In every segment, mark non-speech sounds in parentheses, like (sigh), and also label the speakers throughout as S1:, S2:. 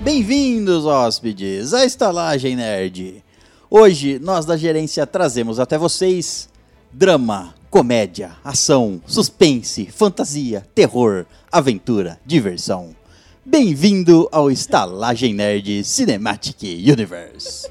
S1: Bem-vindos, hóspedes, à Estalagem Nerd. Hoje, nós da gerência trazemos até vocês drama, comédia, ação, suspense, fantasia, terror, aventura, diversão. Bem-vindo ao Estalagem Nerd Cinematic Universe.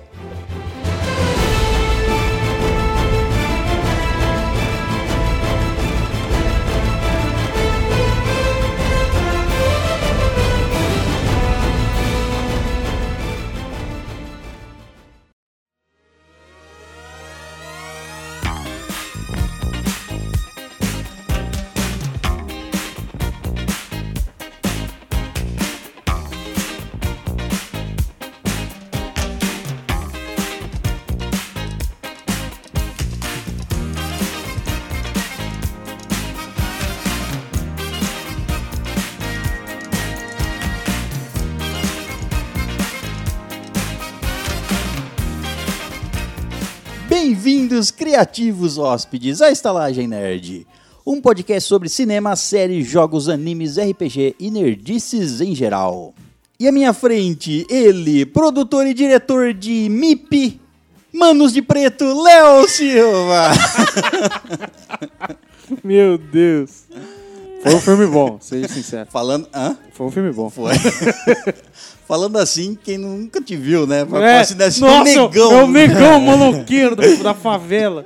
S1: Bem-vindos, criativos hóspedes, à Estalagem Nerd. Um podcast sobre cinema, séries, jogos, animes, RPG e nerdices em geral. E à minha frente, ele, produtor e diretor de MIP, Manos de Preto, Léo Silva.
S2: Meu Deus. Foi um filme bom, seja sincero.
S1: (laughs) Falando... Hã?
S2: Foi um filme bom.
S1: Foi. Falando assim, quem nunca te viu, né? Vai
S2: É,
S1: pra se desse
S2: nossa,
S1: um negão.
S2: é o negão maloqueiro da, da favela.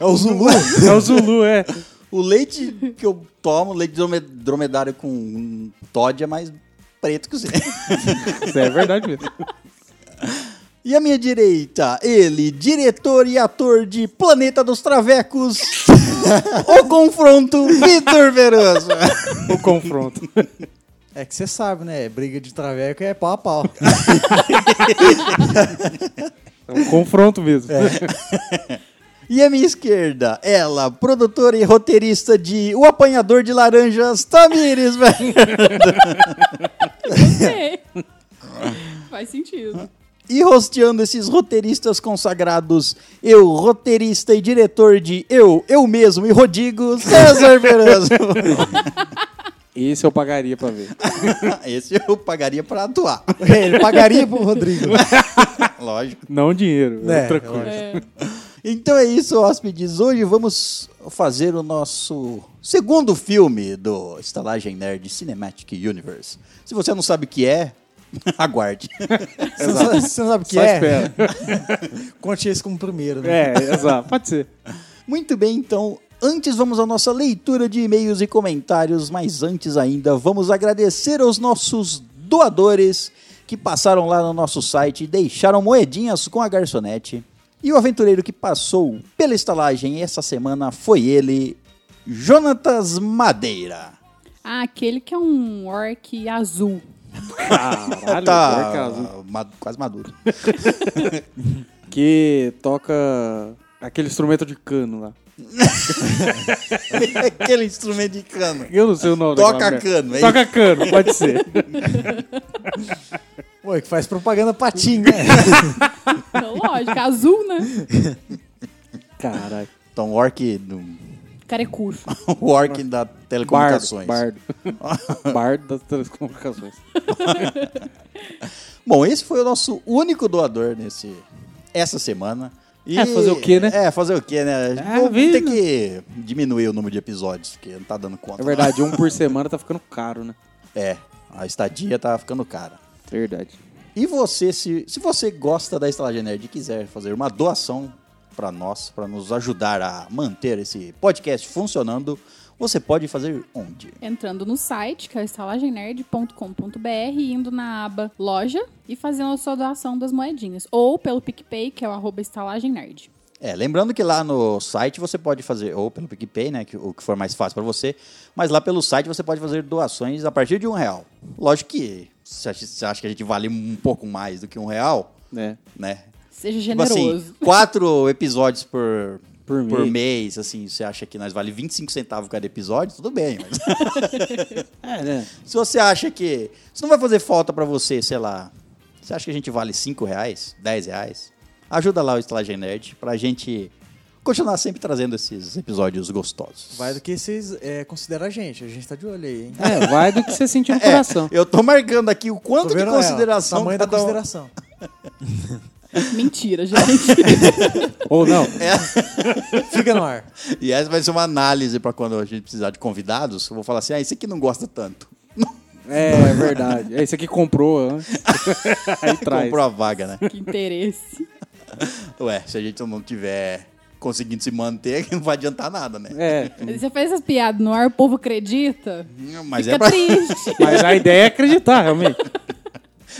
S1: É o Zulu.
S2: É o Zulu, é.
S1: O leite que eu tomo, leite drome- dromedário com Todd é mais preto que o Zé.
S2: Isso é verdade mesmo.
S1: E à minha direita, ele, diretor e ator de Planeta dos Travecos, (laughs) o confronto Vitor Veroso.
S2: O confronto.
S3: É que você sabe, né? Briga de traveco é pau a pau.
S2: É um confronto mesmo.
S1: E à minha esquerda, ela, produtora e roteirista de O Apanhador de Laranjas, Tamires, velho.
S4: Sei. (laughs) Faz
S1: (laughs)
S4: sentido.
S1: E rosteando esses roteiristas consagrados, eu, roteirista e diretor de Eu, Eu Mesmo e Rodigo, César Veroso.
S2: Esse eu pagaria pra ver.
S1: (laughs) Esse eu pagaria pra atuar,
S3: É, Ele pagaria pro Rodrigo.
S1: (laughs) lógico.
S2: Não dinheiro, é,
S3: É,
S2: outra coisa.
S4: É.
S1: Então é isso, hóspedes. Hoje vamos fazer o nosso segundo filme do Estalagem Nerd Cinematic Universe. Se você não sabe o que é, (laughs) aguarde.
S3: Você não sabe- você não sabe o que
S2: Só
S3: é?
S2: espera.
S3: (laughs) Conte esse como primeiro, né?
S2: É, exato. Pode ser.
S1: Muito bem, então. Antes vamos à nossa leitura de e-mails e comentários, mas antes ainda vamos agradecer aos nossos doadores que passaram lá no nosso site e deixaram moedinhas com a garçonete. E o aventureiro que passou pela estalagem essa semana foi ele, Jonatas Madeira.
S4: Ah, aquele que é um orc azul.
S2: Caralho,
S1: tá.
S2: por acaso.
S1: ma- quase maduro. (laughs)
S2: Que toca aquele instrumento de cano lá.
S1: Aquele instrumento de cano.
S2: Eu não sei o nome
S1: Toca
S2: daquela merda.
S1: cano, é
S2: Toca cano, pode ser.
S3: Pô, que faz propaganda pra Tim, (laughs) né?
S4: Então, lógico, azul, né?
S2: Caralho.
S1: Então, orc do, (laughs)
S4: O cara é curto.
S1: o orc da
S2: Bardo,
S1: telecomunicações.
S2: bardo. (laughs) bardo das telecomunicações.
S1: Bom, esse foi o nosso único doador nesse essa semana. E-
S2: É, fazer o quê, né?
S1: É, fazer o quê, né?
S2: É,
S1: Vamos ter
S2: vida.
S1: que diminuir o número de episódios, porque não tá dando conta.
S2: É verdade, um por semana tá ficando caro, né?
S1: não. É, a estadia tá ficando cara.
S2: É Verdade.
S1: E você, se, se você gosta da Estalagem Nerd e quiser fazer uma doação para nós, para nos ajudar a manter esse podcast funcionando, você pode fazer onde?
S4: Entrando no site, que é o estalagemnerd.com.br, indo na aba loja e fazendo a sua doação das moedinhas. Ou pelo PicPay, que é o arroba estalagemnerd.
S1: É, lembrando que lá no site você pode fazer, ou pelo PicPay, né, que, o que for mais fácil para você, mas lá pelo site você pode fazer doações a partir de um real. Lógico que você acha, você acha que a gente vale um pouco mais do que um real,
S2: É.
S1: né?
S4: Seja
S1: Tipo assim,
S4: generoso. (laughs)
S1: quatro episódios por,
S2: Por
S1: por
S2: mês.
S1: mês, assim, você acha que nós vale 25 centavos cada episódio, tudo bem, mas...
S2: É, né?
S1: Se você acha que. Se não vai fazer falta pra você, sei lá. Você acha que a gente vale 5 reais? 10 reais? Ajuda lá o Estalagem Nerd pra gente continuar sempre trazendo esses episódios gostosos.
S3: Vai do que vocês é, consideram a gente. A gente tá de olho aí, hein?
S2: (laughs) É, vai do que você sentir no coração.
S1: Eu tô marcando aqui o
S3: Tô
S1: quanto de
S3: vendo ela,
S1: consideração.
S3: tamanho
S1: cada
S3: da
S1: um-
S3: consideração.
S1: assim. (laughs)
S4: Mentira, gente.
S2: Ou não.
S3: Fica no ar.
S1: E essa vai ser uma análise pra quando a gente precisar de convidados. Eu vou falar assim: ah, esse aqui não gosta tanto.
S2: É, é verdade. É, esse aqui comprou. (laughs) né? Aí traz.
S1: Comprou a vaga, né?
S4: que interesse.
S1: Ué, se a gente não tiver conseguindo se manter, (laughs) não vai adiantar nada, né?
S2: É,
S4: Você fez essas piadas no ar, o povo acredita?
S1: Mas
S4: Fica
S1: é pra... (laughs)
S4: triste.
S2: mas a ideia é acreditar, realmente.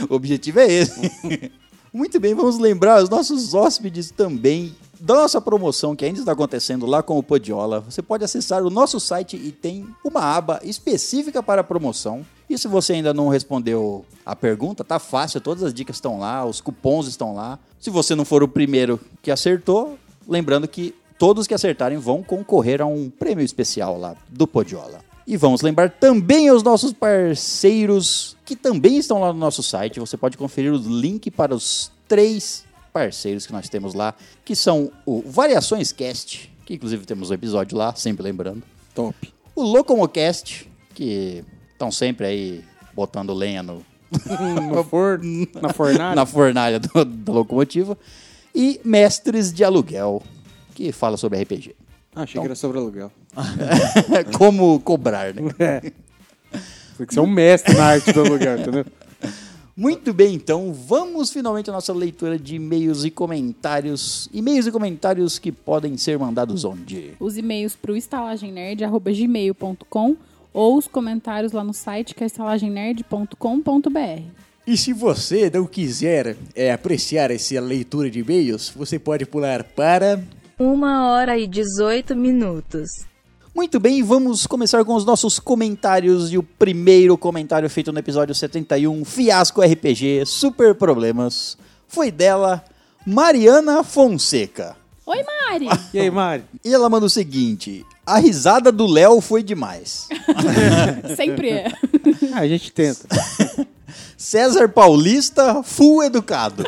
S1: o objetivo é esse. (laughs) Muito bem, vamos lembrar os nossos hóspedes também da nossa promoção que ainda está acontecendo lá com o Podiola. Você pode acessar o nosso site e tem uma aba específica para a promoção. E se você ainda não respondeu a pergunta, tá fácil, todas as dicas estão lá, os cupons estão lá. Se você não for o primeiro que acertou, lembrando que todos que acertarem vão concorrer a um prêmio especial lá do Podiola. E vamos lembrar também os nossos parceiros que também estão lá no nosso site. Você pode conferir o link para os três parceiros que nós temos lá, que são o Variações Cast, que inclusive temos um episódio lá, sempre lembrando.
S2: Top.
S1: O Locomocast, que estão sempre aí botando lenha no,
S2: No forno, na fornalha.
S1: na fornalha do- da locomotiva. E Mestres de Aluguel, que fala sobre RPG.
S2: Ah, achei que era sobre aluguel.
S1: (laughs) Como cobrar, né?
S2: É. Tem que ser um mestre na arte do aluguel, entendeu?
S1: Muito bem, então vamos finalmente à nossa leitura de e-mails e comentários. E-mails e comentários que podem ser mandados onde?
S4: Os e-mails pro estalagemnerd.gmail.com ou os comentários lá no site que é estalagemnerd.com.br.
S3: (laughs) E se você não quiser é, apreciar essa leitura de e-mails, você pode pular para...
S5: Uma hora e 18 minutos.
S1: Muito bem, vamos começar com os nossos comentários. E o primeiro comentário feito no episódio 71, Fiasco RPG, Super Problemas, foi dela, Mariana Fonseca.
S4: Oi, Mari!
S2: E aí, Mari?
S1: E ela manda o seguinte: a risada do Léo foi demais.
S4: Sempre é.
S2: Ah, a gente tenta.
S1: César Paulista, full educado.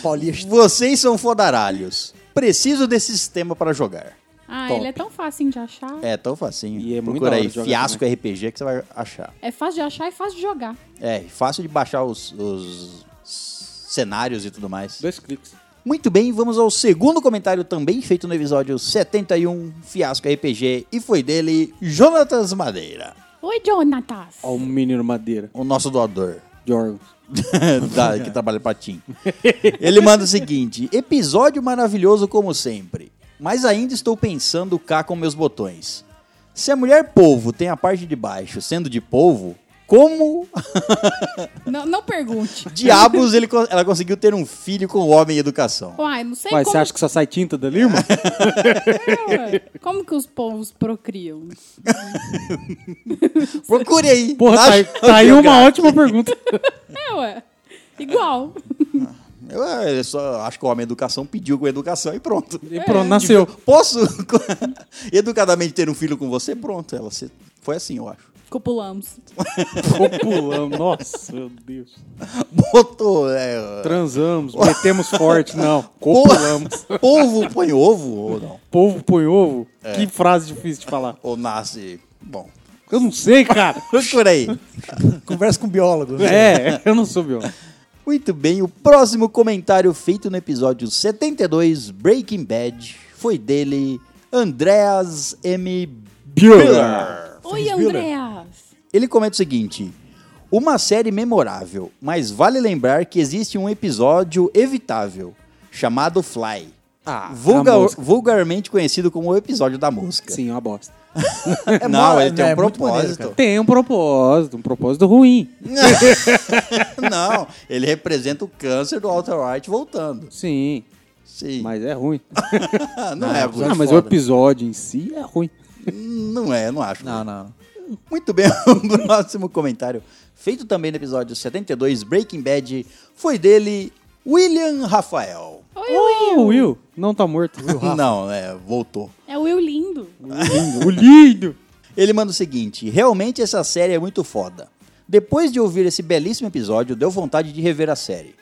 S3: Paulista.
S1: Vocês são fodaralhos. Preciso desse sistema para jogar.
S4: Ah,
S1: Top.
S4: ele é tão fácil de achar. É.
S1: É, tão facinho.
S2: E é muito
S1: Procura
S2: da hora
S1: aí,
S2: de jogar
S1: Fiasco RPG, que você vai achar.
S4: É fácil de achar e fácil de jogar.
S1: É, e fácil de baixar os, os cenários e tudo mais.
S2: Dois cliques.
S1: Muito bem, vamos ao segundo comentário também feito no episódio 71, Fiasco RPG, e foi dele, Jonatas Madeira,
S4: Oi, Jonatas!
S2: Ó, o menino madeira.
S1: o nosso doador.
S2: De órgãos.
S1: (laughs) da- que trabalha pra Tim. Ele manda o seguinte: episódio maravilhoso como sempre, mas ainda estou pensando cá com meus botões. Se a mulher polvo tem a parte de baixo sendo de polvo, como
S4: Não,
S1: (laughs)
S4: não pergunte.
S1: diabos ele co- ela conseguiu ter um filho com o homem e educação?
S4: Uai, não sei
S2: Uai,
S4: como.
S2: você acha que só sai tinta dali, irmão?
S4: é, ué. Como que os povos procriam?
S1: Procure aí.
S2: Porra,
S1: Tá-
S2: tá, tá aí uma ótima pergunta.
S4: É, ué. Igual.
S1: Eu, eu só acho que o homem e educação pediu com educação e pronto.
S2: E pronto, nasceu.
S1: Posso (laughs) educadamente ter um filho com você? Pronto, ela se- foi assim, eu acho.
S4: Copulamos.
S2: Copulamos. Nossa, meu Deus.
S1: Botou, é,
S2: Transamos, metemos forte, não.
S1: (laughs)
S2: Copulamos.
S1: Ovo põe ovo ou não?
S2: Povo põe ovo?
S1: É.
S2: Que frase difícil de falar.
S1: Ou nasce. Bom,
S2: Eu não sei, cara.
S1: procura aí.
S3: (laughs) Conversa com um biólogo.
S2: É, eu não sou biólogo.
S1: Muito bem, o próximo comentário feito no episódio 72, Breaking Bad, foi dele, Andreas M.
S2: Biólogo.
S4: Oi, Andreas!
S1: Ele comenta o seguinte: Uma série memorável, mas vale lembrar que existe um episódio evitável, chamado Fly.
S2: Ah,
S1: vulga-
S2: a música.
S1: vulgarmente conhecido como o episódio da mosca.
S2: Sim, uma bosta.
S1: É não,
S3: mó-
S1: ele tem
S3: é
S1: um
S3: muito
S1: propósito.
S3: maneiro,
S2: Tem um propósito, um propósito ruim.
S1: (laughs) não, ele representa o câncer do Walter White voltando.
S2: Sim,
S1: Sim.
S2: mas é ruim.
S1: Ah, (laughs) não, é,
S2: Ah, mas o episódio em si é ruim.
S1: Não é, não acho.
S3: Não, não.
S1: Muito bem, (laughs) o próximo comentário, feito também no episódio 72, Breaking Bad, foi dele, William Rafael.
S4: Oi,
S2: Oh, o Will não tá
S1: (laughs)
S2: morto.
S1: Não, é, voltou.
S4: é o Will lindo.
S2: O lindo, o lindo.
S1: Ele manda o seguinte: realmente essa série é muito foda. Depois de ouvir esse belíssimo episódio, deu vontade de rever a série.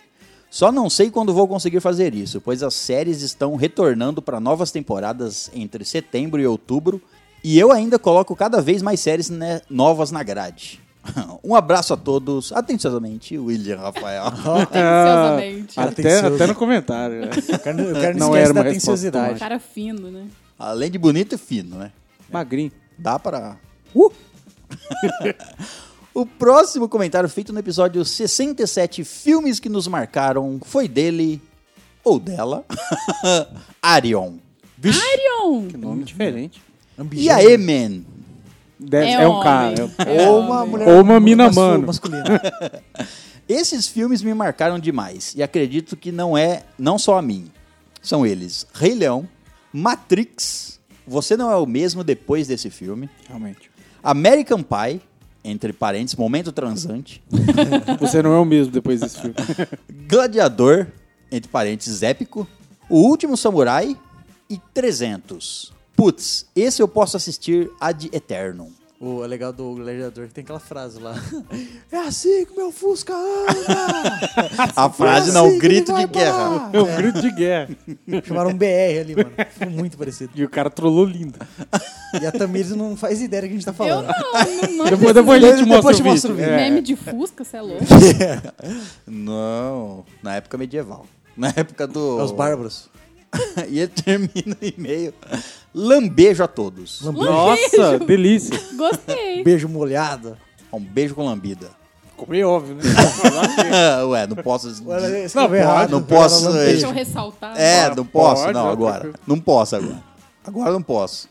S1: Só não sei quando vou conseguir fazer isso, pois as séries estão retornando para novas temporadas entre setembro e outubro, e eu ainda coloco cada vez mais séries né, novas na grade. (laughs) Um abraço a todos, atenciosamente, William Rafael.
S4: Atenciosamente.
S3: Ah,
S2: Até,
S3: Atencioso.
S2: até no comentário. né?
S3: O cara, não- o cara não,
S2: Não
S3: esquece
S2: era
S3: da
S2: uma resposta
S3: atenciosidade.
S4: Cara fino, né?
S1: Além de bonito e fino, né?
S2: (laughs) Magrinho.
S1: Dá para
S2: Uh!
S1: (laughs) O próximo comentário feito no episódio 67 Filmes que nos marcaram foi dele ou dela, (laughs) Arion.
S4: Arion!
S2: Que nome diferente.
S1: E aí, man?
S2: Deve-
S4: É
S2: é, um
S4: homem.
S2: cara.
S4: (laughs)
S2: é um-
S4: É
S3: Ou uma
S4: homem.
S3: mulher.
S2: Ou uma mina
S3: mascu-
S2: mano.
S3: Masculina.
S1: Esses filmes me marcaram demais e acredito que não é não só a mim. São eles: Rei Leão, Matrix, Você não é o mesmo depois desse filme,
S2: Realmente.
S1: American Pie, entre parênteses, Momento Transante,
S2: Você não é o mesmo depois desse filme.
S1: Gladiador, entre parênteses, épico. O Último Samurai e 300. Putz, esse eu posso assistir ad eternum.
S3: O é legal do gladiador que tem aquela frase lá. (laughs) É assim que meu Fusca anda! É assim
S1: A (laughs) frase não, o grito de guerra.
S2: (laughs) É um grito de guerra.
S3: Chamaram um BR ali, mano. Ficou muito parecido.
S2: E o cara trollou lindo.
S3: E a Tamires não faz ideia do que a gente tá
S4: Eu
S3: falando.
S4: não, não manjo.
S2: Depois, depois a gente
S3: Depois
S2: mostra
S3: te
S2: o vídeo.
S3: mostra o vídeo.
S2: É.
S4: Meme de Fusca, você é louco.
S1: (laughs) Não, na época medieval. Na época do.
S3: É os bárbaros.
S1: (laughs) e ele termina o e-mail. Lambejo a todos.
S2: É. Nossa, delícia.
S4: Gostei.
S3: Beijo molhado.
S1: Um beijo com lambida.
S2: Ficou meio óbvio, né? (laughs)
S1: (laughs) Ué, não posso.
S3: Não, errado.
S1: não posso,
S3: Ela
S1: é.
S4: Deixa eu ressaltar.
S1: É,
S2: Bora,
S1: não posso,
S2: pode,
S1: não,
S2: né?
S1: agora. Não posso agora. Agora não posso.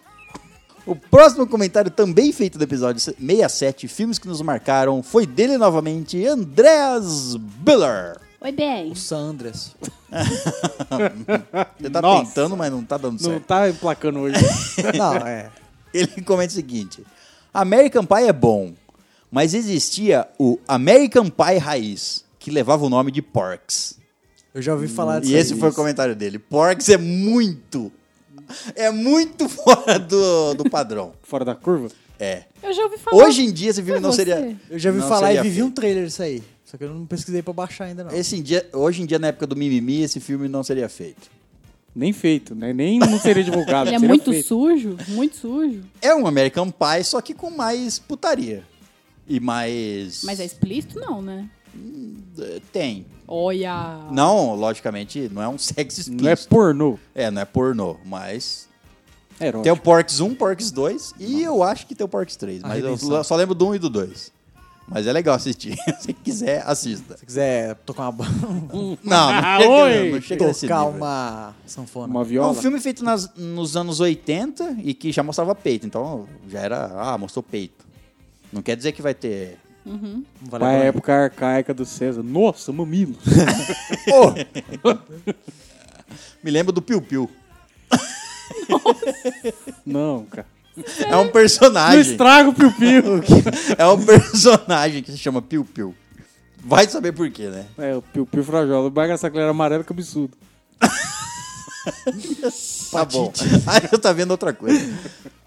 S1: O próximo comentário, também feito do episódio 67, filmes que nos marcaram, foi dele novamente, Andreas Biller.
S4: Oi, bem.
S3: O Sandras.
S1: Ele tá
S2: Nossa.
S1: tentando, mas não tá dando
S2: Não
S1: certo.
S2: tá emplacando hoje.
S3: Não, é.
S1: Ele (laughs) comenta o seguinte: American Pie é bom, mas existia o American Pie Raiz, que levava o nome de Porks.
S3: Eu já ouvi falar disso.
S1: E esse
S3: aí.
S1: foi o comentário dele. Porks é muito. É muito (laughs) fora do, do padrão.
S2: Fora da curva.
S1: É.
S4: Eu já ouvi falar.
S1: Hoje em dia esse filme
S4: Foi
S1: não
S4: você.
S1: seria.
S3: Eu já ouvi
S1: não
S3: falar e
S1: seria
S3: vivi
S1: feito.
S3: um trailer disso aí. Só que eu não pesquisei pra baixar ainda, não.
S1: Esse em dia, hoje em dia, na época do mimimi, esse filme não seria feito.
S2: Nem feito, né? Nem não seria divulgado.
S4: Ele é
S2: seria
S4: muito
S2: feito.
S4: sujo, muito sujo.
S1: É um American Pie, só que com mais putaria. E mais.
S4: Mas é explícito, não, né?
S1: eh, Tem.
S4: Olha.
S1: Não, logicamente, não é um sexo
S2: Não é
S1: explícito.
S2: pornô.
S1: É, não é pornô, mas.
S2: É erótico.
S1: Tem o Porks 1, Porks 2 e eu acho que tem o Porks 3. Mas eu
S3: Arrebenção.
S1: só lembro do 1 e do 2. Mas é legal assistir. (laughs) Se quiser,
S3: (laughs)
S1: assista.
S3: Se quiser tocar uma, ba-
S1: Não, não
S2: Ah,
S1: chega,
S2: oi!
S1: não
S3: (laughs)
S1: chega nesse
S3: tocar
S1: nível.
S3: uma sanfona.
S2: Uma
S1: É
S2: viola.
S1: um filme feito nas- nos anos 80 e que já mostrava peito, então já era, ah, mostrou peito. Não quer dizer que vai ter.
S3: Não
S2: Da
S3: vale a pena.
S2: época arcaica do César. Nossa, mamilo. (laughs)
S1: (laughs) Me lembro do Piu Piu.
S2: Não, cara.
S1: É um
S2: Não
S1: personagem.
S2: estraga (laughs) o piu-piu.
S1: (laughs) É um personagem que se chama Piu Piu. Vai saber por quê, né?
S2: é, o piu-piu frajola. O bagaçaclero era amarelo cabeçudo.
S1: Tá bom. (laughs) Aí eu tá vendo outra coisa.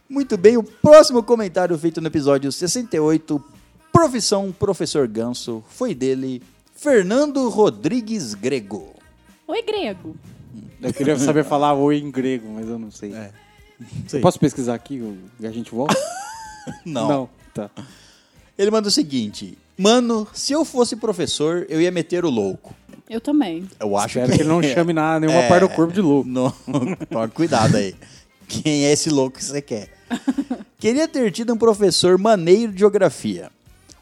S1: Muito bem, o próximo comentário feito no episódio 68, Profissão Professor Ganso, foi dele, Fernando Rodrigues Grego.
S4: Oi, grego.
S2: Eu queria saber falar oi em grego, mas eu não sei.
S3: É.
S2: Eu posso pesquisar aqui o- e a gente volta? Tá.
S1: Ele manda o seguinte: Mano, se eu fosse professor, eu ia meter o louco.
S4: Eu também.
S1: Eu acho
S2: Espero que (laughs) ele não chame nada, nenhuma
S1: (laughs) É.
S2: parte do corpo de louco.
S1: Não, toma cuidado aí. Quem é esse louco que você quer? Queria ter tido um professor maneiro de geografia.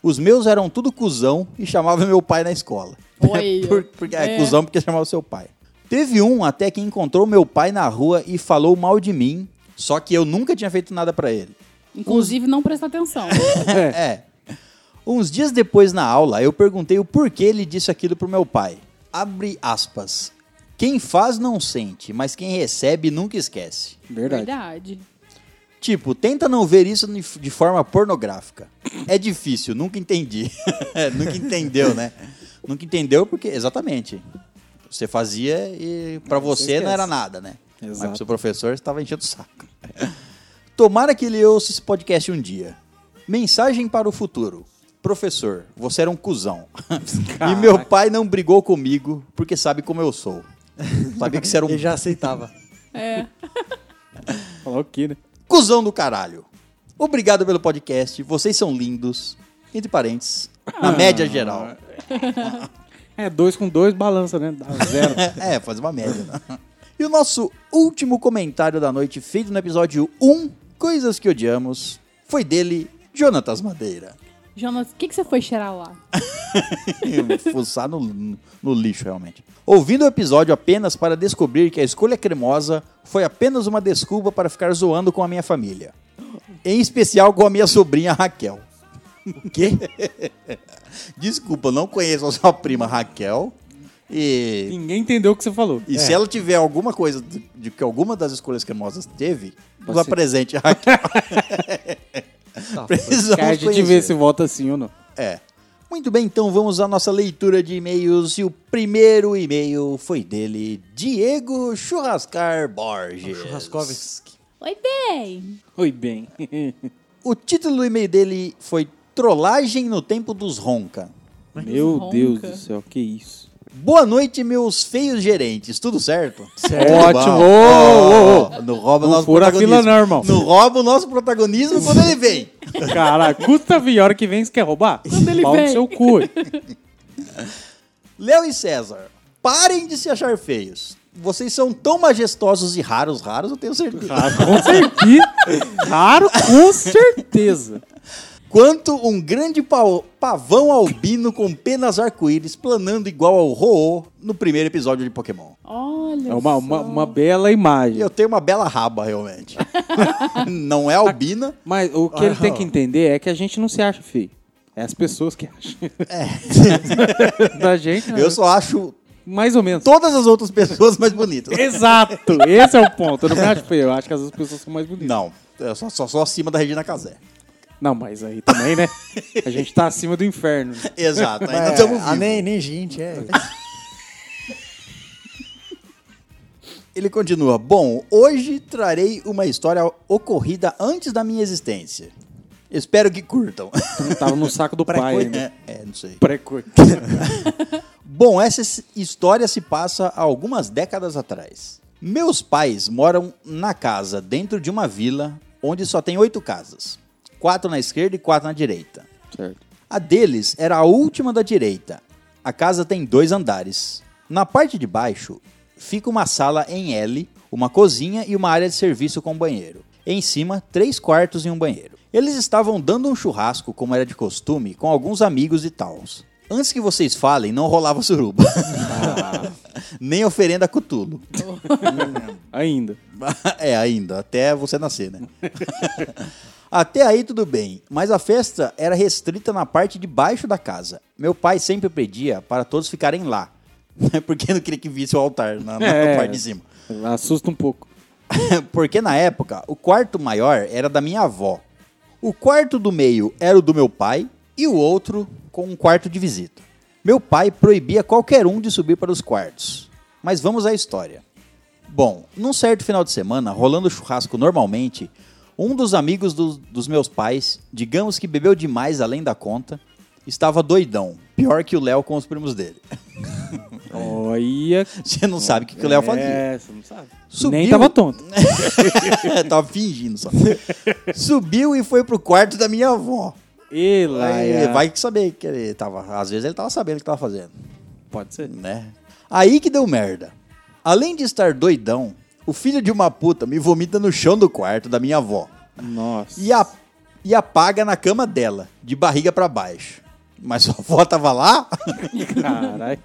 S1: Os meus eram tudo cuzão e chamava meu pai na escola. (laughs)
S4: Oi.
S1: Por- porque, é,
S4: É.
S1: cuzão porque chamava seu pai. Teve um até que encontrou meu pai na rua e falou mal de mim, só que eu nunca tinha feito nada pra ele.
S4: Inclusive, não presta atenção.
S2: É.
S1: (laughs) É. Uns dias depois na aula, eu perguntei o porquê ele disse aquilo pro meu pai. Abre aspas. Quem faz não sente, mas quem recebe nunca esquece.
S2: Verdade.
S4: Verdade.
S1: Tipo, tenta não ver isso de de forma pornográfica. É difícil, nunca entendi. (laughs) nunca entendeu, né? Nunca entendeu porque, exatamente. Você fazia e pra você não
S2: esquece.
S1: era nada, né? Mas pro
S2: Exato.
S1: seu professor estava enchendo o saco. Tomara que ele ouça esse podcast um dia. Mensagem para o futuro. Professor, você era um cuzão. (laughs) E meu pai não brigou comigo porque sabe como eu sou. Sabia que você
S2: (laughs)
S1: era um
S3: Ele já aceitava.
S4: É.
S2: Falar o quê, né?
S1: cuzão do caralho. Obrigado pelo podcast, vocês são lindos. Entre parênteses, na média geral.
S2: É, dois com dois balança, né? Dá (laughs) zero.
S1: É, faz uma média. né? E o nosso último comentário da noite, feito no episódio 1, Coisas que Odiamos, foi dele, Jonatas Madeira.
S4: Jonas, o que, que você foi cheirar lá?
S1: Fuçar no, no lixo, realmente. Ouvindo o episódio apenas para descobrir que a escolha cremosa foi apenas uma desculpa para ficar zoando com a minha família. Em especial com a minha sobrinha Raquel. O quê? (laughs) Desculpa, eu não conheço a sua prima Raquel. E
S2: Ninguém entendeu o que você falou. É.
S1: E se ela tiver alguma coisa de, de que alguma das escolhas cremosas teve, nos apresente a Raquel. Precisamos
S2: Que a gente
S1: conhecer.
S2: vê se vota sim ou não.
S1: É. Muito bem, então vamos à nossa leitura de e-mails. E o primeiro e-mail foi dele, Diego Churrascar Borges.
S3: (laughs) Churraskovski.
S4: Oi, bem!
S2: Oi, bem.
S1: O título do e-mail dele foi Trollagem no Tempo dos Ronca.
S2: Meu
S4: Ronca.
S2: Deus do céu, que isso.
S1: Boa noite, meus feios gerentes. Tudo certo?
S3: Certo.
S2: Ótimo.
S1: Ó, ó, ó. Não rouba o
S2: Não
S1: nosso
S2: fura a fila
S1: protagonismo.
S2: não, irmão.
S1: Não rouba o nosso protagonismo quando ele vem.
S2: Caraca, custa vir a hora que vem, você quer roubar? Quando
S4: ele
S2: Pau
S4: vem.
S2: no seu cu.
S1: Léo e César, parem de se achar feios. Vocês são tão majestosos e raros, raros, eu tenho certeza.
S2: Ah, com certeza. Claro, com certeza.
S1: Quanto um grande pau- pavão albino com penas arco-íris planando igual ao Ho-Oh no primeiro episódio de Pokémon.
S4: Olha.
S2: É uma,
S4: só.
S2: uma, uma bela imagem.
S1: E eu tenho uma bela raba, realmente. (laughs) Não é albina.
S2: Mas o que ele tem
S1: Ah.
S2: que entender é que a gente não se acha feio. É as pessoas que acham. (laughs) É. da gente,
S1: Eu só acho
S2: mais ou menos.
S1: todas as outras pessoas mais bonitas.
S2: Exato, esse é o ponto. Eu não me acho feio, eu acho que as outras pessoas são mais bonitas.
S1: Não, eu só, só, só acima da Regina Casé.
S2: Não, mas aí também, né? A gente tá acima do inferno.
S1: Exato, ainda
S3: (laughs) É,
S1: estamos
S3: ah,
S1: vivos.
S3: nem, nem gente, é.
S1: Ele continua: Bom, hoje trarei uma história ocorrida antes da minha existência. Espero que curtam. (laughs)
S2: Eu tava no saco do pai né? ainda.
S1: é, é, não sei.
S2: Precoce.
S1: Bom, essa s- história se passa há algumas décadas atrás. Meus pais moram na casa, dentro de uma vila, onde só tem oito casas: quatro na esquerda e quatro na direita.
S2: Certo.
S1: A deles era a última da direita. A casa tem dois andares. Na parte de baixo fica uma sala em L, uma cozinha e uma área de serviço com banheiro. Em cima, três quartos e um banheiro. Eles estavam dando um churrasco, como era de costume, com alguns amigos e tals. Antes que vocês falem, não rolava suruba. (laughs) Nem oferenda a Cutulo.
S2: Ainda.
S1: (laughs) É, ainda, até você nascer, né? (laughs) até aí tudo bem, mas a festa era restrita na parte de baixo da casa. Meu pai sempre pedia para todos ficarem lá, (laughs) porque não queria que visse o altar na, na
S2: É.
S1: parte de cima.
S2: Assusta um pouco.
S1: (laughs) Porque na época, o quarto maior era da minha avó. O quarto do meio era o do meu pai e o outro com um quarto de visita. Meu pai proibia qualquer um de subir para os quartos. Mas vamos à história. Bom, num certo final de semana, rolando churrasco normalmente, um dos amigos do- dos meus pais, digamos que bebeu demais além da conta, estava doidão. Pior que o Léo com os primos dele. (laughs)
S2: Olha.
S1: Você não sabe o É. que, que o Léo fazia.
S2: É, você não sabe. Nem
S1: Subiu-
S2: tava tonto.
S1: (laughs) Tava fingindo só. Subiu e foi pro quarto da minha avó.
S2: E lá,
S1: Aí,
S2: é.
S1: vai que saber que ele tava. Às vezes ele tava sabendo o que tava fazendo,
S2: Pode ser.
S1: né? Aí que deu merda. Além de estar doidão, o filho de uma puta me vomita no chão do quarto da minha avó
S2: Nossa.
S1: e, a, e apaga na cama dela, de barriga pra baixo. Mas sua avó tava lá? (laughs)
S2: (laughs) Caralho.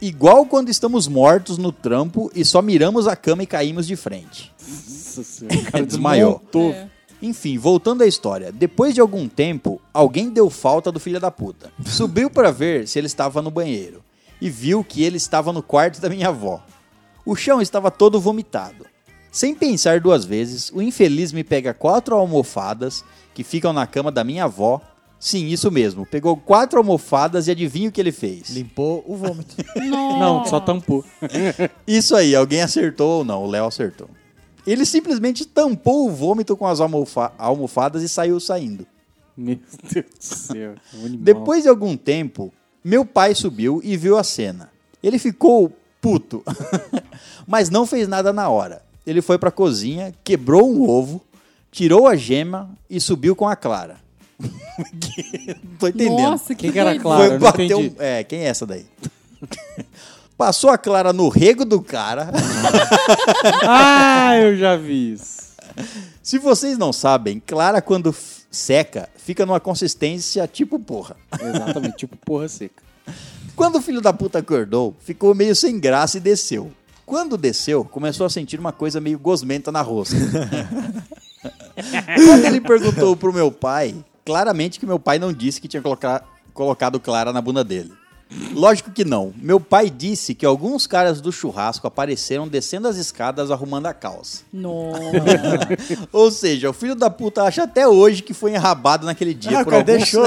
S1: Igual quando estamos mortos no trampo e só miramos a cama e caímos de frente.
S2: Nossa senhora.
S1: (laughs)
S2: o cara
S1: Desmaiou.
S2: desmontou.
S4: É.
S1: Enfim, voltando à história. Depois de algum tempo, alguém deu falta do filho da puta. Subiu pra ver se ele estava no banheiro e viu que ele estava no quarto da minha avó. O chão estava todo vomitado. Sem pensar duas vezes, o infeliz me pega quatro almofadas que ficam na cama da minha avó. Sim, isso mesmo. Pegou quatro almofadas e adivinha o que ele fez?
S3: Limpou o vômito.
S2: Não, só tampou. (laughs)
S1: Isso aí, alguém acertou ou não? O Léo acertou. Ele simplesmente tampou o vômito com as almofa- almofadas e saiu saindo.
S2: Meu Deus do céu. é um animal.
S1: Depois de algum tempo, meu pai subiu e viu a cena. Ele ficou puto, (laughs) mas não fez nada na hora. Ele foi pra cozinha, quebrou um ovo, tirou a gema e subiu com a Clara. (laughs) Que- não tô entendendo.
S4: Nossa, que,
S2: Quem que era
S4: doido.
S2: Clara? eu não
S1: bater
S2: entendi.
S1: um- É, quem é essa daí? (laughs) Passou a Clara no rego do cara.
S2: Ah, eu já vi isso.
S1: Se vocês não sabem, Clara, quando f- seca, fica numa consistência tipo porra.
S2: Exatamente, tipo porra seca.
S1: Quando o filho da puta acordou, ficou meio sem graça e desceu. Quando desceu, começou a sentir uma coisa meio gosmenta na rosca. Quando ele perguntou pro meu pai, claramente que meu pai não disse que tinha coloca- colocado Clara na bunda dele. Lógico que não. Meu pai disse que alguns caras do churrasco apareceram descendo as escadas arrumando a calça.
S4: Nossa.
S1: Ou seja, o filho da puta acha até hoje que foi enrabado naquele dia
S3: (laughs) Ah,
S1: por
S3: cara,
S1: alguns (laughs)
S3: deixou.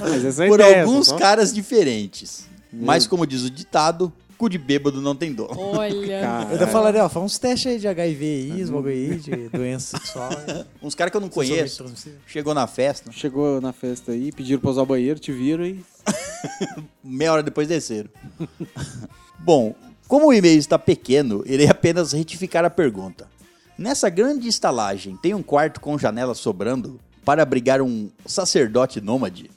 S2: Mas essa é a
S1: por
S2: ideia,
S1: alguns
S2: só-
S1: caras diferentes. Mas, como diz o ditado, cu de bêbado não tem dor.
S4: Olha.
S2: Cara.
S3: Eu tô falando, ó, faz uns testes aí de HIV aí, esmogo aí, de doença
S1: (laughs)
S3: sexual.
S1: Uns caras que eu não conheço,
S3: Transmissível.
S1: chegou na festa,
S2: Chegou na festa aí, pediram pra usar o banheiro, te viram e.
S1: meia hora depois desceram. (laughs) Bom, como o e-mail está pequeno, irei apenas retificar a pergunta. Nessa grande estalagem, tem um quarto com janela sobrando para abrigar um sacerdote nômade?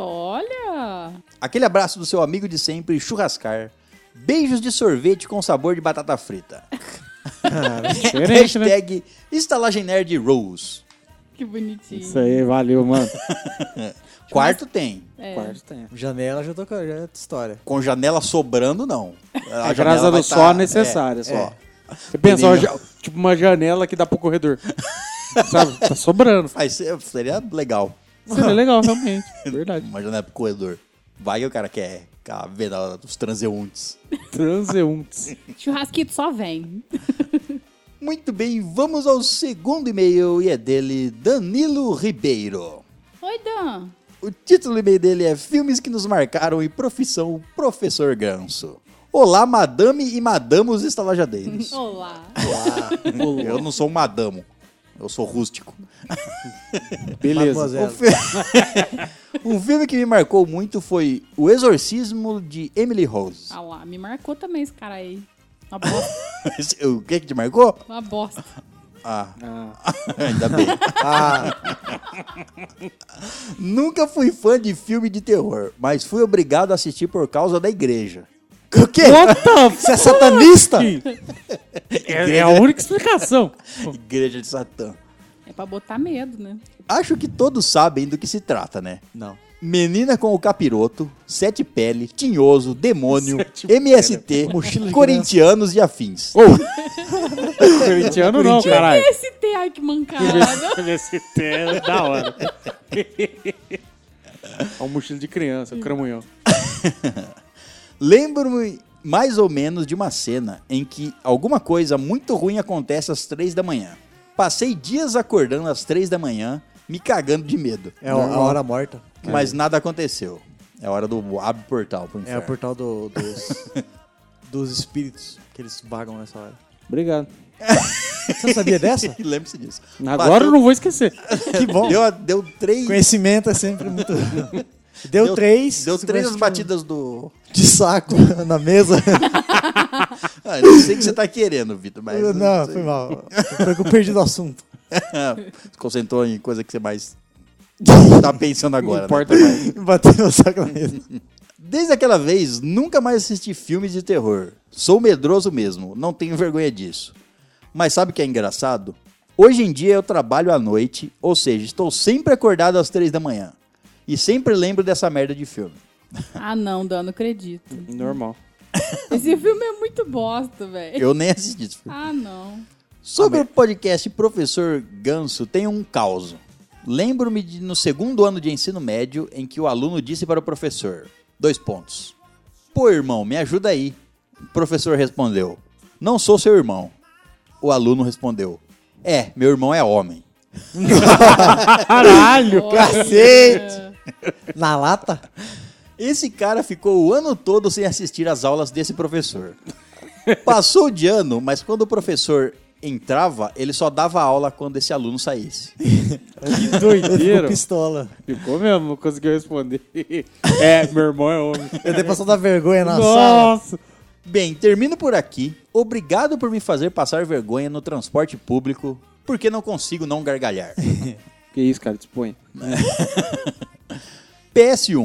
S4: Olha.
S1: Aquele abraço do seu amigo de sempre, churrascar. Beijos de sorvete com sabor de batata frita. (laughs)
S2: Diferente, né?
S1: Hashtag estalagem nerd rose.
S4: Que bonitinho.
S2: Isso aí, valeu, mano.
S1: Quarto tem.
S4: É.
S2: Quarto tem.
S3: Janela já tô com já é história.
S1: Com janela sobrando, não. A janela
S2: A graça
S1: vai
S2: do
S1: tá-
S2: sol é
S1: é.
S2: necessária, só. Você pensa, ó,
S1: Perigo.
S2: ja- tipo uma janela que dá
S1: (laughs)
S2: pro corredor. Sabe? Tá sobrando.
S1: Mas se- é, seria legal.
S2: Seria
S1: (laughs)
S2: legal, realmente. Verdade.
S1: Uma janela pro corredor. Vai que o cara quer ficar vendo a- os transeuntes.
S2: Transeuntes.
S4: Churrasquito só vem.
S1: Muito bem, vamos ao segundo e-mail e é dele Danilo Ribeiro.
S4: Oi, Dan.
S1: O título do e-mail dele é Filmes que nos marcaram e profissão Professor Ganso. Olá, madame e madamos
S4: (laughs)
S1: estalajadeiros.
S4: Olá.
S1: Eu não sou um madamo. Eu sou rústico.
S2: Beleza.
S3: Mademoiselle.
S1: Um, fi- (laughs) um filme que me marcou muito foi O Exorcismo de Emily Rose.
S4: Ah lá, me marcou também esse cara aí. Uma
S1: (laughs)
S4: bosta.
S1: o que que te marcou?
S4: Uma bosta.
S1: Ah,
S2: Ah,
S1: (laughs) ainda bem. (laughs) Nunca fui fã de filme de terror, mas fui obrigado a assistir por causa da igreja. O quê?
S2: What the
S1: Você é satanista?
S2: É, (laughs) é a única explicação.
S1: Igreja de Satã.
S4: É pra botar medo, né?
S1: Acho que todos sabem do que se trata, né?
S3: Não.
S1: Menina com o capiroto, sete pele, tinhoso, demônio, (laughs) MST, corintianos e afins.
S2: Ou. Corintiano é não, caralho.
S4: Esse T, ai que mancada.
S2: MST é da hora. (laughs) É um mochilo de criança, um cramunhão.
S1: Lembro-me mais ou menos de uma cena em que alguma coisa muito ruim acontece às três da manhã. Passei dias acordando às três da manhã, me cagando de medo.
S3: É a- a hora morta.
S1: Mas nada aconteceu. É a hora do abre o portal pro
S3: É
S1: inferno.
S3: o portal do-
S1: (laughs)
S3: dos, dos espíritos que eles vagam nessa hora.
S2: Obrigado.
S3: Você não sabia dessa?
S1: (laughs) Lembre-se disso.
S2: Agora eu não vou esquecer.
S3: Que bom.
S1: Deu, deu três.
S3: Conhecimento é
S1: (laughs)
S3: sempre muito. Deu, três.
S1: Deu
S3: você
S1: três
S3: começa
S1: as batidas do.
S3: de saco (laughs) na mesa.
S1: Ah, não sei o que você tá querendo, Vitor, mas. (laughs)
S3: não, foi (laughs) mal. Foi que eu perdi do assunto.
S1: É, Se concentrou em coisa que você (laughs) mais tá pensando agora.
S2: não
S1: né?
S2: importa mais.
S3: (laughs) Bateu o saco na mesa.
S1: Desde aquela vez, nunca mais assisti filmes de terror. Sou medroso mesmo, não tenho vergonha disso. Mas sabe o que é engraçado? Hoje em dia eu trabalho à noite, ou seja, estou sempre acordado às três da manhã. E sempre lembro dessa merda de filme.
S4: ah, não, Dan, não acredito.
S2: Normal.
S4: Esse filme é muito bosta, velho.
S1: Eu nem assisti esse filme.
S4: Ah, não.
S1: Sobre o podcast Professor Ganso, tem um caos. Lembro-me de no segundo ano de ensino médio em que o aluno disse para o professor: dois pontos. Pô, irmão, me ajuda aí. O professor respondeu: Não sou seu irmão. O aluno respondeu: É, meu irmão é homem.
S2: (laughs) Caralho!
S3: Cacete! Na lata?
S1: (laughs) Esse cara ficou o ano todo sem assistir às aulas desse professor. Passou de ano, mas quando o professor entrava, ele só dava aula quando esse aluno saísse.
S2: Que
S3: Ele ficou
S2: doideira.
S3: pistola.
S2: Ficou mesmo, não conseguiu responder. (laughs) É, meu irmão é homem.
S3: Eu até passando a vergonha na sala.
S2: Nossa.
S1: Bem, termino por aqui. Obrigado por me fazer passar vergonha no transporte público, porque não consigo não gargalhar.
S2: Que isso, cara, dispõe.
S1: PS1.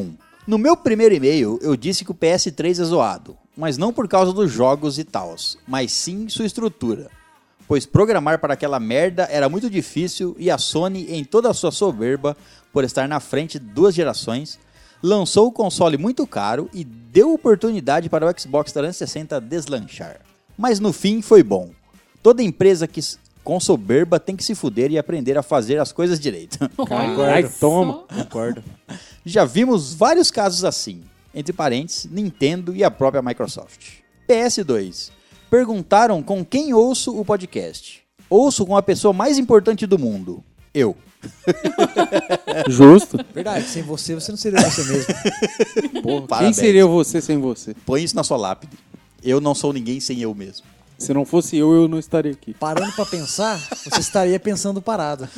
S1: No meu primeiro e-mail, eu disse que o PS3 é zoado, mas não por causa dos jogos e tals, mas sim sua estrutura. Pois programar para aquela merda era muito difícil e a Sony, em toda a sua soberba por estar na frente de duas gerações, lançou o console muito caro e deu oportunidade para o Xbox 360 deslanchar. Mas no fim foi bom. Toda empresa que s- com soberba tem que se fuder e aprender a fazer as coisas direito. (laughs)
S2: Caralho,
S4: só.
S2: toma.
S3: Concordo.
S1: Já vimos vários casos assim, entre parênteses, Nintendo e a própria Microsoft. PS2. Perguntaram com quem ouço o podcast. Ouço com a pessoa mais importante do mundo. Eu.
S2: Justo.
S3: Verdade, sem você, você não seria você mesmo.
S2: Porra, quem
S1: Parabéns.
S2: seria você sem você?
S1: Põe isso na sua lápide. Eu não sou ninguém sem eu mesmo.
S2: Se não fosse eu, eu não estaria aqui.
S3: Parando pra pensar, você estaria pensando parado.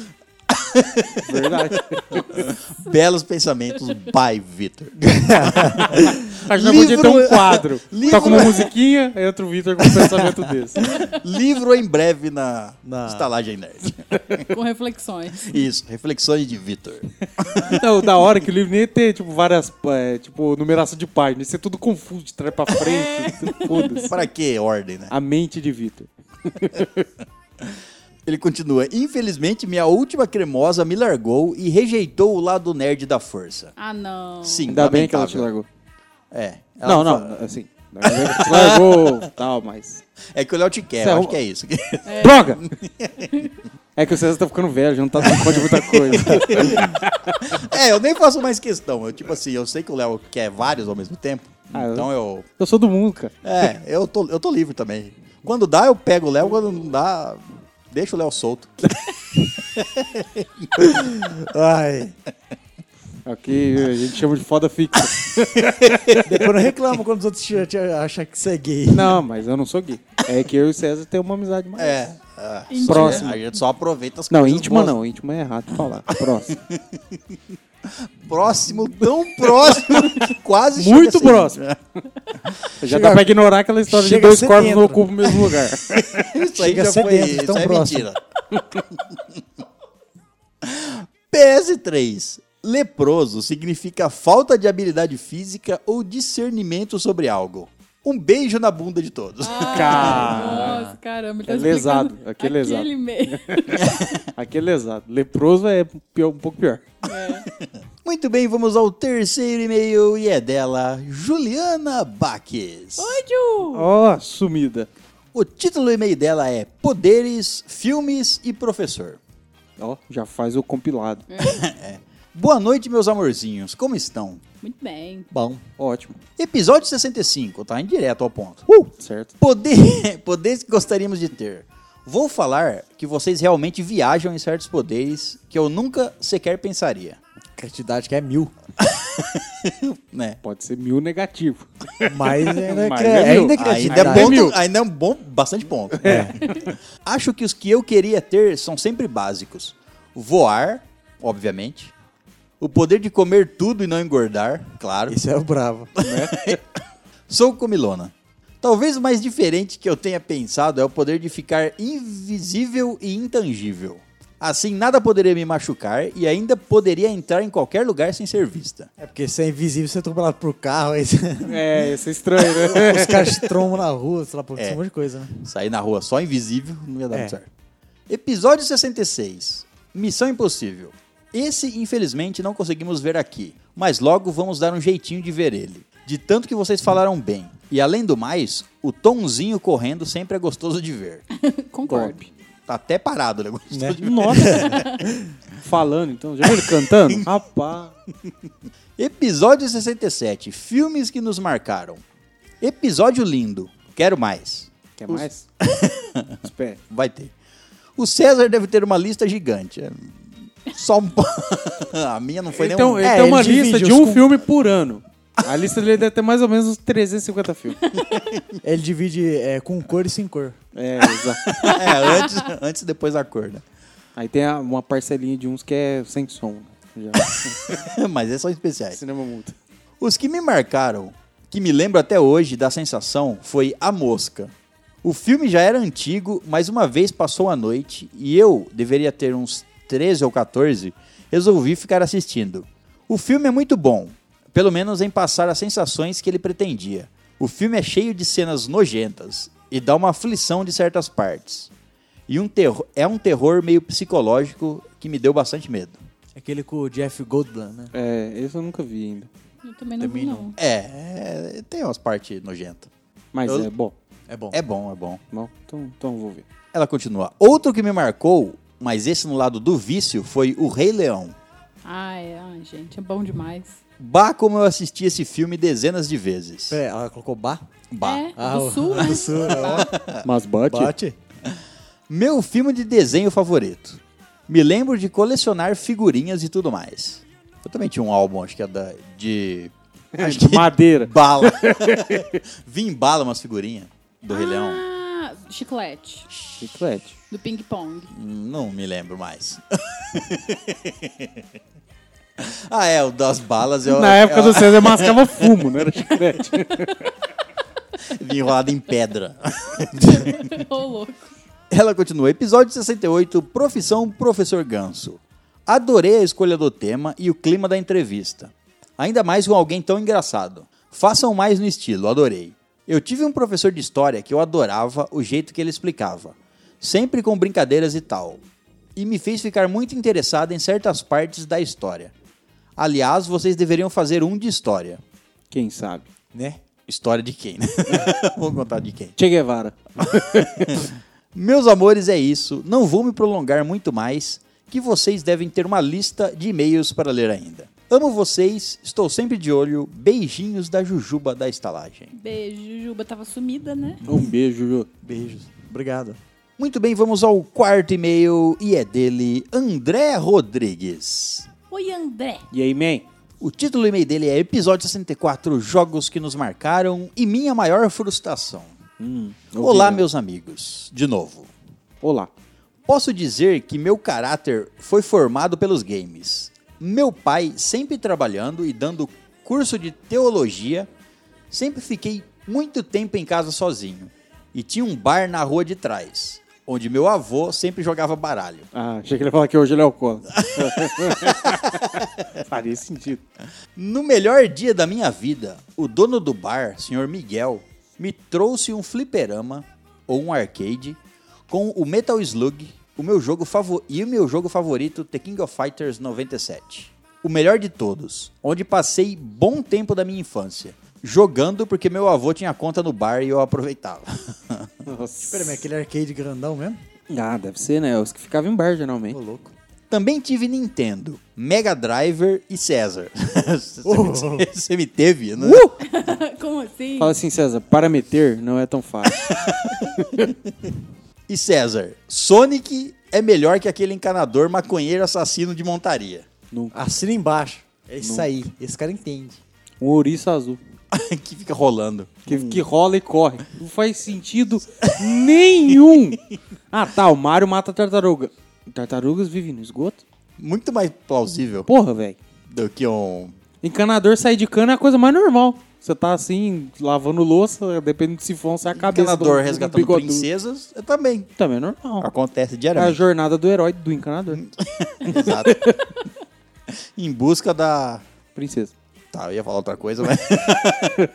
S2: Verdade.
S1: Belos pensamentos, bye, Vitor. (laughs)
S2: A gente podia ter um
S1: Livro-
S2: quadro.
S1: (laughs) Livro-
S2: Toca uma musiquinha, entra o Vitor com
S1: (laughs)
S2: um pensamento desse.
S1: Livro em breve na,
S3: Na-
S1: estalagem nerd.
S4: Com reflexões.
S1: Isso, reflexões de Vitor.
S2: Não, da hora que o livro nem ia ter, tipo, várias, é, tipo, numeração de páginas. Isso é tudo confuso, de trás pra
S1: (laughs)
S2: frente. tudo Foda-se.
S1: Para que ordem, né?
S2: A mente de Vitor.
S1: Ele continua. Infelizmente, minha última cremosa me largou e rejeitou o lado nerd da força.
S4: Ah, não.
S1: Sim,
S2: Ainda bem que ela te
S1: lamentável.
S2: largou.
S1: É.
S2: não, não, assim. ainda bem que te Largou, tal, mas...
S1: É que o Léo te quer,
S2: Cê é
S1: eu
S2: um-
S1: acho que é
S2: (laughs)
S1: isso. (laughs)
S2: Droga! É que o César tá ficando velho, já não tá tocando de muita coisa.
S1: (laughs) é, eu nem faço mais questão. Eu, tipo assim, eu sei que o Léo quer vários ao mesmo tempo.
S2: Ah, eu-
S1: então eu.
S2: Eu sou do mundo, cara.
S1: É, eu tô, eu tô livre também. Quando dá, eu pego o Léo, quando não dá, deixa o Léo
S2: (laughs)
S1: solto.
S3: Ai.
S2: Aqui a gente chama de foda fixa.
S3: Depois não reclamo quando os outros te- te acham que você é gay.
S2: Não, mas eu não sou gay. É que eu e o César temos uma amizade mais.
S1: É. é.
S4: Íntima.
S2: Próximo.
S1: A gente só aproveita as
S2: Não,
S1: coisas.
S2: íntima
S1: boas.
S2: não. Íntima é errado de falar. Próximo.
S1: Próximo, tão
S2: (laughs)
S1: próximo que quase chega assim,
S2: Muito
S1: a ser
S2: próximo. Já dá pra ignorar aquela história de
S3: Chega
S2: dois
S3: a
S2: corpos
S3: setembro.
S2: não ocupam o mesmo lugar.
S1: Isso aí
S3: Chega a
S1: já
S3: ser
S1: foi,
S3: dentro,
S1: isso
S3: tão
S1: é
S3: próximo.
S1: mentira. (laughs) PS3. Leproso significa falta de habilidade física ou discernimento sobre algo. Um beijo na bunda de todos.
S2: Ah.
S4: Ai,
S2: Cara.
S4: Nossa, caramba. ele Tá
S2: É
S4: explicando
S2: lesado, aquele lesado.
S4: meio.
S2: Aquele é exato. Leproso é pior- um pouco pior.
S1: (laughs) Muito bem, vamos ao terceiro e-mail e é dela, Juliana Baques.
S4: Oi, Ju.
S2: Ó, sumida.
S1: O título do e-mail dela é Poderes, Filmes e Professor.
S2: Ó, já faz o compilado.
S1: Boa noite, meus amorzinhos. Como estão?
S4: Muito bem.
S3: Bom.
S2: Ótimo.
S1: Episódio 65, tá? Indireto ao ponto.
S2: Certo?
S1: Poder, (laughs) poderes que gostaríamos de ter. Vou falar que vocês realmente viajam em certos poderes que eu nunca sequer pensaria,
S3: Quantidade que é mil.
S1: né?
S2: Pode ser mil negativo. (laughs)
S3: Mas ainda,
S2: Mas
S3: que-
S2: é mil.
S3: ainda é
S1: Ainda é,
S3: criatividade.
S2: bom.
S1: ponto, ainda é um bom, bastante ponto. (laughs) Acho que os que eu queria ter são sempre básicos. Voar, obviamente. O poder de comer tudo e não engordar, claro.
S3: Isso é o bravo.
S1: Sou comilona. Talvez o mais diferente que eu tenha pensado é o poder de ficar invisível e intangível. Assim, nada poderia me machucar e ainda poderia entrar em qualquer lugar sem ser vista.
S3: É porque você é invisível, você é atropelado por carro, aí você- (laughs)
S2: É, isso é estranho, né?
S3: os caras te trombam na rua, sei lá, por
S1: É.
S3: um monte de coisa, né?
S1: Sair na rua só invisível não ia dar
S3: É.
S1: muito certo. Episódio 66. Missão Impossível. Esse, infelizmente, não conseguimos ver aqui, mas logo vamos dar um jeitinho de ver ele. De tanto que vocês falaram bem. E além do mais, o tomzinho correndo sempre é gostoso de ver.
S4: Concordo.
S2: Top.
S1: Tá até parado, né? Gostoso de
S2: Nossa. (laughs) Falando, então. Já viu ele cantando? Rapaz.
S1: Episódio 67. Filmes que nos marcaram. Episódio lindo. Quero mais.
S2: Quer mais? Espera.
S1: Vai ter. O César deve ter uma lista gigante. É, Só um... po- (laughs) A minha não foi
S2: Ele,
S1: nem
S2: tem,
S1: um...
S2: ele
S3: É,
S2: tem uma
S3: ele divide
S2: lista de
S3: os
S2: um
S3: com-
S2: filme por ano. A lista dele deve ter mais ou menos uns 350 filmes.
S3: Ele divide é, com cor e sem cor.
S2: (laughs) É, exato.
S1: É, antes, antes e depois da cor, né?
S2: Aí tem a- uma parcelinha de uns que é sem som. né?
S1: (laughs)
S2: Já.
S1: Mas esses são especiais.
S2: (laughs) Cinema mudo.
S1: Os que me marcaram, que me lembro até hoje da sensação, foi A Mosca. O filme já era antigo, mas uma vez passou a noite e eu, deveria ter uns 13 ou 14, resolvi ficar assistindo. O filme é muito bom, pelo menos em passar as sensações que ele pretendia. O filme é cheio de cenas nojentas e dá uma aflição de certas partes. E um terro- é um terror meio psicológico que me deu bastante medo.
S3: É Aquele com o Jeff Goldblum, né?
S2: É, esse eu nunca vi ainda.
S4: Eu também não
S3: Também
S4: vi,
S3: não.
S4: não.
S1: É, é, tem umas partes nojentas.
S2: Mas
S1: Eu-
S2: é bom.
S3: É bom.
S1: É bom, é bom.
S2: Bom, então, então eu vou ver.
S1: Ela continua. Outro que me marcou, mas esse no lado do vício, foi O Rei Leão.
S4: Ai, ai, gente, é bom demais.
S1: Bah, como eu assisti esse filme dezenas de vezes.
S2: É.
S3: Pera, aí, ela colocou bar?
S1: Bah.
S4: É,
S3: Ah,
S4: do
S3: o-
S4: sul, né?
S3: (laughs) do sul, (laughs) é.
S2: Mas bate.
S3: Bate.
S1: Meu filme de desenho favorito. Me lembro de colecionar figurinhas e tudo mais. Eu também tinha um álbum, acho que é da,
S2: (laughs)
S1: de. Acho que
S2: Madeira.
S1: bala. (laughs) Vim em bala umas figurinhas do Rei Leão.
S4: Ah, chiclete.
S2: Chiclete.
S4: Do ping-pong.
S1: Não me lembro mais. (laughs) ah, é, o das balas. Eu,
S2: Na época
S1: eu,
S2: do César mascava fumo, não era chiclete. (laughs)
S1: Vim enrolado em pedra.
S4: Ô, louco.
S1: Ela continua. Episódio 68, Profissão Professor Ganso. Adorei a escolha do tema e o clima da entrevista. Ainda mais com alguém tão engraçado. Façam mais no estilo, adorei. Eu tive um professor de história que eu adorava o jeito que ele explicava, sempre com brincadeiras e tal, e me fez ficar muito interessado em certas partes da história. Aliás, vocês deveriam fazer um de história.
S2: Quem sabe?
S3: Né?
S1: História de quem, né? (laughs) Vou contar de quem.
S2: Che Guevara.
S1: Meus amores, é isso. Não vou me prolongar muito mais, que vocês devem ter uma lista de e-mails para ler ainda. Amo vocês, estou sempre de olho. Beijinhos da Jujuba da Estalagem.
S4: Beijo, Juba. Tava sumida, né?
S2: Um beijo, Ju.
S3: Beijos. Obrigado.
S1: Muito bem, vamos ao quarto e-mail e é dele, André Rodrigues.
S4: Oi, André.
S2: E aí, man?
S1: O título do e-mail dele é Episódio 64 Jogos que nos marcaram e minha maior frustração.
S2: Hum,
S1: Olá,
S2: ouvi, né?
S1: meus amigos, de novo.
S2: Olá.
S1: Posso dizer que meu caráter foi formado pelos games. Meu pai sempre trabalhando e dando curso de teologia, sempre fiquei muito tempo em casa sozinho. E tinha um bar na rua de trás, onde meu avô sempre jogava baralho.
S2: Ah, achei que ele ia falar que hoje ele é (laughs) alcoólatra. Faria sentido.
S1: No melhor dia da minha vida, o dono do bar, senhor Miguel, me trouxe um fliperama ou um arcade com o Metal Slug, o meu jogo favo- e o meu jogo favorito, The King of Fighters 97. O melhor de todos, onde passei bom tempo da minha infância, jogando porque meu avô tinha conta no bar e eu aproveitava. (laughs)
S2: Nossa.
S3: Pera, mas é aquele arcade grandão mesmo?
S2: Ah, deve ser, né? Os que ficavam em bar, geralmente.
S3: Ô, louco.
S1: Também tive Nintendo, Mega Driver e César. (laughs) Você
S3: Oh.
S1: me- Você me teve, né?
S4: (laughs) Como assim?
S2: Fala assim, César, para meter não é tão fácil.
S1: E César, Sonic é melhor que aquele encanador maconheiro assassino de montaria. (laughs)
S2: Nunca.
S3: Assina embaixo. É isso aí. Esse cara entende.
S2: Um ouriço azul.
S1: que fica rolando.
S2: Que, que rola e corre. Não faz sentido nenhum. Ah, tá. O Mario mata a tartaruga. Tartarugas vivem no esgoto?
S1: Muito mais plausível
S2: Porra, velho.
S1: do que um.
S2: Encanador sair de cana é a coisa mais normal. Você tá assim, lavando louça, dependendo do sifão, sai é a cabeça.
S1: encanador
S2: do- do
S1: resgatando
S2: bigodudo.
S1: princesas é também.
S2: Também é normal.
S1: Acontece
S2: É a
S1: diariamente.
S2: jornada do herói do encanador.
S1: Hum. Exato. (laughs) em busca da.
S2: Princesa.
S1: Tá, eu ia falar outra coisa, mas. (laughs)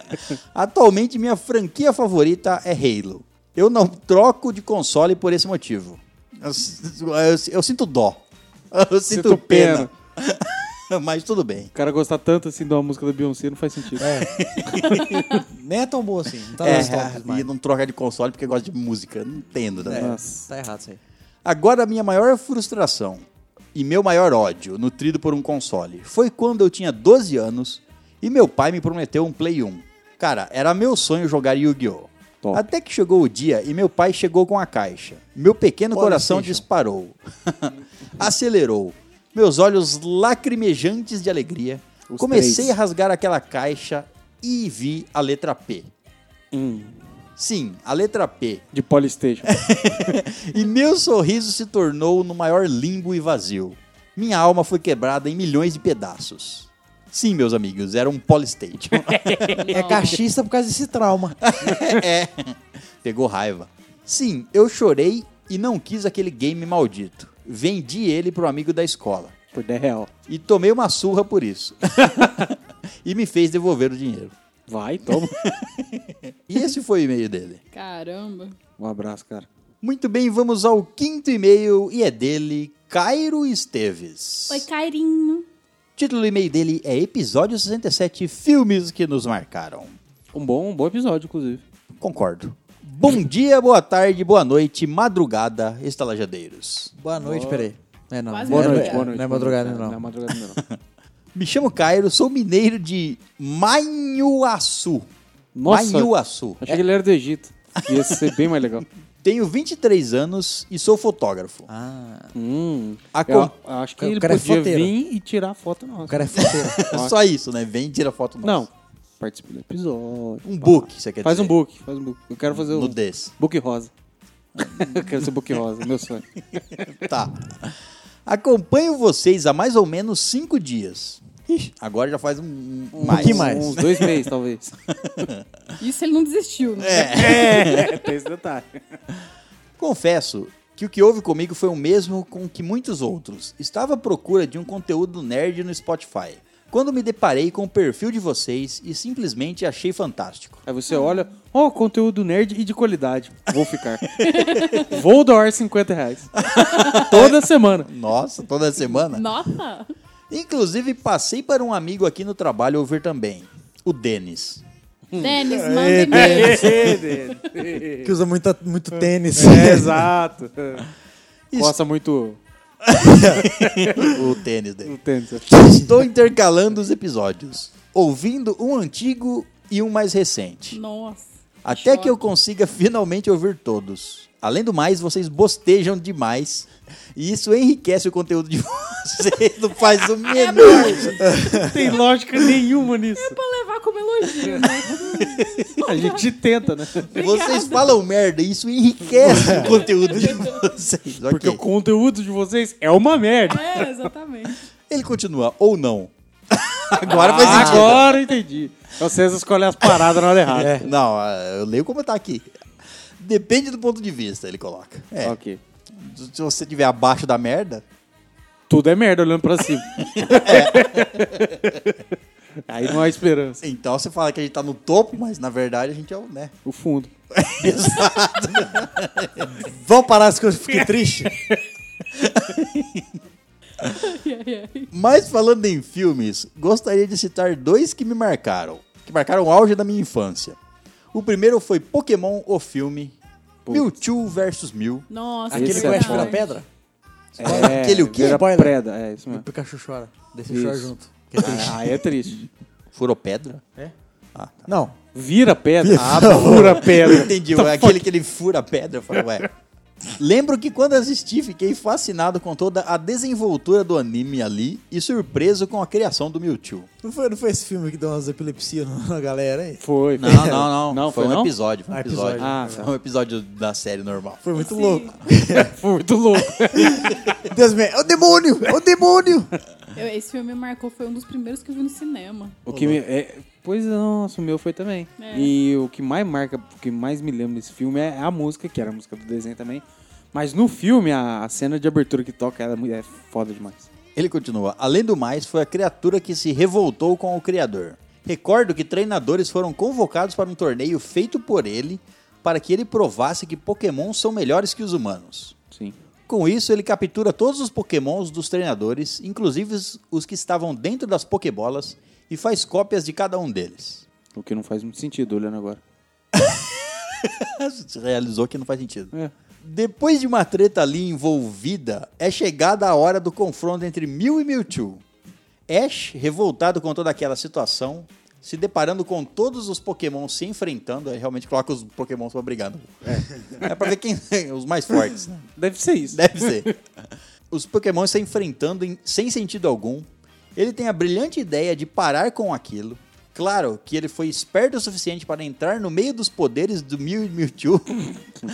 S1: Atualmente, minha franquia favorita é Halo. Eu não troco de console por esse motivo. Eu, s- eu- eu sinto dó. Eu sinto,
S2: Sinto pena.
S1: pena. (laughs) mas tudo bem.
S2: O cara gostar tanto assim de uma música da Beyoncé não faz sentido.
S3: Nem é tão boa assim. Não tá
S1: é,
S3: nos tops
S1: e
S3: mais.
S1: não troca de console porque gosta de música. Não entendo, né?
S2: Nossa.
S3: Tá errado isso aí.
S1: Agora, minha maior frustração e meu maior ódio, nutrido por um console, foi quando eu tinha 12 anos e meu pai me prometeu um Play 1. Cara, era meu sonho jogar Yu-Gi-Oh!
S2: Top.
S1: Até que chegou o dia e meu pai chegou com a caixa. Meu pequeno
S3: Olha,
S1: coração
S3: Station.
S1: disparou. (laughs) Acelerou. Meus olhos lacrimejantes de alegria.
S2: Os
S1: Comecei
S2: três. Hum.
S1: a rasgar aquela caixa e vi a letra P. Sim, a letra P.
S2: De Polystation. (laughs)
S1: E meu sorriso se tornou no maior limbo e vazio. Minha alma foi quebrada em milhões de pedaços. Sim, meus amigos, era um Polystation.
S3: (laughs) É cachista por causa desse trauma.
S1: (laughs) é. Pegou raiva. Sim, eu chorei e não quis aquele game maldito. Vendi ele pro amigo da escola.
S2: Por 10 real.
S1: E tomei uma surra por isso. (laughs) e me fez devolver o dinheiro.
S2: Vai, toma.
S1: E esse foi o e-mail dele.
S4: Caramba.
S2: Um abraço, cara.
S1: Muito bem, vamos ao quinto e-mail e é dele, Cairo Esteves.
S4: Oi, carinho.
S1: Título do e-mail dele é Episódio 67 Filmes que nos marcaram.
S2: Um bom, um bom episódio, inclusive.
S1: Concordo. Bom dia, boa tarde, boa noite, madrugada, estalajadeiros.
S3: Boa noite, peraí. É, não.
S4: Quase
S3: Boa
S4: É,
S3: noite,
S4: madrugada.
S3: boa noite. Não é madrugada,
S2: Não é
S3: não.
S2: madrugada, não.
S1: Me chamo Cairo, sou mineiro de Manhuaçu.
S2: Nossa.
S1: Manhuaçu.
S2: Achei que ele era do Egito. Ia ser bem mais legal.
S1: Tenho 23 anos e sou fotógrafo.
S3: Ah,
S2: (laughs) Hum.
S1: A
S2: Eu,
S1: con-
S2: eu acho que
S3: O
S2: ele
S3: cara é
S2: podia
S3: foteiro.
S2: vir e tirar a foto nossa. (laughs)
S3: o cara é (laughs) futeiro.
S1: Só isso, né? Vem e tira foto nossa.
S2: Não. Participa do episódio.
S1: Um book, você quer
S2: Faz
S1: dizer.
S2: um book, faz um book. Eu quero fazer
S1: No
S2: um
S1: desse.
S2: book rosa. (laughs) eu quero ser book rosa, meu sonho.
S1: Tá. Acompanho vocês há mais ou menos 5 dias. Ixi, agora já faz um, um mais.
S3: pouquinho mais.
S2: Uns dois meses, talvez.
S4: Isso ele não desistiu, né?
S2: É, tem esse detalhe.
S1: Confesso que o que houve comigo foi o mesmo com que muitos outros. Estava à procura de um conteúdo nerd no Spotify. Quando me deparei com o perfil de vocês e simplesmente achei fantástico.
S2: Aí você olha, ó, conteúdo nerd e de qualidade. Vou ficar. (laughs) Vou doar 50 reais. Toda semana.
S1: Nossa, toda semana?
S4: Nossa.
S1: Inclusive, passei para um amigo aqui no trabalho ouvir também, o Denis.
S2: Hum. É.
S4: Denis, manda e-mail.
S2: (laughs)
S3: que usa muita- muito (laughs) tênis.
S2: exato. Gosta muito
S1: O Denis dele.
S2: do tênis.
S1: Estou intercalando os episódios, ouvindo um antigo e um mais recente.
S4: Nossa.
S1: Até que eu consiga finalmente ouvir todos. Além do mais, vocês bostejam demais. E isso enriquece o conteúdo de (laughs) vocês. Não faz o menor.
S2: Não tem lógica nenhuma nisso.
S4: Pra levar como elogio, né?
S2: A gente tenta, né?
S1: vocês falam merda. e Isso enriquece o conteúdo de vocês.
S2: Porque
S1: Ok.
S2: o conteúdo de vocês é uma merda.
S4: É, exatamente.
S1: Ele continua, ou não. (laughs) Agora faz sentido.
S2: Ah, Agora entendi. Vocês escolhem as paradas na hora errada.
S1: Não, eu leio como tá aqui. Depende do ponto de vista, ele coloca. É,
S2: Ok.
S1: se você estiver abaixo da merda,
S2: Tudo é merda olhando pra (laughs) cima. Aí não há esperança.
S1: Então você fala que a gente tá no topo, mas na verdade a gente é o, né?
S2: O fundo.
S3: Vão parar se que eu fiquei triste.
S4: E aí?
S1: Mas falando em filmes, gostaria de citar dois que me marcaram, que marcaram o auge da minha infância. O primeiro foi Pokémon, o filme, Mewtwo vs Mew.
S4: Nossa,
S3: Aquele
S2: Esse
S3: que
S2: é
S3: mexe
S2: bom.
S3: pela pedra?
S2: É,
S1: Aquele o quê?
S2: vira
S3: Spoiler. Ah,
S2: preda. É, isso
S3: O
S2: mesmo.
S3: Pikachu chora. Desse
S2: Isso.
S3: chora junto.
S2: Aí é triste.
S1: Furou pedra?
S3: Não.
S2: Vira pedra.
S1: Ah,
S2: Pura pedra.
S1: (laughs) Entendi, é aquele que ele fura a pedra. Eu falei, ué. Lembro que quando assisti, fiquei fascinado com toda a desenvoltura do anime ali e surpreso com a criação do Mewtwo.
S3: Não foi, não foi esse filme que deu umas epilepsias na na galera aí?
S2: Foi. (laughs)
S1: Não, não,
S2: foi.
S1: não.
S2: Não,
S1: foi,
S2: foi
S1: um
S2: não?
S1: episódio. Foi um
S3: Ah,
S1: episódio.
S3: episódio.
S2: Ah, tá.
S1: Foi um episódio da série normal.
S3: Foi muito louco.
S2: Foi muito louco.
S1: (laughs)
S3: Deus me... É o demônio! É o demônio!
S4: Eu- esse filme me marcou, foi um dos primeiros que eu vi no cinema.
S2: O que me, é, pois nossa, o meu foi também.
S4: É.
S2: E o que mais marca, o que mais me lembra desse filme é a música, que era a música do desenho também. Mas no filme, a, a cena de abertura que toca ela é mu- é foda demais.
S1: Ele continua: Além do mais, foi a criatura que se revoltou com o Criador. Recordo que treinadores foram convocados para um torneio feito por ele para que ele provasse que Pokémon são melhores que os humanos.
S2: Sim.
S1: Com isso, ele captura todos os Pokémons dos treinadores, inclusive os- os que estavam dentro das Pokébolas, e faz cópias de cada um deles. (laughs)
S2: O que não faz muito sentido olhando agora.
S1: Você realizou que não faz sentido.
S2: É.
S1: Depois de uma treta ali envolvida, é chegada a hora do confronto entre Mew e Mewtwo. Ash, revoltado com toda aquela situação, se deparando com todos os Pokémon se enfrentando, aí realmente coloca os Pokémon pra brigar. né? É, pra ver quem (laughs) os mais fortes, né?
S2: Deve ser isso.
S1: Deve ser. Os Pokémon se enfrentando em- sem sentido algum. Ele tem a brilhante ideia de parar com aquilo. Claro que ele foi esperto o suficiente para entrar no meio dos poderes do Mew e Mewtwo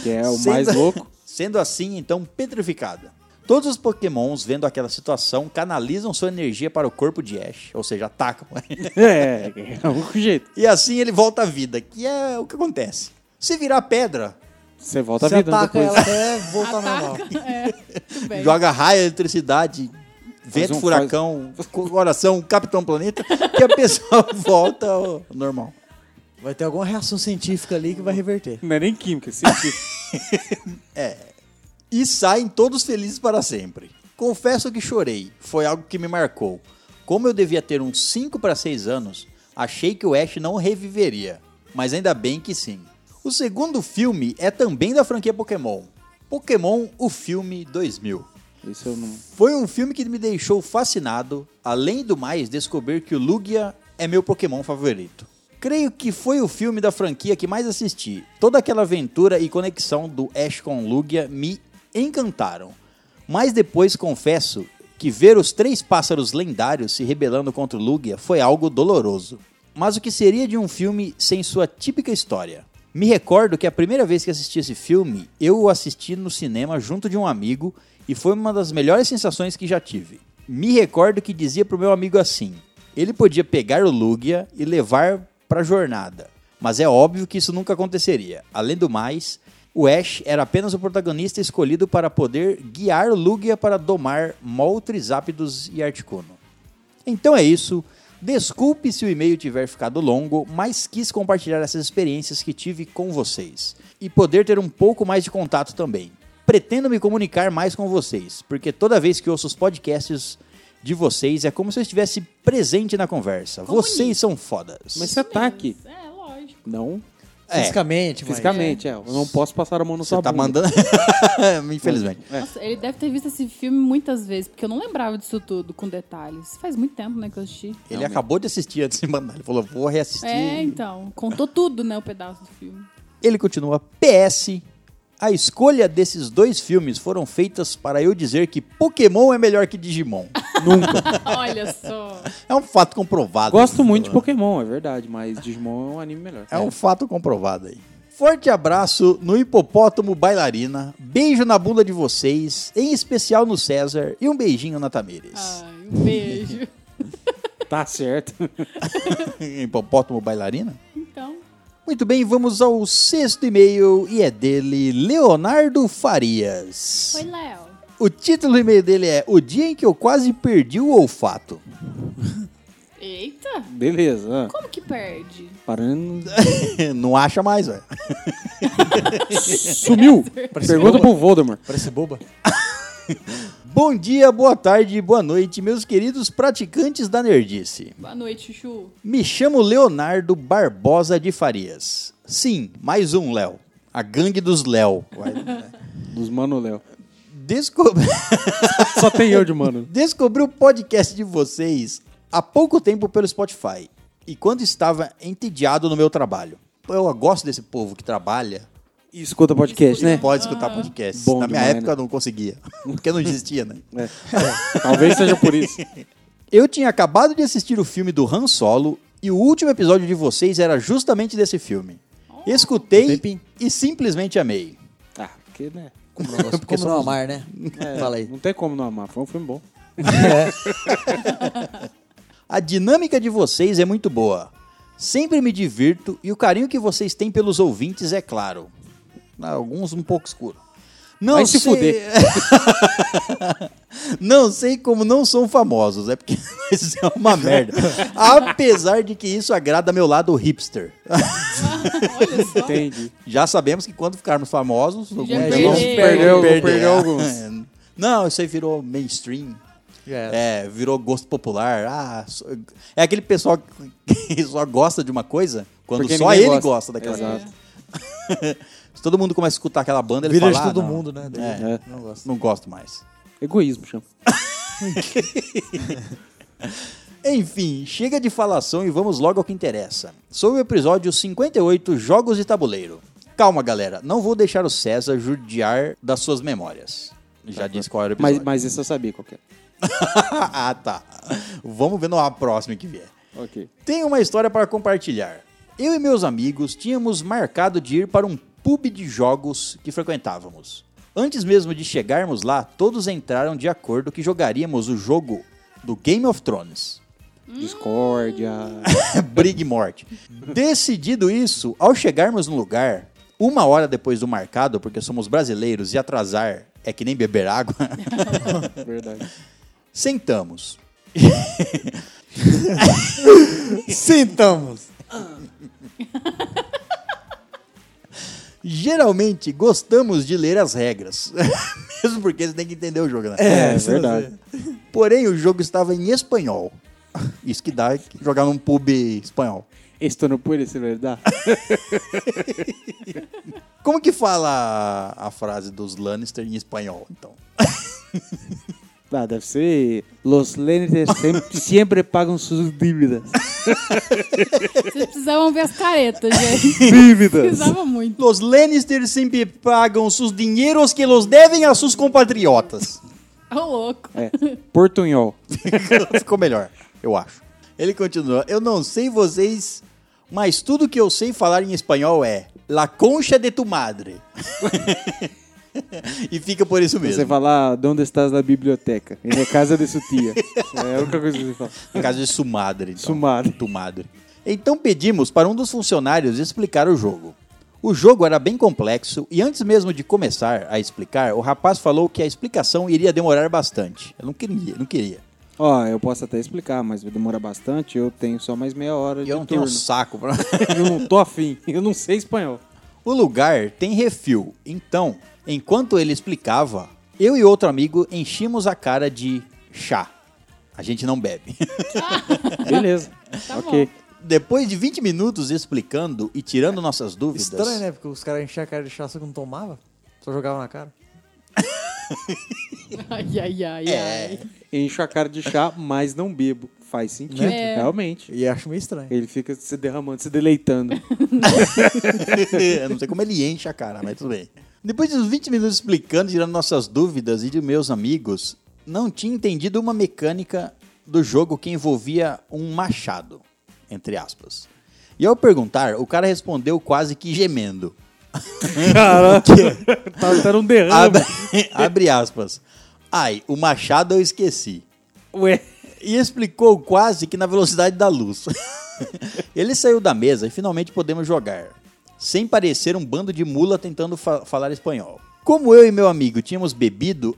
S2: Que é o
S1: Sendo-
S2: mais
S1: (laughs)
S2: louco.
S1: Sendo assim, então, petrificada. Todos os pokémons, vendo aquela situação, canalizam sua energia para o corpo de Ash, ou seja, atacam. (laughs)
S2: É, é o único jeito.
S1: e assim ele volta à vida, que é o que acontece. Se virar pedra,
S2: Você
S1: Tá
S2: volta a
S3: Você
S2: vida
S3: ataca
S2: depois.
S3: ela até voltar
S2: Ah,
S3: normal.
S4: Ataca. (laughs) É, tudo bem.
S1: joga raio, eletricidade, vento,
S2: um-
S1: furacão, coração, Capitão Planeta, que a (laughs) pessoa volta ao normal.
S3: Vai ter alguma reação científica ali que vai
S2: (laughs)
S3: reverter.
S2: Não é nem química, é científico.
S1: e saem todos felizes para sempre. Confesso que chorei, foi algo que me marcou. Como eu devia ter uns 5 para 6 anos, achei que o Ash não reviveria, mas ainda bem que sim. O segundo filme é também da franquia Pokémon. Pokémon, o filme 2000.
S2: Isso eu não.
S1: Foi um filme que me deixou fascinado, além do mais descobrir que o Lugia é meu Pokémon favorito. Creio que foi o filme da franquia que mais assisti. Toda aquela aventura e conexão do Ash com o Lugia me encantaram. Mas depois confesso que ver os três pássaros lendários se rebelando contra o Lugia foi algo doloroso. Mas o que seria de um filme sem sua típica história? Me recordo que a primeira vez que assisti esse filme, eu o assisti no cinema junto de um amigo e foi uma das melhores sensações que já tive. Me recordo que dizia pro meu amigo assim: ele podia pegar o Lugia e levar pra jornada, mas é óbvio que isso nunca aconteceria. Além do mais, o Ash era apenas o protagonista escolhido para poder guiar o Lugia para domar Moltres, Zapdos e Articuno. Então é isso. Desculpe se o e-mail tiver ficado longo, mas quis compartilhar essas experiências que tive com vocês e poder ter um pouco mais de contato também. Pretendo me comunicar mais com vocês, porque toda vez que ouço os podcasts de vocês é como se eu estivesse presente na conversa.
S4: Comunique.
S1: Vocês são fodas.
S2: assim? Mas você tá aqui.
S4: É, lógico.
S2: Não,
S1: É.
S3: Fisicamente, mas...
S2: fisicamente, é. Eu não posso passar a mão no
S1: Você
S2: sua
S1: tá
S2: bunda. (laughs)
S1: mandando. (laughs) Infelizmente.
S4: Nossa, ele deve ter visto esse filme muitas vezes, porque eu não lembrava disso tudo com detalhes. Faz muito tempo, né, que eu assisti.
S1: Ele acabou de assistir antes de mandar. Ele falou, vou reassistir.
S4: É, então. Contou tudo, né, o pedaço do
S2: (laughs)
S4: filme.
S1: Ele continua, PS, a escolha desses dois filmes foram feitas para eu dizer que Pokémon é melhor que
S2: (laughs)
S1: Digimon.
S2: Nunca.
S4: Olha só.
S1: É um fato comprovado.
S2: Gosto muito de Pokémon, é verdade, mas Digimon é um anime melhor.
S1: É um fato comprovado aí. Forte abraço no hipopótamo bailarina, beijo na bunda de vocês, em especial no César e um beijinho na Tamires.
S4: Ai, um beijo.
S2: (laughs) Tá certo. Ah.
S1: (laughs) hipopótamo bailarina?
S4: Então,
S1: Muito bem, vamos ao sexto e-mail e é dele, Leonardo Farias.
S4: foi Léo.
S1: O título do e-mail dele é O Dia em que eu quase perdi o olfato.
S4: Eita,
S2: Beleza. ah.
S4: como que perde?
S1: (laughs)
S2: Parando.
S1: Não acha mais, velho.
S2: Sumiu. Pergunta pro Voldemort.
S1: (laughs)
S3: Parece boba.
S1: Bom dia, boa tarde, boa noite, meus queridos praticantes da nerdice.
S4: Boa noite, Chuchu.
S1: Me chamo Leonardo Barbosa de Farias. Sim, mais um Léo. A gangue dos Léo. Vai, (laughs) né?
S2: Dos Mano Léo.
S1: Descob-
S2: Só tem eu de Mano.
S1: (laughs) Descobri o podcast de vocês há pouco tempo pelo Spotify. E quando estava entediado no meu trabalho. Pô, Eu gosto desse povo que trabalha
S2: E escuta podcast, né?
S1: Pode escutar podcast.
S2: Bom
S1: Na minha
S2: demais, né?
S1: época eu não conseguia, (laughs) porque não existia, né?
S2: É. Talvez seja
S1: (laughs)
S2: por isso.
S1: Eu tinha acabado de assistir o filme do Han Solo e o último episódio de vocês era justamente desse filme.
S2: Um
S1: Escutei
S3: Tempinho.
S1: e simplesmente amei.
S2: Tá, porque, né?
S3: Como não, gosto- como não amar, né?
S1: É.
S3: Fala aí.
S2: Não tem como não amar. Foi um filme bom.
S1: A dinâmica de vocês é muito boa. Sempre me divirto e o carinho que vocês têm pelos ouvintes é claro. Alguns um pouco escuro. Não
S2: Vai se
S1: sei- (laughs) não sei como não são famosos, é porque (laughs) isso é uma merda. Apesar de que isso agrada meu lado hipster.
S4: Olha só.
S2: Entendi.
S1: Já sabemos que quando ficarmos famosos, alguns
S4: Já
S1: vão
S4: perdeu.
S2: Perdeu,
S1: perder.
S2: perdeu alguns.
S1: É. (laughs) Não, isso aí virou mainstream.
S3: Já era.
S1: É, virou gosto popular. Ah, só- é aquele pessoal que (laughs) só gosta de uma coisa quando
S2: Porque
S1: só
S2: ninguém
S1: ele
S2: gosta.
S1: gosta, daquela
S2: Exato.
S1: coisa. Se todo mundo começa a escutar aquela banda, ele
S3: Vira
S1: fala,
S3: de
S1: "Ah,
S3: todo
S1: não,
S3: mundo, né? Daí
S1: É.
S3: eu Não gosto.
S1: Não gosto mais.
S2: Egoísmo, chama.
S1: Enfim, chega de falação e vamos logo ao que interessa. Sobre o episódio 58, Jogos de Tabuleiro. Calma, galera, não vou deixar o César judiar das suas memórias. Já disse qual era o
S2: Tá, Mas,
S1: episódio. (laughs)
S2: mas esse eu sabia qual que é.
S1: ah, tá. Vamos ver no próximo que vier.
S2: Ok.
S1: Tenho uma história para compartilhar. Eu e meus amigos tínhamos marcado de ir para um pub de jogos que frequentávamos. Antes mesmo de chegarmos lá, todos entraram de acordo que jogaríamos o jogo do Game of Thrones. (laughs)
S2: Discórdia.
S1: Hum. Briga e morte. Decidido isso, ao chegarmos no lugar, uma hora depois do marcado, porque somos brasileiros e atrasar é que nem beber água, (laughs)
S2: Verdade.
S1: sentamos.
S3: Sentamos.
S1: Geralmente gostamos de ler as regras, (laughs) mesmo porque você tem que entender o jogo, né?
S2: É, verdade.
S1: Porém, o jogo estava em espanhol. Isso que dá jogar num pub espanhol.
S2: Estou no puedes, é verdade?
S1: Como que fala a frase dos Lannister em espanhol, então?
S2: Ah, deve ser. Los Lannisters sempre, sempre pagam suas dívidas.
S4: Vocês precisavam ver as caretas,
S2: (laughs)
S4: gente.
S2: Dívidas!
S4: Precisava muito.
S1: Los Lannister sempre pagam seus dinheiros que los devem a seus compatriotas.
S4: Ô, louco.
S2: É, portunhol.
S1: (laughs) Ficou melhor, eu acho. Ele continua. Eu não sei vocês, mas tudo que eu sei falar em espanhol é La concha de tu madre. (laughs) e fica por isso mesmo.
S2: Você falar, onde estás na biblioteca? Em minha casa de sua tia. É a única coisa que você fala.
S1: No caso de Sumadre. Então.
S2: Sumadre.
S1: Tumadre. Então pedimos para um dos funcionários explicar o jogo. O jogo era bem complexo e antes mesmo de começar a explicar, o rapaz falou que a explicação iria demorar bastante. Eu não queria, não queria.
S2: Ó, eu posso até explicar, mas vai demorar bastante. Eu tenho só mais meia hora
S1: E
S2: de
S1: eu não tenho
S2: turno.
S1: um saco pra... (laughs)
S2: Eu não tô afim. Eu não sei espanhol.
S1: O lugar tem refil, então, enquanto ele explicava, eu e outro amigo enchimos a cara de chá. A gente não bebe. (laughs)
S2: Beleza.
S4: Tá
S2: ok.
S4: bom.
S1: Depois de 20 minutos explicando e tirando nossas dúvidas.
S3: Estranho, né? Porque os caras enchiam a cara de chá, só que não tomava. Só jogavam na cara.
S4: Ai, ai, ai,
S2: É.
S4: ai.
S2: Encho a cara de chá, mas não bebo. Faz sentido,
S4: Né? É.
S2: realmente.
S3: E acho meio estranho.
S2: Ele fica se derramando, se deleitando.
S1: (laughs) Eu não sei como ele enche a cara, mas tudo bem. Depois de uns 20 minutos explicando, tirando nossas dúvidas e de meus amigos, não tinha entendido uma mecânica do jogo que envolvia um machado, entre aspas. E ao perguntar, o cara respondeu quase que gemendo.
S2: (laughs) tá, tá num derrame.
S1: Abre, (laughs) abre aspas. Ai, o machado eu esqueci.
S2: Ué.
S1: E explicou quase que na velocidade da luz. (laughs) Ele saiu da mesa e finalmente podemos jogar, sem parecer um bando de mula tentando fa- falar espanhol. Como eu e meu amigo tínhamos bebido,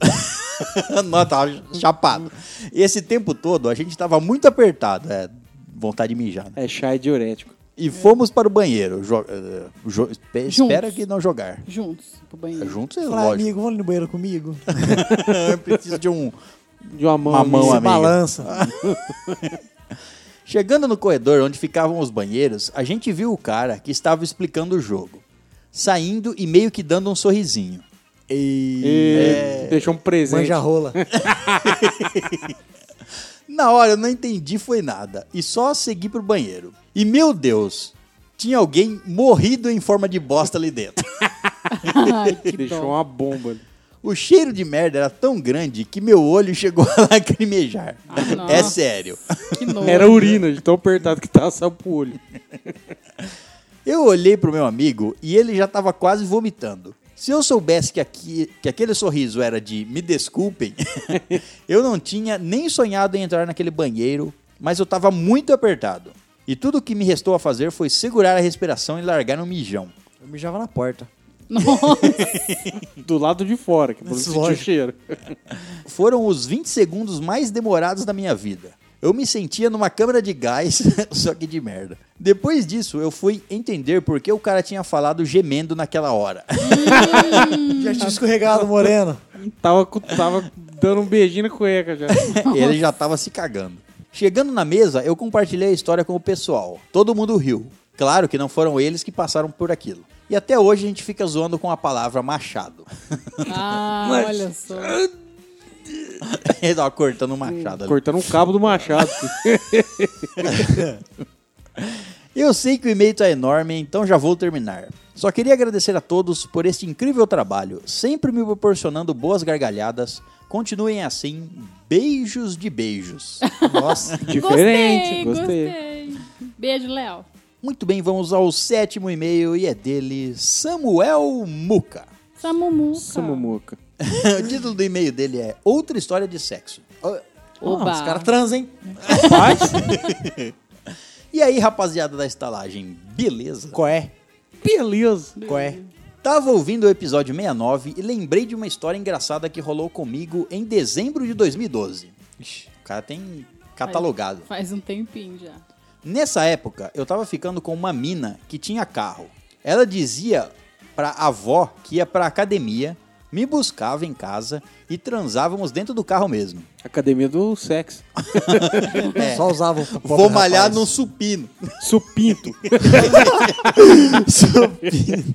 S1: (laughs) nós tava chapado. Esse tempo todo a gente estava muito apertado, é vontade de mijar. Né?
S2: É chá e diurético.
S1: E fomos para o banheiro. jo- eh, jo- espe- espera que não jogar.
S4: Juntos, pro banheiro.
S1: Juntos, é
S3: Falar,
S1: lógico. (laughs)
S3: amigo, vamos ali no banheiro comigo?
S1: Preciso de um
S2: De uma mão.
S1: Uma mão, amigo. Ah,
S2: minha.
S3: Se balança.
S1: Chegando no corredor onde ficavam os banheiros, a gente viu o cara que estava explicando o jogo, saindo e meio que dando um sorrisinho.
S3: E...
S2: E Deixou um presente.
S3: Manja rola.
S1: Na hora eu não entendi foi nada e só segui pro banheiro. E meu Deus, tinha alguém morrido em forma de bosta ali dentro.
S4: Ai, que
S2: Deixou
S4: dó.
S2: uma bomba ali.
S1: O cheiro de merda era tão grande que meu olho chegou (laughs) a lacrimejar.
S4: Ah,
S1: é
S4: nossa.
S1: sério.
S4: Que nojo.
S2: Era urina, de tão apertado que tava só pro olho.
S1: Eu olhei pro meu amigo e ele já tava quase vomitando. Se eu soubesse que, aqui- que aquele sorriso era de me desculpem, (laughs) eu não tinha nem sonhado em entrar naquele banheiro, mas eu tava muito apertado. E tudo o que me restou a fazer foi segurar a respiração e largar um mijão.
S3: Eu mijava na porta.
S2: Do lado de fora, que pra não sentir o
S3: Lógico.
S2: cheiro.
S1: Foram os 20 segundos mais demorados da minha vida. Eu me sentia numa câmara de gás, (laughs) só que de merda. Depois disso, eu fui entender por que o cara tinha falado gemendo naquela hora.
S3: Já tinha escorregado, moreno.
S2: Tava, cu- tava dando um beijinho na cueca (laughs) já.
S1: (laughs) Ele já tava se cagando. Chegando na mesa, eu compartilhei a história com o pessoal. Todo mundo riu. Claro que não foram eles que passaram por aquilo. E até hoje a gente fica zoando com a palavra machado. (laughs)
S2: um
S4: Ah, olha só.
S1: Ele tava cortando um machado ali.
S2: Cortando um cabo do machado.
S1: Eu sei que o e-mail tá enorme, então já vou terminar. Só queria agradecer a todos por este incrível trabalho, sempre me proporcionando boas gargalhadas. Continuem assim. Beijos de beijos.
S3: Nossa.
S2: Diferente,
S4: gostei. Beijo, Léo.
S1: Muito bem, vamos ao sétimo e-mail e é dele, Samuel Muca.
S4: Samumuca.
S2: Samumuca.
S1: (laughs) o título do e-mail dele é Outra História de Sexo. Ó,
S4: Oba.
S3: Os caras transam, hein?
S2: Rapaz,
S1: (laughs) E aí, rapaziada da estalagem, beleza?
S3: Qual é?
S2: beleza.
S3: Qual é?
S1: Tava ouvindo o episódio 69 e lembrei de uma história engraçada que rolou comigo em dezembro de 2012. Ixi, o cara tem catalogado.
S4: Faz um tempinho já.
S1: Nessa época, eu tava ficando com uma mina que tinha carro. Ela dizia pra avó que ia pra academia, me buscava em casa e transávamos dentro do carro mesmo.
S2: Academia do sexo.
S3: Só usava o pobre
S1: Vou malhar
S3: rapaz.
S1: num
S2: (laughs)
S1: supino.
S2: Supinto.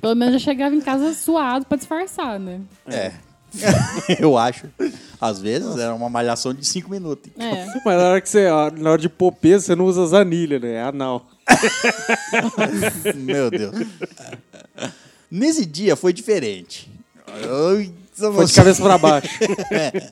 S4: Pelo menos já chegava em casa suado pra disfarçar, né?
S1: (laughs) É. (laughs) eu acho. Às vezes era uma malhação de 5 minutos.
S4: É.
S2: Mas na hora que você. Na hora de pôr peso, você não usa as anilhas, né? É anal.
S1: Meu Deus. Nesse dia foi diferente.
S2: Foi de cabeça pra baixo.
S1: (laughs) É.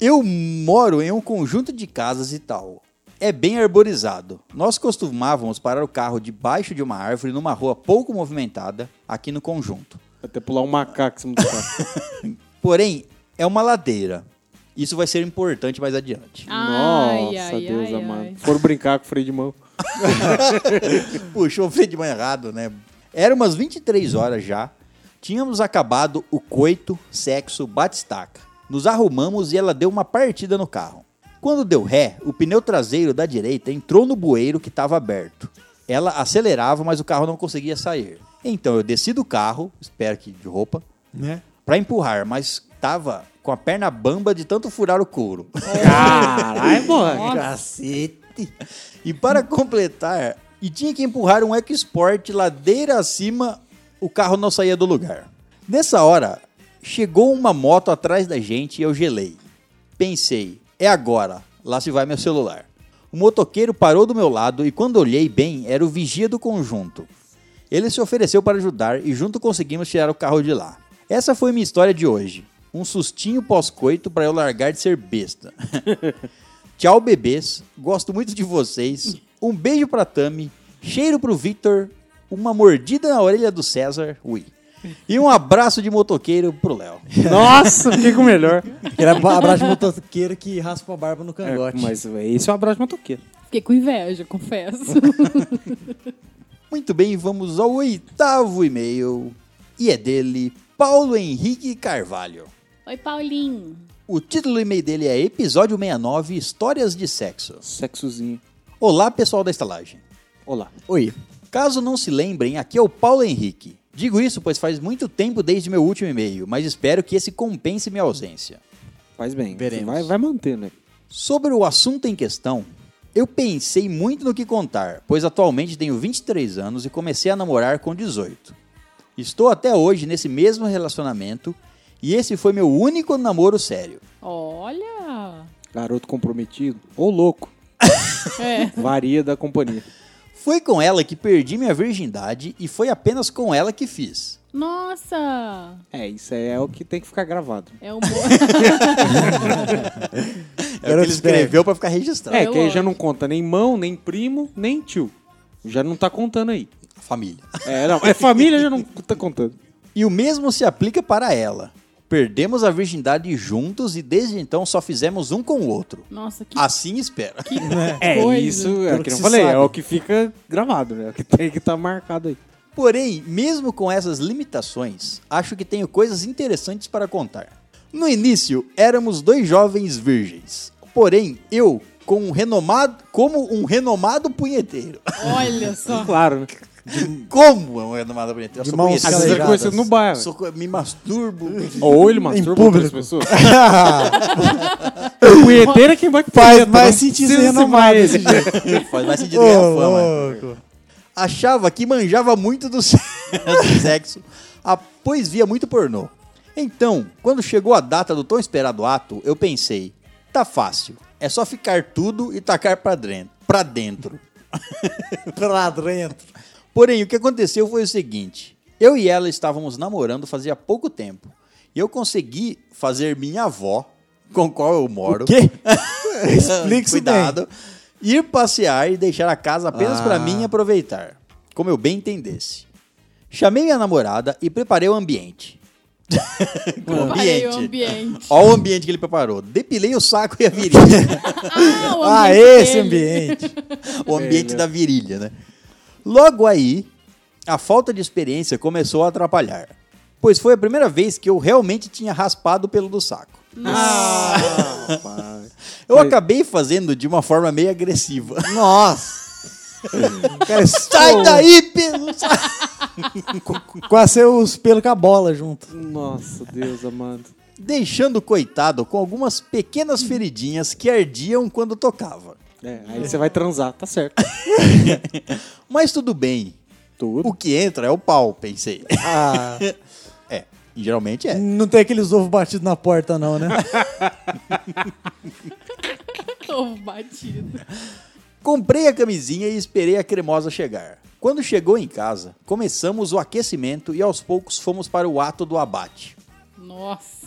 S1: Eu moro em um conjunto de casas e tal. É bem arborizado. Nós costumávamos parar o carro debaixo de uma árvore numa rua pouco movimentada aqui no conjunto.
S2: Até pular um macaco em cima do carro.
S1: Porém, é uma ladeira. Isso vai ser importante mais adiante.
S4: Ai,
S2: Nossa,
S4: ai,
S2: Deus
S4: ai,
S2: amado.
S4: ai.
S2: Foram brincar com o freio de mão.
S1: (laughs) Puxou o freio de mão errado, né? Era umas 23 horas já. Tínhamos acabado o coito, sexo, batistaca. Nos arrumamos e ela deu uma partida no carro. Quando deu ré, o pneu traseiro da direita entrou no bueiro que estava aberto. Ela acelerava, mas o carro não conseguia sair. Então eu desci do carro, espero que de roupa,
S3: Né?
S1: pra empurrar, mas tava com a perna bamba de tanto furar o couro. (laughs)
S2: Caralho, mano.
S4: Nossa.
S3: Cacete.
S1: E para completar, e tinha que empurrar um Export ladeira acima, o carro não saía do lugar. Nessa hora, chegou uma moto atrás da gente e eu gelei. Pensei, é agora, lá se vai meu celular. O motoqueiro parou do meu lado e quando olhei bem, era o vigia do conjunto. Ele se ofereceu para ajudar e junto conseguimos tirar o carro de lá. Essa foi minha história de hoje. Um sustinho pós-coito para eu largar de ser besta. (laughs) Tchau, bebês. Gosto muito de vocês. Um beijo pra Tami. Cheiro pro Victor. Uma mordida na orelha do César. Ui. E um abraço de motoqueiro pro Léo.
S2: Nossa, fiquei com o melhor.
S3: Era ba- abraço de motoqueiro que raspa a barba no cangote.
S2: mas véi, esse é um abraço motoqueiro.
S4: Fiquei com inveja,
S2: (laughs)
S4: confesso.
S1: Muito bem, vamos ao oitavo e-mail. E é dele, Paulo Henrique Carvalho.
S4: Oi, Paulinho.
S1: O título do e-mail dele é Episódio 69 Histórias de Sexo.
S2: Sexozinho.
S1: Olá, pessoal da estalagem.
S2: Olá.
S3: Oi.
S1: Caso não se lembrem, aqui é o Paulo Henrique. Digo isso pois faz muito tempo desde meu último e-mail, mas espero que esse compense minha ausência.
S2: Faz bem.
S3: Veremos.
S2: Vai, vai manter, né?
S1: Sobre o assunto em questão, eu pensei muito no que contar, pois atualmente tenho 23 anos e comecei a namorar com 18. Estou até hoje nesse mesmo relacionamento e esse foi meu único namoro sério.
S4: Olha.
S2: Garoto comprometido. Ou louco.
S4: É.
S2: Varia da companhia.
S1: Foi com ela que perdi minha virgindade e foi apenas com ela que fiz.
S4: Nossa.
S2: É, isso aí é o que tem que ficar gravado.
S4: É um bom...
S2: (laughs)
S1: É o que ele escreveu pra ficar registrado.
S2: É,
S4: eu
S2: que aí já
S4: acho.
S2: não conta nem mão, nem primo, nem tio. Já não tá contando (laughs) aí.
S1: Família.
S2: É, não, é família já não tá contando.
S1: E o mesmo se aplica para ela. Perdemos a virgindade juntos e desde então só fizemos um com o outro.
S4: Nossa, que
S1: Assim espera.
S2: É,
S4: Coisa.
S2: isso é o
S3: Pelo
S2: que
S3: que
S2: eu
S3: se
S2: falei, é
S3: sabe.
S2: o que fica gravado, né? É o que tem que tá marcado aí.
S1: Porém, mesmo com essas limitações, acho que tenho coisas interessantes para contar. No início, éramos dois jovens virgens. Porém, eu, com um renomado, como um renomado punheteiro.
S4: Olha só.
S2: Claro, né?
S1: (laughs) Como é um renomado punheteiro? Eu
S3: De
S1: sou
S2: Às
S3: mãos
S2: vezes
S1: punheteiro.
S2: é
S3: Calejadas.
S2: conhecido no bairro.
S1: Sou co- me masturbo.
S2: Ou ele masturba
S3: público.
S2: outras (laughs) pessoas. O punheteiro é quem vai que
S3: Faz
S2: punheta,
S3: mais
S2: né?
S3: sentido
S2: Precisa
S3: ser
S2: se
S3: renomado
S2: mais.
S3: desse jeito.
S1: (laughs) Faz mais
S3: é
S1: sentido ganhar fama.
S3: louco.
S1: achava que manjava muito do (laughs) se- do sexo, a- pois via muito pornô. Então, quando chegou a data do tão esperado ato, eu pensei: tá fácil, é só ficar tudo e tacar pra dren- pra dentro.
S3: Pra dentro.
S1: Porém, o que aconteceu foi o seguinte: eu e ela estávamos namorando fazia pouco tempo. E eu consegui fazer minha avó, com qual eu moro.
S3: Quê? Explica isso
S1: Cuidado. Ir passear e deixar a casa apenas
S2: Ah.
S1: para mim aproveitar, como eu bem entendesse. Chamei minha namorada e preparei o
S2: (laughs)
S1: ambiente.
S4: Parei o ambiente.
S1: Olha o ambiente que ele preparou. Depilei o saco e a
S2: (laughs)
S1: virilha.
S4: Ah, o
S1: ah,
S4: ambiente
S1: esse
S4: dele.
S1: ambiente. O ambiente
S2: Velho.
S1: da virilha, né? Logo aí, a falta de experiência começou a atrapalhar. Pois foi a primeira vez que eu realmente tinha raspado o pelo do saco.
S2: Ah, rapaz.
S1: Eu
S2: Foi-
S1: acabei fazendo de uma forma meio agressiva.
S3: Nossa!
S1: (laughs)
S3: Cara,
S1: Sai daí, pelo saco!
S3: Quase saiu os pelos com a bola junto.
S2: (laughs) Nossa, Deus amado.
S1: Deixando o coitado com algumas pequenas feridinhas que ardiam quando tocava.
S2: É, aí você vai transar, tá certo.
S1: Mas tudo bem.
S2: Tudo.
S1: O que entra é o pau, pensei.
S3: Ah,
S1: (laughs) É, e geralmente é.
S3: não tem aqueles ovos batidos na porta, não, né?
S4: Ovo batido.
S1: Comprei a camisinha e esperei a cremosa chegar. Quando chegou em casa, começamos o aquecimento e aos poucos fomos para o ato do abate.
S4: Nossa.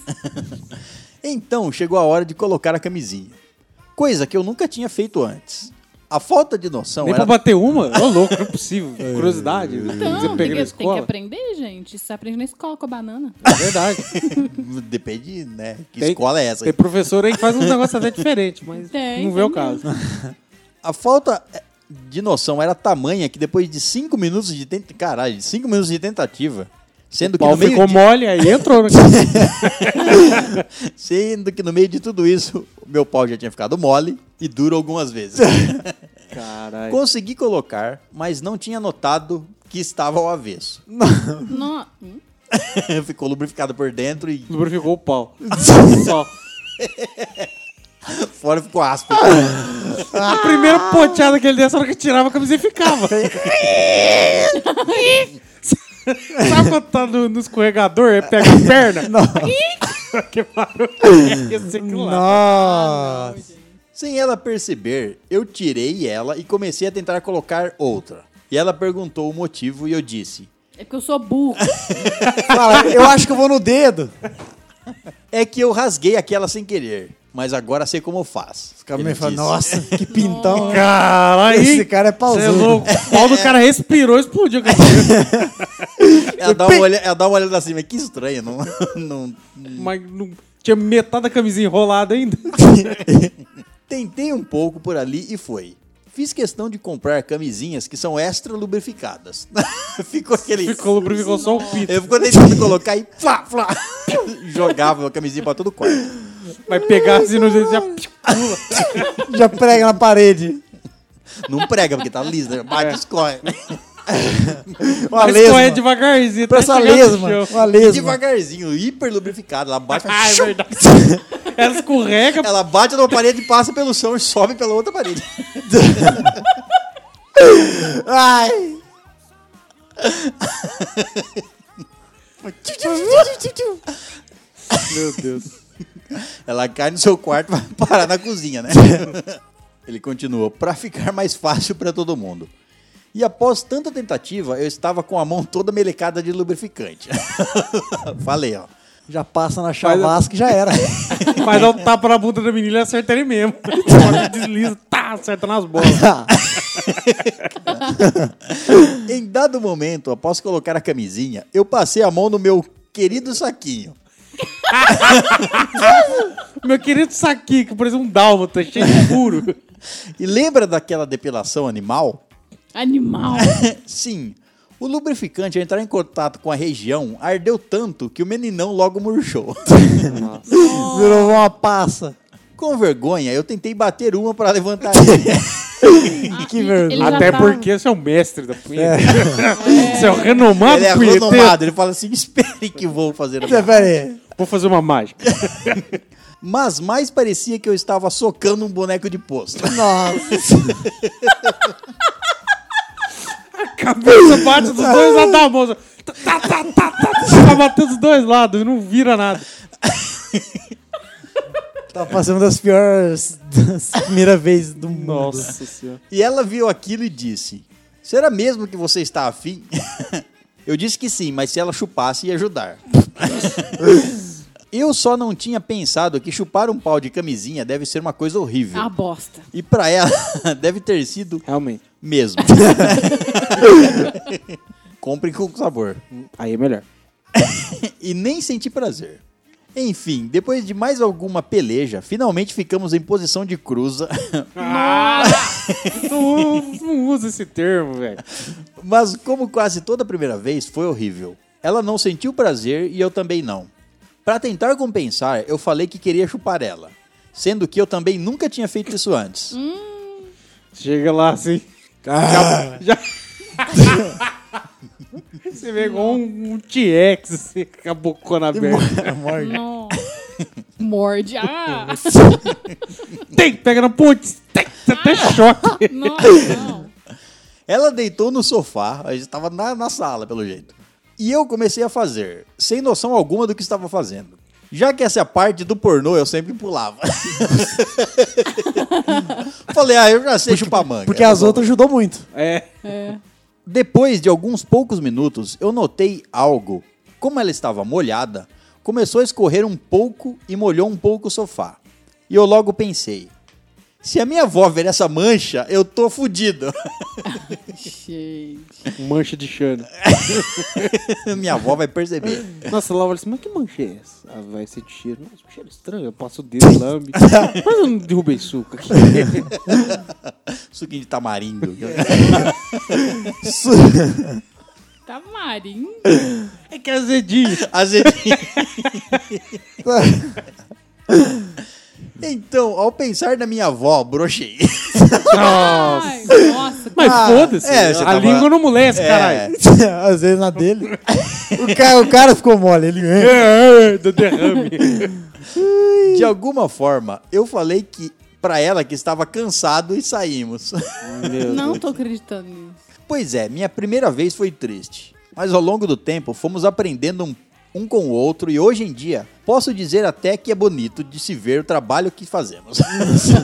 S1: Então chegou a hora de colocar a camisinha. Coisa que eu nunca tinha feito antes. A falta de noção
S2: Nem
S1: era.
S2: pra bater uma? Ô, louco, não é possível. Curiosidade. né?
S4: Então,
S2: você
S4: tem
S2: pega
S4: que,
S2: na
S4: tem que
S2: escola.
S4: aprender, gente. Você aprende na escola com a banana.
S2: É verdade.
S1: (laughs) Depende, né? Que
S2: Tem-
S1: escola é essa?
S2: Tem professor aí que faz uns negócios até diferentes, mas
S4: Tem,
S2: não vê
S4: tem
S2: o caso.
S1: A falta é, de noção era tamanha que depois de 5 minutos de tentativa. Caralho, de cinco minutos de tentativa. Sendo
S2: O
S1: que, no
S2: pau
S1: meio
S2: ficou
S1: de,
S2: mole, aí entrou. No... caso.
S1: sendo que no meio de tudo isso, o meu pau já tinha ficado mole e duro algumas
S2: (laughs)
S1: vezes.
S2: Caralho.
S1: Consegui colocar, mas não tinha notado que estava ao avesso. (laughs)
S4: No... Hum?
S1: Ficou lubrificado por dentro e
S2: Lubrificou o pau. Só.
S1: fora ficou
S2: (laughs)
S1: áspero.
S2: A primeira ponteada que ele desse, a hora que tirava a camisa e ficava. Sabe quando tá no, no escorregador, ele pega a perna? que barulho. Ia ser aquilo lá.
S3: (laughs) Nossa!
S1: Sem ela perceber, eu tirei ela e comecei a tentar colocar outra. E ela perguntou o motivo e eu disse:
S4: É porque eu sou burro.
S3: Fala, eu acho que eu vou no dedo.
S1: É que eu rasguei aquela sem querer, mas agora sei como faz.
S3: O cara
S1: Ele
S3: me fala,
S1: disse.
S3: nossa, que pintão.
S2: Caralho.
S3: Esse cara é
S2: Você é
S3: pausudo.
S2: louco. O pau do cara respirou e explodiu.
S1: Ela dá, É uma olha, ela dá uma olhada assim, mas que estranho, não, (laughs) não-
S2: Mas não tinha metade da camisinha enrolada ainda.
S1: Tentei um pouco por ali e foi. Fiz questão de comprar camisinhas que são extra lubrificadas. (laughs) ficou aquele...
S2: Ficou, lubrificou só o pito.
S1: Eu ficou tentando colocar e flá, flá, (laughs) jogava a camisinha pra todo o quarto.
S2: Vai pegar assim no jeito já pula.
S3: Já prega na parede.
S1: Não prega, porque tá liso, né?
S3: É.
S1: bate e escorre.
S3: Uma
S2: Mas é corre
S3: lesma.
S2: devagarzinho. até
S3: Parece uma
S2: chegar no
S3: lesma.
S2: chão.
S3: Uma lesma.
S1: Devagarzinho, hiper lubrificado, ela bate,
S2: Ah, é verdade. Ela escorrega.
S1: ela bate numa parede, passa pelo chão e sobe pela outra parede.
S3: Ai.
S2: Meu Deus.
S1: Ela cai no seu quarto e vai parar na cozinha, né? Ele continua, pra ficar mais fácil pra todo mundo. E após tanta tentativa, eu estava com a mão toda melecada de lubrificante. (laughs) Falei, ó.
S3: Já passa na chavasca e já era.
S2: Mas dá um tapa na bunda da menina e acerta ele mesmo. (laughs) Só que Desliza, tá, acerta nas bolas.
S1: Em dado momento, após colocar a camisinha, eu passei a mão no meu querido saquinho.
S2: Meu querido Saki, que parece um dálmata, cheio de furo.
S1: E lembra daquela depilação animal? (laughs)
S2: (laughs)
S4: Animal.
S1: Sim. O lubrificante ao entrar em contato com a região ardeu tanto que o meninão logo murchou. (laughs)
S3: Virou uma passa.
S1: Com vergonha, eu tentei bater uma pra levantar ele.
S3: Que vergonha.
S4: já
S2: Até
S4: tá-
S2: porque você é o mestre da punheta. (laughs) Você é o renomado
S1: ele é
S2: punheteiro.
S1: renomado, ele fala assim: espere que vou fazer a
S3: Você, (laughs)
S1: minha."
S3: Pera aí.
S2: Vou fazer uma mágica.
S1: Mas mais parecia que eu estava socando um boneco de posto.
S3: Nossa.
S2: Cabeça bate dos dois lados da moça. Tá, tá, tá, tá, tá, tá batendo dos dois lados, não vira nada.
S3: Tá passando uma das piores das primeiras vezes do mundo.
S2: Nossa senhora.
S1: E ela viu aquilo e disse: Será mesmo que você está (laughs) afim? eu disse que sim, mas se ela chupasse ia ajudar. (laughs) Eu só não tinha pensado que chupar um pau de camisinha deve ser uma coisa horrível.
S4: A bosta.
S1: E pra ela (laughs) deve ter sido
S2: Realmente.
S1: mesmo. (laughs) Compre com sabor.
S2: Aí é melhor.
S1: E nem senti prazer. Enfim, depois de mais alguma peleja, finalmente ficamos em posição de cruza, (laughs)
S2: não, não usa esse termo, velho.
S1: mas como quase toda a primeira vez, foi horrível. Ela não sentiu prazer e eu também não. Pra tentar compensar, eu falei que queria chupar ela, sendo que eu também nunca tinha feito isso antes.
S2: Chega lá assim.
S1: Ah.
S2: Já. (laughs) já- Você vê igual um, um T-Rex, assim, com a bocona aberta.
S4: Não. Morde. Ah!
S2: (laughs) Tem, pega na ponte. Tem, você
S1: Ah.
S2: até
S1: (laughs)
S2: choque.
S4: Não, não.
S1: Ela deitou no sofá, a gente tava na, na sala, pelo jeito. E eu comecei a fazer, sem noção alguma do que estava fazendo. Já que essa é a parte do pornô, eu sempre pulava. (laughs) Falei, ah, eu já sei chupar manga.
S3: Porque as outras ajudou muito. (laughs)
S2: É.
S1: Depois de alguns poucos minutos, eu notei algo. Como ela estava molhada, começou a escorrer um pouco e molhou um pouco o sofá. E eu logo pensei: se a minha avó ver essa mancha, eu tô fudido. (laughs)
S4: Gente.
S2: Mancha de chana.
S1: É. minha avó vai perceber.
S2: Nossa, ela olha assim, mas que mancha é essa? Ah, vai ser de cheiro. Nossa, que cheiro estranho. Eu passo o
S1: (laughs)
S2: dedo, lambe. Mas eu não derrubei suco aqui. (laughs)
S1: Suquinho de tamarindo. (laughs)
S4: Tá Tamarim.
S2: É que é azedinho.
S1: Azedinho. então, ao pensar na minha avó, brochei.
S2: Nossa.
S4: Ai, nossa.
S2: Mas
S1: Ah,
S2: foda-se.
S1: é, você
S2: a
S1: tava- É.
S2: língua não molesta, caralho.
S3: Às vezes na dele. O cara, o cara ficou mole. Ele.
S2: É,
S1: (laughs)
S2: do derrame.
S1: De alguma forma, eu falei que pra ela que estava cansado e saímos.
S4: Não tô acreditando nisso.
S1: Pois é, minha primeira vez foi triste, mas ao longo do tempo fomos aprendendo um, um com o outro e hoje em dia posso dizer até que é bonito de se ver o trabalho que
S2: (laughs)
S1: fazemos.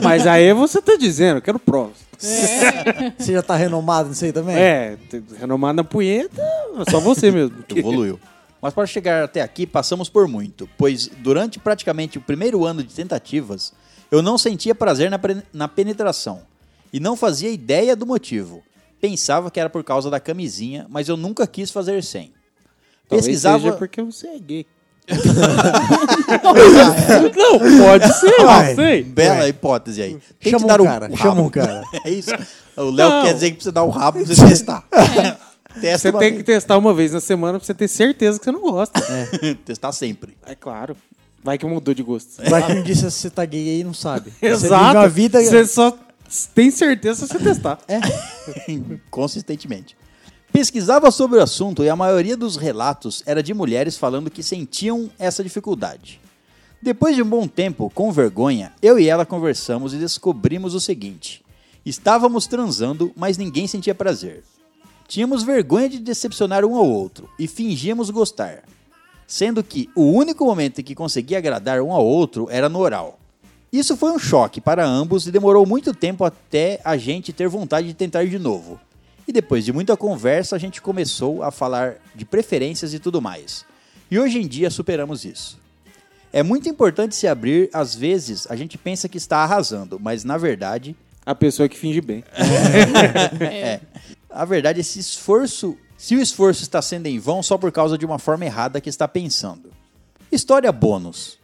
S2: Mas aí você tá dizendo, eu quero provas.
S3: Você já tá renomado, não sei também?
S2: É, t- renomar na punheta, é só você
S3: (laughs)
S2: mesmo.
S1: Evoluiu. Mas para chegar até aqui, passamos por muito, pois durante praticamente o primeiro ano de tentativas, eu não sentia prazer na, pre- na penetração e não fazia ideia do motivo. Pensava que era por causa da camisinha, mas eu nunca quis fazer sem.
S2: Talvez
S1: Pesquisava.
S2: seja porque você é gay. (laughs) não, pode ser,
S3: Vai.
S2: não sei.
S1: Bela hipótese aí. Tem
S3: Chama
S1: que
S3: um
S1: dar
S3: cara,
S1: rabo.
S3: chama um cara.
S1: (laughs) É isso. O Léo
S2: Não.
S1: quer dizer que precisa dar o
S3: (laughs)
S1: rabo pra você testar. Testa
S3: É.
S2: Você
S1: uma
S2: tem que testar uma vez na semana pra você ter certeza que você não gosta.
S1: vez. (laughs) testar sempre.
S2: É, claro. Vai que mudou de (laughs) gosto.
S3: Vai que um dia se você tá gay aí não sabe. Você
S2: Exato.
S3: vive uma vida...
S2: Você só tem certeza se você testar.
S1: Consistentemente. Pesquisava sobre o assunto e a maioria dos relatos era de mulheres falando que sentiam essa dificuldade. Depois de um bom tempo, com vergonha, eu e ela conversamos e descobrimos o seguinte: estávamos transando, mas ninguém sentia prazer. Tínhamos vergonha de decepcionar um ao outro e fingíamos gostar, sendo que o único momento em que conseguia agradar um ao outro era no oral. Isso foi um choque para ambos e demorou muito tempo até a gente ter vontade de tentar de novo. E depois de muita conversa, a gente começou a falar de preferências e tudo mais. E hoje em dia superamos isso. É muito importante se abrir, às vezes a gente pensa que está arrasando, mas na verdade
S2: A pessoa que finge
S3: (laughs)
S2: bem.
S1: A verdade é se esforço, se o esforço está sendo em vão só por causa de uma forma errada que está pensando. História bônus.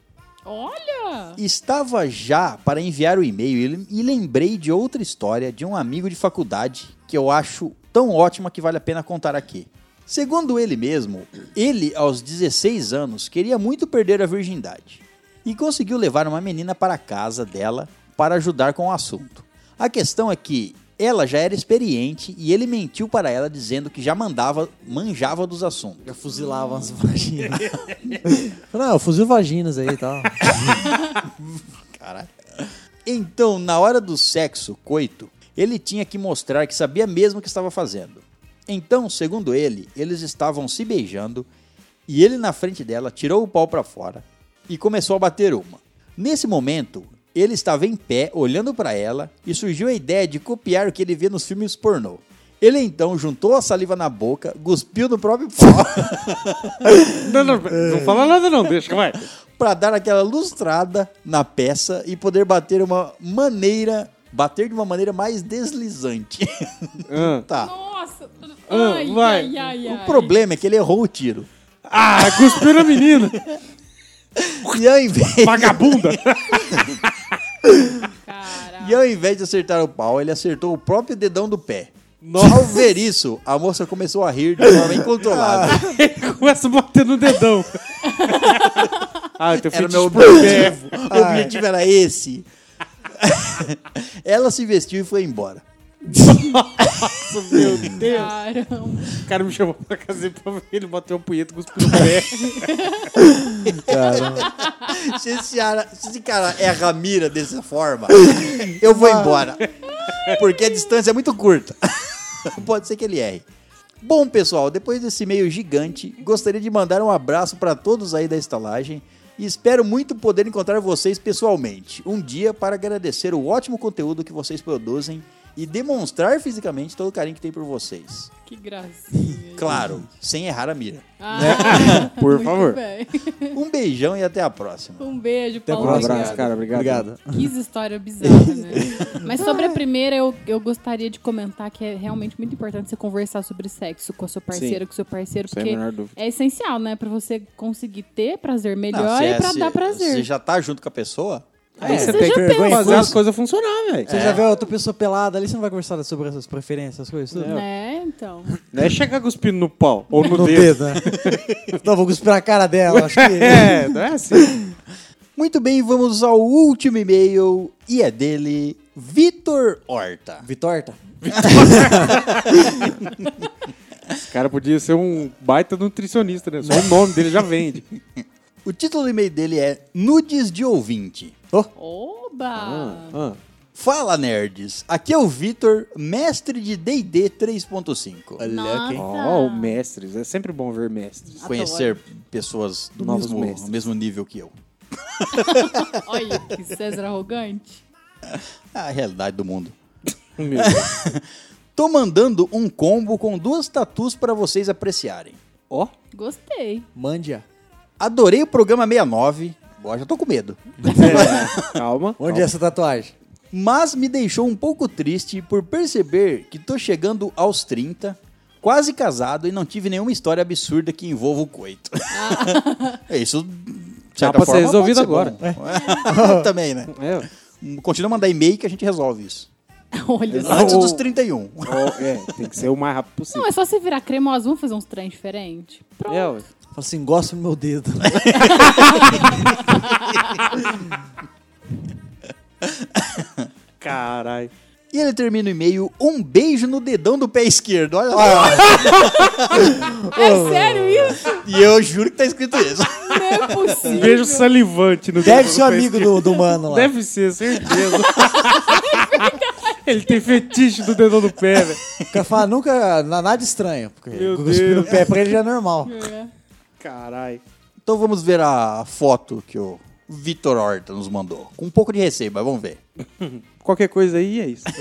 S4: Olha!
S1: Estava já para enviar o e-mail e lem- e lembrei de outra história de um amigo de faculdade que eu acho tão ótima que vale a pena contar aqui. Segundo ele mesmo, ele aos 16 anos queria muito perder a virgindade e conseguiu levar uma menina para a casa dela para ajudar com o assunto. A questão é que ela já era experiente e ele mentiu para ela dizendo que já mandava, manjava dos assuntos.
S3: Já fuzilava
S2: (laughs)
S3: as vaginas. não, eu fuzil vaginas aí e tal.
S1: Caralho. Então, na hora do sexo, coito, ele tinha que mostrar que sabia mesmo o que estava fazendo. Então, segundo ele, eles estavam se beijando e ele na frente dela tirou o pau para fora e começou a bater uma. Nesse momento, ele estava em pé, olhando para ela, e surgiu a ideia de copiar o que ele vê nos filmes pornô. Ele então juntou a saliva na boca, cuspiu no próprio pau (laughs)
S2: Não, não, não
S3: É.
S2: fala nada não, deixa que vai.
S1: para dar aquela lustrada na peça e poder bater uma maneira, bater de uma maneira mais deslizante. (laughs)
S2: Ah.
S1: tá.
S4: Nossa!
S2: Ah,
S4: ai,
S2: vai.
S4: ai, ai, ai.
S1: O problema é que ele errou o tiro.
S2: Ah, cuspiu na
S3: (laughs)
S2: menina.
S1: E ao invés
S2: Vagabunda.
S4: Cara.
S1: E ao invés de acertar o pau, ele acertou o próprio dedão do pé.
S2: Nossa.
S1: Ao ver isso, a moça começou a rir de forma incontrolável.
S2: (laughs) Começa a bater no dedão. (laughs) Ah, teu
S1: Era
S2: filho
S1: meu
S2: desproveu.
S1: objetivo. O objetivo era esse. (laughs) Ela se vestiu e foi embora.
S2: Nossa, meu Deus.
S4: Caramba.
S2: O cara me chamou pra casa dele pra ver ele bateu um punheta e cuspiu no (laughs) pé.
S1: Se esse, cara, se esse cara erra a mira dessa forma, eu vou embora. Porque a distância é muito curta. (laughs) Pode ser que ele erre. Bom, pessoal, depois desse e-mail gigante, gostaria de mandar um abraço para todos aí da estalagem e espero muito poder encontrar vocês pessoalmente um dia para agradecer o ótimo conteúdo que vocês produzem e demonstrar fisicamente todo o carinho que tem por vocês.
S2: (laughs)
S4: Que gracinha.
S1: Claro, sem errar a mira.
S4: Ah,
S2: Por
S4: muito
S2: favor.
S4: bem.
S1: Um beijão e até a próxima.
S4: Um beijo,
S3: Até a
S4: Paulo.
S3: próxima.
S4: obrigado.
S2: cara, obrigado.
S3: Obrigado.
S4: Quis história bizarra, né? Mas sobre a primeira, eu, eu gostaria de comentar que é realmente muito importante você conversar sobre sexo com a sua parceira,
S2: Sim.
S4: com o seu parceiro,
S2: Sem a
S4: porque
S2: menor dúvida.
S4: é essencial, né? Pra você conseguir ter prazer melhor
S1: Não, se
S4: e
S1: é-
S4: pra
S1: se-
S4: dar prazer.
S1: Se já tá junto com a pessoa,
S2: Aí você
S4: Você
S2: tem
S4: já
S2: que
S4: pensa.
S2: fazer É. as coisas funcionar, velho.
S6: Você
S3: É.
S6: já vê outra pessoa pelada ali, você não vai conversar sobre essas preferências, essas coisas, tudo?
S4: Né, então.
S2: Não é chegar cuspindo no pau ou no,
S6: No
S2: dedo.
S6: dedo, né? (laughs) não, vou cuspir a cara dela,
S3: (laughs)
S6: acho que...
S2: (laughs) É, não (laughs) é assim.
S1: Muito bem, vamos ao último e-mail e é dele, Vitor Horta.
S6: Vitorta?
S2: Esse cara podia ser um baita nutricionista, né? Só o nome dele já vende.
S1: O título do e-mail dele é Nudes de Ouvinte.
S4: Oba!
S2: Ah,
S1: Fala, nerds! Aqui é o Vitor, mestre de D&D 3.5.
S3: Olha
S4: Nossa.
S3: é quem.
S2: Ó, mestres. É sempre bom ver mestres.
S1: Conhecer pessoas do
S2: Novos
S1: mesmo,
S2: mestres.
S1: mesmo nível que eu.
S4: Olha que César arrogante.
S1: É A realidade do mundo.
S2: Meu Deus.
S1: Tô mandando um combo com duas tatus para vocês apreciarem.
S2: (laughs) Ó,
S4: Gostei. (laughs)
S6: Mandia.
S1: Adorei o programa 69. Agora já tô com medo.
S2: calma.
S6: Onde é
S2: calma.
S6: essa tatuagem?
S1: mas me deixou um pouco triste por perceber que tô chegando aos 30, quase casado e não tive nenhuma história absurda que envolva o coito. (laughs) É Isso, de certa
S2: pra
S1: forma,
S2: ser
S1: pode
S2: resolvido
S1: ser
S2: agora.
S1: bom. né? (laughs) Também, né?
S2: É,
S1: Continua a mandar e-mail que a gente resolve isso.
S4: Olha só.
S1: Antes
S2: Ou-
S1: dos 31.
S2: ó, é, tem que ser o mais rápido
S4: Não,
S2: possível.
S4: é só você virar cremoso, vamos fazer uns trem diferente. Pronto.
S2: É, ué.
S6: Fala assim, gosto do meu
S2: (laughs)
S6: dedo.
S2: Caralho.
S1: E ele termina o e-mail, um beijo no dedão do pé esquerdo. Olha lá.
S2: Ah.
S4: É sério isso?
S1: E eu juro que tá escrito isso.
S4: Não é possível.
S2: Beijo salivante no
S6: Deve
S2: dedo
S6: ser um
S2: do
S6: amigo
S2: pé
S6: do, do mano lá.
S2: esquerdo. Deve ser, certeza. (laughs) Ele tem fetiche do dedão do pé, velho.
S6: O cara fala, nunca, na- nada estranho. Porque
S2: Meu
S6: cuspir no
S2: Deus.
S6: pé pra ele já é normal. (laughs)
S2: Caralho.
S1: Então vamos ver a foto que o Vitor Horta nos mandou. Com um pouco de receio, mas vamos ver.
S2: Qualquer coisa aí é isso.
S4: (laughs)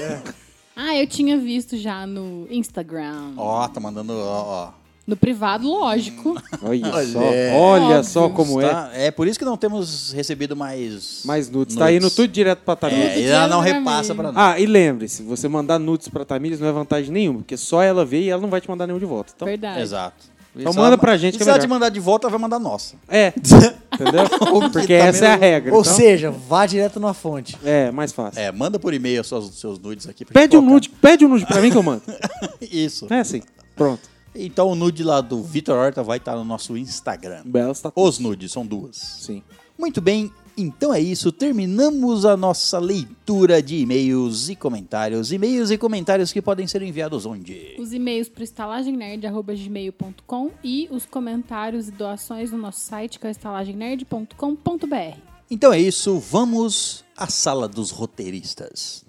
S4: Ah, eu tinha visto já no Instagram.
S1: Ó, tá mandando, ó, ó.
S4: No privado, lógico.
S1: Hum,
S2: Olha,
S1: Olha.
S2: só. Olha só
S4: Óbvio.
S2: como é.
S1: Tá? É por isso que não temos recebido mais.
S2: Mais nudes. Tá indo tudo direto pra Tamires.
S1: É, e ela não repassa pra nós.
S2: Ah, e lembre-se, você mandar nudes pra Tamires não é vantagem nenhuma, porque só ela vê e ela não vai te mandar nenhum de volta. Então,
S4: Verdade.
S1: Exato.
S2: Então manda pra gente
S1: Se
S2: que é
S1: ela
S2: melhor.
S1: te mandar de volta, ela vai mandar nossa.
S2: É, entendeu? Porque
S1: tá
S2: essa é a
S1: mesmo-
S2: regra.
S6: Tá Ou
S2: então,
S6: seja, vá direto na fonte.
S2: É, mais fácil.
S1: É, manda por e-mail os seus, seus nudes aqui. pra
S2: Pede
S1: gente
S2: um nude, pede um nude pra mim que eu mando.
S1: colocar. (laughs) Isso.
S2: É assim. Pronto.
S1: Então o nude lá do Vitor Horta vai estar no nosso Instagram.
S2: Bela está
S1: Os nudes, são duas.
S2: tá Sim.
S1: Muito bem, então é isso. Terminamos a nossa leitura de e-mails e comentários. E-mails e comentários que podem ser enviados onde?
S4: Os e-mails para estalagemnerd.gmail.com e os comentários e doações no nosso site, que é o estalagemnerd.com.br.
S1: Então é isso, vamos à sala dos roteiristas.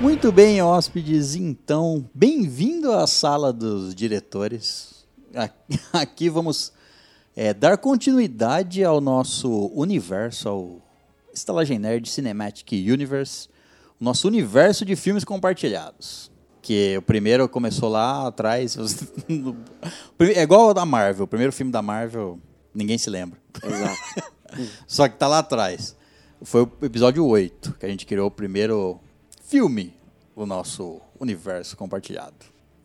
S1: Muito bem, hóspedes, então, bem-vindo à sala dos diretores. A- (laughs) Aqui vamos é, dar continuidade ao nosso universo, ao Estalagem Nerd Cinematic Universe, o nosso universo de filmes compartilhados. Que o primeiro começou lá atrás. (laughs) os- no- é igual ao da Marvel, o primeiro filme da Marvel, ninguém se lembra. (laughs) Exato. Só que tá lá atrás. Foi o episódio 8 que a gente criou o primeiro filme do nosso universo compartilhado.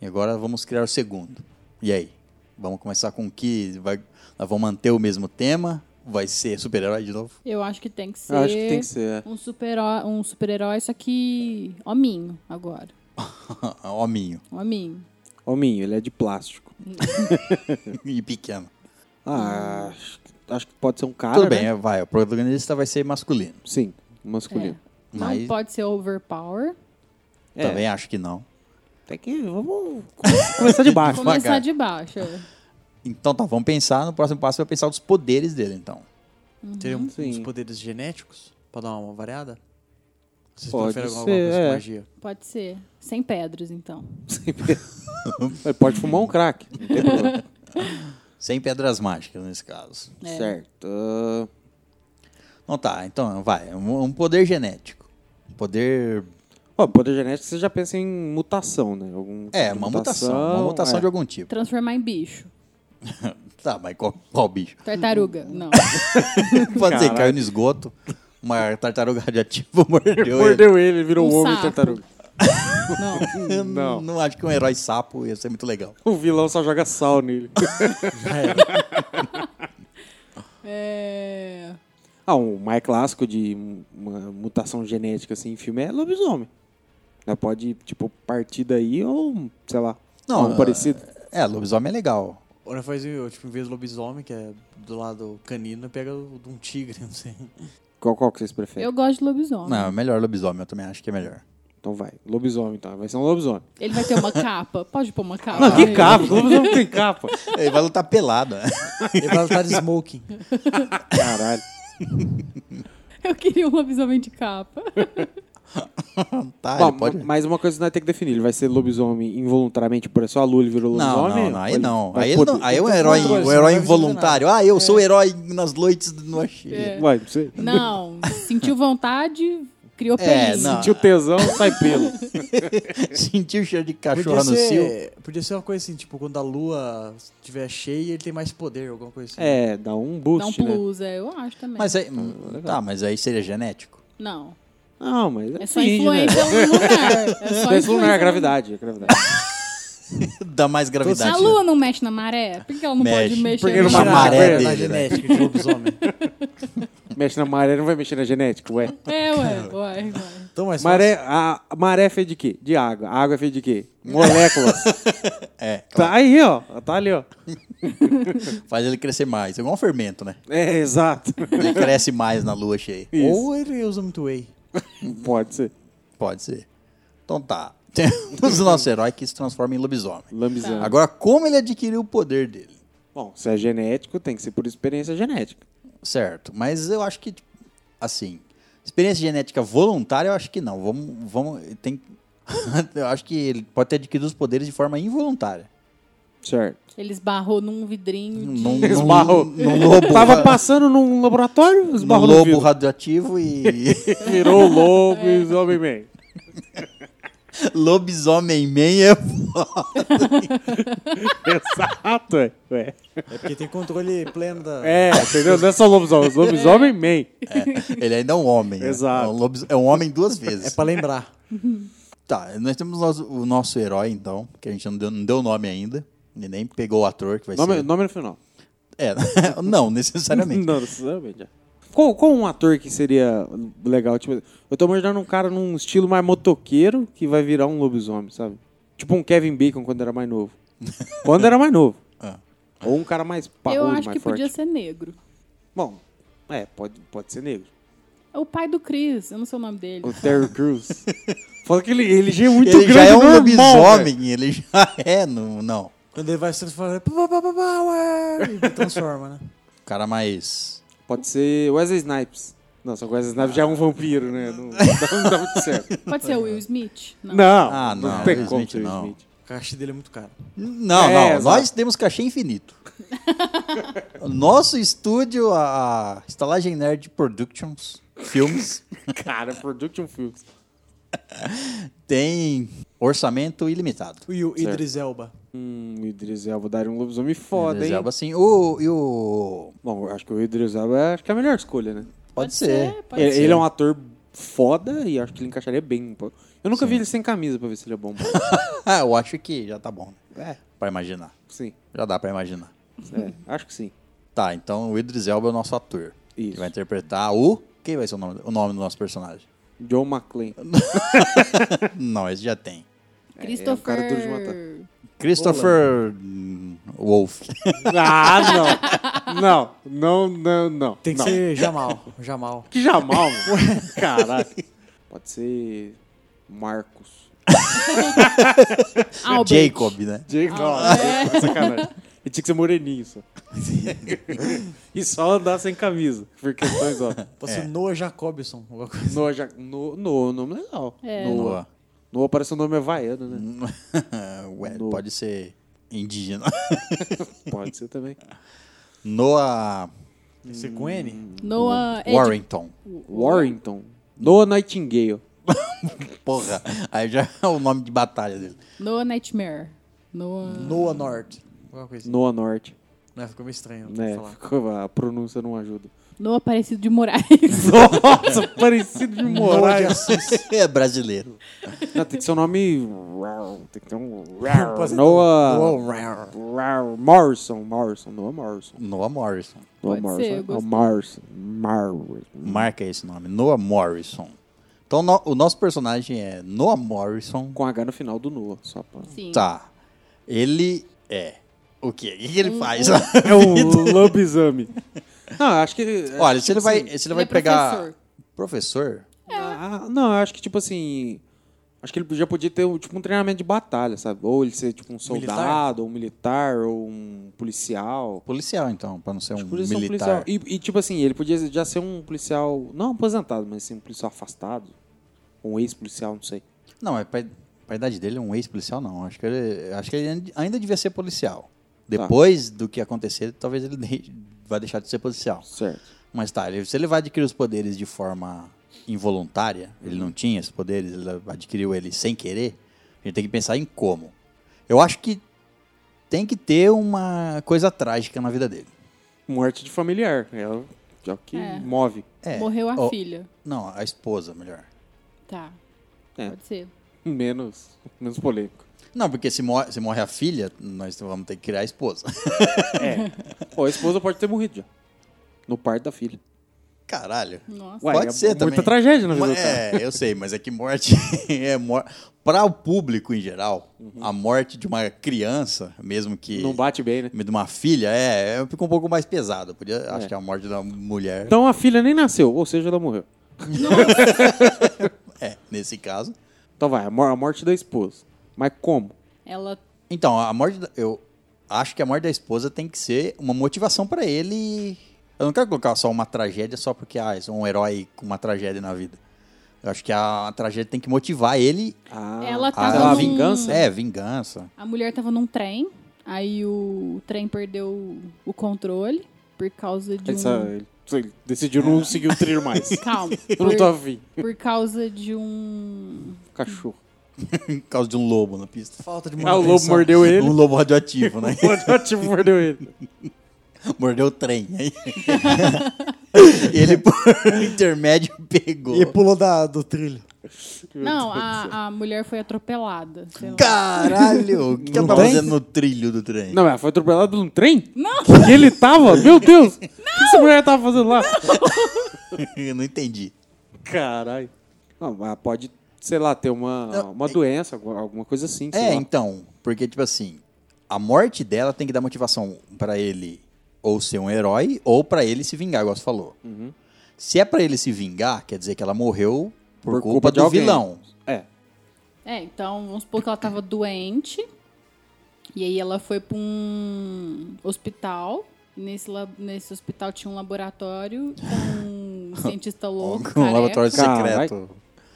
S1: E agora vamos criar o segundo. E aí? Vamos começar com o que? Vai, nós vamos manter o mesmo tema? Vai ser super-herói de novo? (laughs)
S4: Eu acho que tem que ser.
S2: Eu acho que tem que ser.
S4: Um super-herói, um super só que hominho agora.
S1: Hominho
S4: Hominho.
S2: Hominho, ele é de plástico.
S1: e pequeno.
S2: Ah, acho, acho que pode ser um cara.
S1: Tudo bem, é.
S2: né?
S1: vai. O protagonista vai ser masculino.
S2: Sim, masculino.
S1: Mas
S4: Não pode ser overpower.
S2: É.
S1: também é. acho que não.
S2: Tem que. Vamos começar de
S4: (laughs)
S2: baixo.
S4: Começar de baixo. é.
S1: Então tá, vamos pensar. No próximo passo vai pensar dos poderes dele, então.
S3: Teriam
S2: Uhum. Sim.
S3: uns poderes genéticos? Pra dar uma variada? Vocês
S2: Pode
S3: preferem alguma
S2: ser,
S3: coisa
S2: é.
S3: com magia?
S4: Pode ser. Sem pedras, então.
S2: Ele pode fumar um crack. Não tem problema.
S1: Sem pedras mágicas, nesse caso.
S4: É.
S2: Certo. ah,
S1: Não tá, então vai. Um, um poder genético. Um poder.
S2: Ó, poder genético você já pensa em mutação, né? Algum
S1: É,
S2: tipo de
S1: uma mutação. Uma mutação
S2: é.
S1: de algum tipo.
S4: Transformar em bicho.
S1: Tá, mas qual, qual bicho? (laughs)
S4: Tartaruga. Não.
S1: Pode ser,
S2: Caralho.
S1: caiu no esgoto, uma tartaruga radioativa (laughs) mordeu. ele.
S2: Mordeu ele, virou
S4: Um
S2: um homem
S4: sapo.
S2: tartaruga.
S4: Não.
S1: Eu
S2: (laughs)
S1: Não. acho que um herói sapo ia ser muito legal.
S2: O vilão só joga sal nele.
S4: É...
S2: ah, o mais clássico de mu- uma mutação genética assim, em filme é lobisomem. Ela pode, tipo, partir daí ou, sei lá,
S1: Não,
S2: algo parecido.
S1: É, lobisomem é legal.
S3: Ou nós faz, eu, tipo, em vez do lobisomem, que é do lado canino, pega o de um tigre, (laughs) não sei.
S2: Qual, qual que vocês preferem?
S4: Eu gosto de lobisomem.
S1: Não, é melhor lobisomem, eu também acho que é melhor.
S2: Então vai, lobisomem então, vai ser um lobisomem.
S4: Ele vai ter uma capa. Pode pôr uma capa.
S2: Não,
S1: Tá,
S4: nele?
S2: que capa, lobisomem
S1: (laughs)
S2: tem capa.
S1: Ele vai lutar pelado. né?
S3: Ele vai lutar de (laughs) smoking.
S2: Caralho.
S4: Eu queria um lobisomem de capa.
S1: (laughs) Tá,
S2: Bom,
S1: ele pode.
S2: ma- mas uma coisa que nós temos que definir, ele vai ser lobisomem involuntariamente, por só a lua ele virou
S1: Não,
S2: lobisomem?
S1: não, não, aí
S2: Ou ele
S1: não.
S2: vai
S1: Aí, ele não,
S2: poder-
S1: aí é um herói,
S3: controle,
S1: o
S3: você
S1: herói
S3: não vai fazer
S1: involuntário. Ah, eu sou
S2: É.
S1: o herói nas noites do Noche.
S4: É.
S2: Vai, não sei.
S4: Não. Sentiu vontade, criou
S1: É,
S4: pelinho.
S1: não.
S2: Sentiu tesão, sai
S1: (laughs)
S2: pelo.
S1: (laughs) Sentiu o cheiro de cachorro
S3: Podia
S1: no cio.
S3: ser, podia ser uma coisa assim, tipo, quando a lua estiver cheia, ele tem mais poder, alguma coisa assim.
S2: É, dá um boost,
S4: Dá um
S2: né?
S4: plus, é, eu acho também.
S1: Mas aí, tá, mas aí seria genético.
S4: Não.
S2: Não, mas
S4: É só
S2: finge, né?
S4: influência lunar. É só
S2: Pensa no lugar,
S4: influência
S2: gravidade, é gravidade.
S1: Dá mais
S4: Se a
S1: gravidade. né?
S4: lua não mexe na maré, por que ela não
S1: Mexe.
S4: pode mexer
S2: Porque
S4: na
S2: numa
S4: maré?
S1: maré
S3: é,
S1: dele,
S3: na
S1: né?
S3: genética de lobisomem.
S2: Mexe na maré, não vai mexer na genética, ué.
S4: É, ué, ué, ué.
S3: Então, mas
S2: Maré, a, a maré é feita de quê? De água. A água é feita de quê? Moléculas.
S1: (laughs) É,
S2: tá aí, ó. Tá ali, ó.
S1: faz ele crescer mais. É igual um fermento, né? (laughs)
S2: É, exato.
S4: (laughs)
S1: Ele cresce mais na lua cheia.
S3: Ou ele usa muito whey.
S2: Pode ser.
S1: Pode ser. Então tá. (laughs) Temos o nosso herói que se transforma em lobisomem.
S2: Lambizão.
S1: Agora, como ele adquiriu o poder dele?
S2: Tá. Bom, se é genético, tem que ser por experiência genética.
S1: Certo, mas eu acho que, assim, experiência genética voluntária, eu acho que não. Vamos, vamos, tem, (laughs) eu acho que ele pode ter adquirido os poderes de forma involuntária.
S2: Certo.
S4: Ele esbarrou num vidrinho de...
S1: Num- num-
S2: Esbarrou.
S1: Num lobo,
S2: Tava
S1: ra-
S2: passando num laboratório,
S1: num
S2: esbarrou no
S1: lobo
S2: vidro.
S1: radioativo e (laughs)
S2: Virou lobisomem man.
S1: lobisomem man é
S2: Exato, é. Ué.
S3: É porque tem controle pleno da.
S2: É, entendeu? Não é só lobisomem, lobisomem man.
S1: (laughs) Ele ainda é um homem. né?
S2: Exato.
S1: É um, lobis- é um homem duas
S2: (laughs)
S3: É
S1: vezes.
S3: pra lembrar.
S1: Tá, nós temos o nosso, o nosso herói, então, que a gente não deu, não deu nome ainda. E nem pegou o ator que vai
S2: Nome,
S1: ser.
S2: nome no final.
S1: É, (laughs) não,
S2: (laughs)
S1: necessariamente.
S2: Não, necessariamente. é. Qual, qual um ator que seria legal? Tipo, eu tô imaginando um cara num estilo mais motoqueiro que vai virar um lobisomem, sabe? Tipo um Kevin Bacon quando era
S1: (laughs)
S2: mais novo. quando era mais novo.
S1: Ah.
S2: Ou um cara mais parrudo,
S4: Eu
S2: mais
S4: acho que
S2: forte.
S4: podia ser negro.
S2: Bom, é, pode, pode
S1: (laughs)
S2: ser negro.
S4: É o pai do Chris, eu não sei o nome dele.
S2: O Terry Crews. (laughs) Fala que ele, ele já é muito
S1: ele
S2: grande
S1: já é um
S2: normal, velho.
S1: lobisomem, ele já (laughs) é, no, não.
S3: Quando ele vai se transformar, pá, pá, pá, pá, ué, ele transforma, né?
S1: O cara mais.
S2: Pode ser Wesley Snipes. Não, só conhece Snape já é um vampiro, né? Não, não dá muito certo.
S4: Pode ser o Will Smith?
S2: Não, não,
S1: Ah, (laughs) não,
S2: tem
S1: Will
S2: como
S1: Smith
S2: ser Will
S1: não.
S2: Smith.
S6: O caixa dele é muito caro.
S1: Não,
S2: É,
S1: não.
S2: exato.
S1: Nós temos cachê
S2: (laughs)
S1: infinito. Nosso estúdio, a Estalagem Nerd Productions
S2: (laughs)
S1: Filmes,
S2: Cara, um Production Films.
S1: tem orçamento ilimitado.
S6: E o
S2: Certo.
S6: Idris Elba.
S2: Hum, o Idris Elba daria um lobisomem foda,
S1: Idris
S2: hein?
S1: Elba, assim, o, e o-
S2: Bom, eu acho que o Idris Elba é, acho que é a melhor escolha, né?
S1: Pode, ser.
S4: pode
S2: ele,
S4: ser.
S2: ele é um ator foda e acho que ele encaixaria bem. pô. Eu nunca vi ele sem camisa pra ver se ele
S1: (laughs)
S2: é bom.
S1: Ah, eu acho que já tá bom. né?
S2: É.
S1: Pra imaginar.
S2: sim,
S1: Já dá pra imaginar.
S2: é, acho que sim.
S1: Tá, então o Idris Elba é o nosso ator.
S2: Isso.
S1: Que vai interpretar o... Quem vai ser o nome, o nome do nosso personagem?
S2: John McClane.
S1: não, esse já tem.
S4: Christopher...
S2: cara duro de matar.
S1: Christopher hum, Wolf.
S2: Ah, não. Não, não, não, não.
S6: Tem que
S2: não.
S6: ser Jamal. Jamal.
S2: Que Jamal, mano. Caralho. Pode ser Marcos.
S4: Albert.
S1: (laughs) Jacob, né?
S2: Diego,
S4: é.
S2: sacanagem. Ah, Ele tinha que ser moreninho só. e só andar sem camisa, por questões óbvias.
S3: É.
S6: Você Noah Jacobson. alguma coisa.
S2: Noah, ja no, no, nome legal.
S4: É.
S2: Noah. Noah parece um nome havaiano, né?
S1: (laughs) Ué,
S2: No-
S1: pode ser indígena. (laughs)
S2: Pode ser também.
S1: Noah
S3: assim. Hum.
S6: Tem que ser com N?
S4: Noah... Ed-
S1: Warrington.
S2: Warrington. Noah Nightingale.
S1: Porra, aí já é o nome de batalha dele.
S4: Noah Nightmare. Noah...
S6: Noah North. Alguma coisa.
S2: Noah Norte.
S6: Não, ficou meio estranho.
S2: Né?
S6: Falar.
S2: ficou- a pronúncia não ajuda.
S4: Noah Parecido de Moraes.
S2: (laughs) Nossa, parecido de Moraes.
S1: (laughs) é brasileiro.
S2: Não, tem que ser um nome. Tem que ter um.
S6: Pode ser
S3: um
S2: Noah.
S6: Noah
S2: Morrison. Morrison. Noah Morrison.
S1: Noah Morrison.
S2: Noah
S4: Pode
S2: Morrison.
S4: ser, eu
S2: é o
S4: gostei.
S2: Morrison. Morrison.
S1: Marca esse nome. Noah Morrison. Então no- o nosso personagem é Noah Morrison.
S2: Com H no final do Noah, só pra...
S4: Sim.
S1: Tá. Ele é. O quê? O que que ele faz?
S2: (laughs) É um lobisomem. Não, eu acho que...
S1: (laughs)
S2: é,
S1: Olha, se
S2: tipo
S1: ele vai,
S2: assim,
S1: se ele vai
S4: é
S1: pegar.
S4: professor.
S1: Professor?
S2: ah, não, eu acho que, tipo assim... Acho que ele já podia ter, um, tipo, um treinamento de batalha, sabe? Ou ele ser, tipo, um
S6: Militar?
S2: soldado, ou um militar, ou um policial.
S1: Policial, então, pra não ser um
S2: Por isso é um policial.
S1: militar.
S2: E, e, tipo assim, ele podia já ser um policial... Não aposentado, mas assim, um policial afastado. Um ex-policial, não sei.
S1: Não, é pra, pra idade dele, um ex-policial não. Acho que ele, acho que ele ainda- ainda devia ser
S2: Tá.
S1: policial. Depois do que acontecer, talvez ele de- vá deixar de ser policial.
S2: Certo.
S1: Mas tá, ele- se ele vai adquirir os poderes de forma involuntária, ele não tinha esses poderes, ele adquiriu ele sem querer, a gente tem que pensar em como. Eu acho que tem que ter uma coisa trágica na vida dele.
S2: Morte de familiar. É o, é o que
S4: É.
S2: move.
S1: É,
S4: Morreu a
S1: ó,
S4: filha.
S1: Não, a esposa, melhor.
S4: Tá.
S2: É.
S4: Pode ser.
S2: Menos, menos polêmico.
S1: Não, porque se morre, se morre a filha, nós vamos ter que criar a esposa. (laughs)
S2: Ou a esposa pode ter morrido já. No parto da filha.
S1: Caralho.
S4: Nossa.
S1: Ué, Pode
S2: é
S1: ser
S2: muita
S1: também.
S2: tragédia na vida
S1: Mas-
S2: do cara.
S1: É, eu sei, mas é que morte (laughs) é mor... para o público em geral, a morte de uma criança, mesmo que
S2: Uhum. Não bate bem, né?
S1: de uma filha, é, é fica um pouco mais pesado. Podia, Acho
S2: É.
S1: que a morte da mulher,
S2: Então a filha nem nasceu, ou seja, ela morreu.
S1: é, nesse caso.
S2: Então vai, a, mor- a morte da esposa. Mas como?
S4: Ela...
S1: Então, a morte da, eu acho que a morte da esposa tem que ser uma motivação pra ele. Eu não quero colocar só uma tragédia só porque ah, é um herói com uma tragédia na vida. Eu acho que a, a tragédia tem que motivar ele
S2: Ah,
S4: Ela
S1: a
S4: tava
S2: a
S4: num-
S2: vingança?
S1: É, vingança. (laughs)
S4: A mulher tava num trem. Aí o trem perdeu o controle por causa de um...
S2: Ele, sa- ele- ele decidiu não seguir o trilho mais.
S4: Calma.
S2: Eu não
S4: Por-
S2: tô afim.
S4: Por causa de um.
S2: Cachorro.
S1: Por causa de um lobo na pista.
S6: Falta de
S2: Ah, o
S6: manutenção.
S2: lobo
S1: (laughs)
S2: mordeu ele.
S1: Um lobo radioativo,
S2: (laughs)
S1: né?
S2: O radioativo mordeu ele.
S1: Mordeu o trem. Aí... ele, por (laughs) intermédio, pegou.
S6: E pulou da, do trilho.
S4: Não, a, a mulher foi atropelada. sei lá.
S1: Caralho! O que, que ela
S2: No
S1: tava
S2: trem?
S1: fazendo no trilho do trem?
S2: Não, mas foi atropelado por um trem? Não. E ele tava? Meu Deus! O que essa mulher tava fazendo lá?
S1: (laughs) Eu não entendi.
S2: Caralho. Não, mas pode, sei lá, ter uma,
S1: Não,
S2: uma
S1: é-
S2: doença, alguma alguma coisa assim. sei
S1: É,
S2: lá.
S1: então. Porque, tipo assim, a morte dela tem que dar motivação pra ele ou ser um herói ou pra ele se vingar, igual você falou. Se é pra ele se vingar, quer dizer que ela morreu por,
S2: Por
S1: culpa,
S2: culpa de
S1: do
S2: alguém.
S1: vilão.
S2: É.
S4: É, então vamos supor que ela tava doente. E aí ela foi pra um hospital. e Nesse, la- nesse hospital tinha um laboratório com cientista
S7: Um
S1: (laughs)
S4: louco.
S7: laboratório
S4: careca.
S2: Careca.
S7: secreto.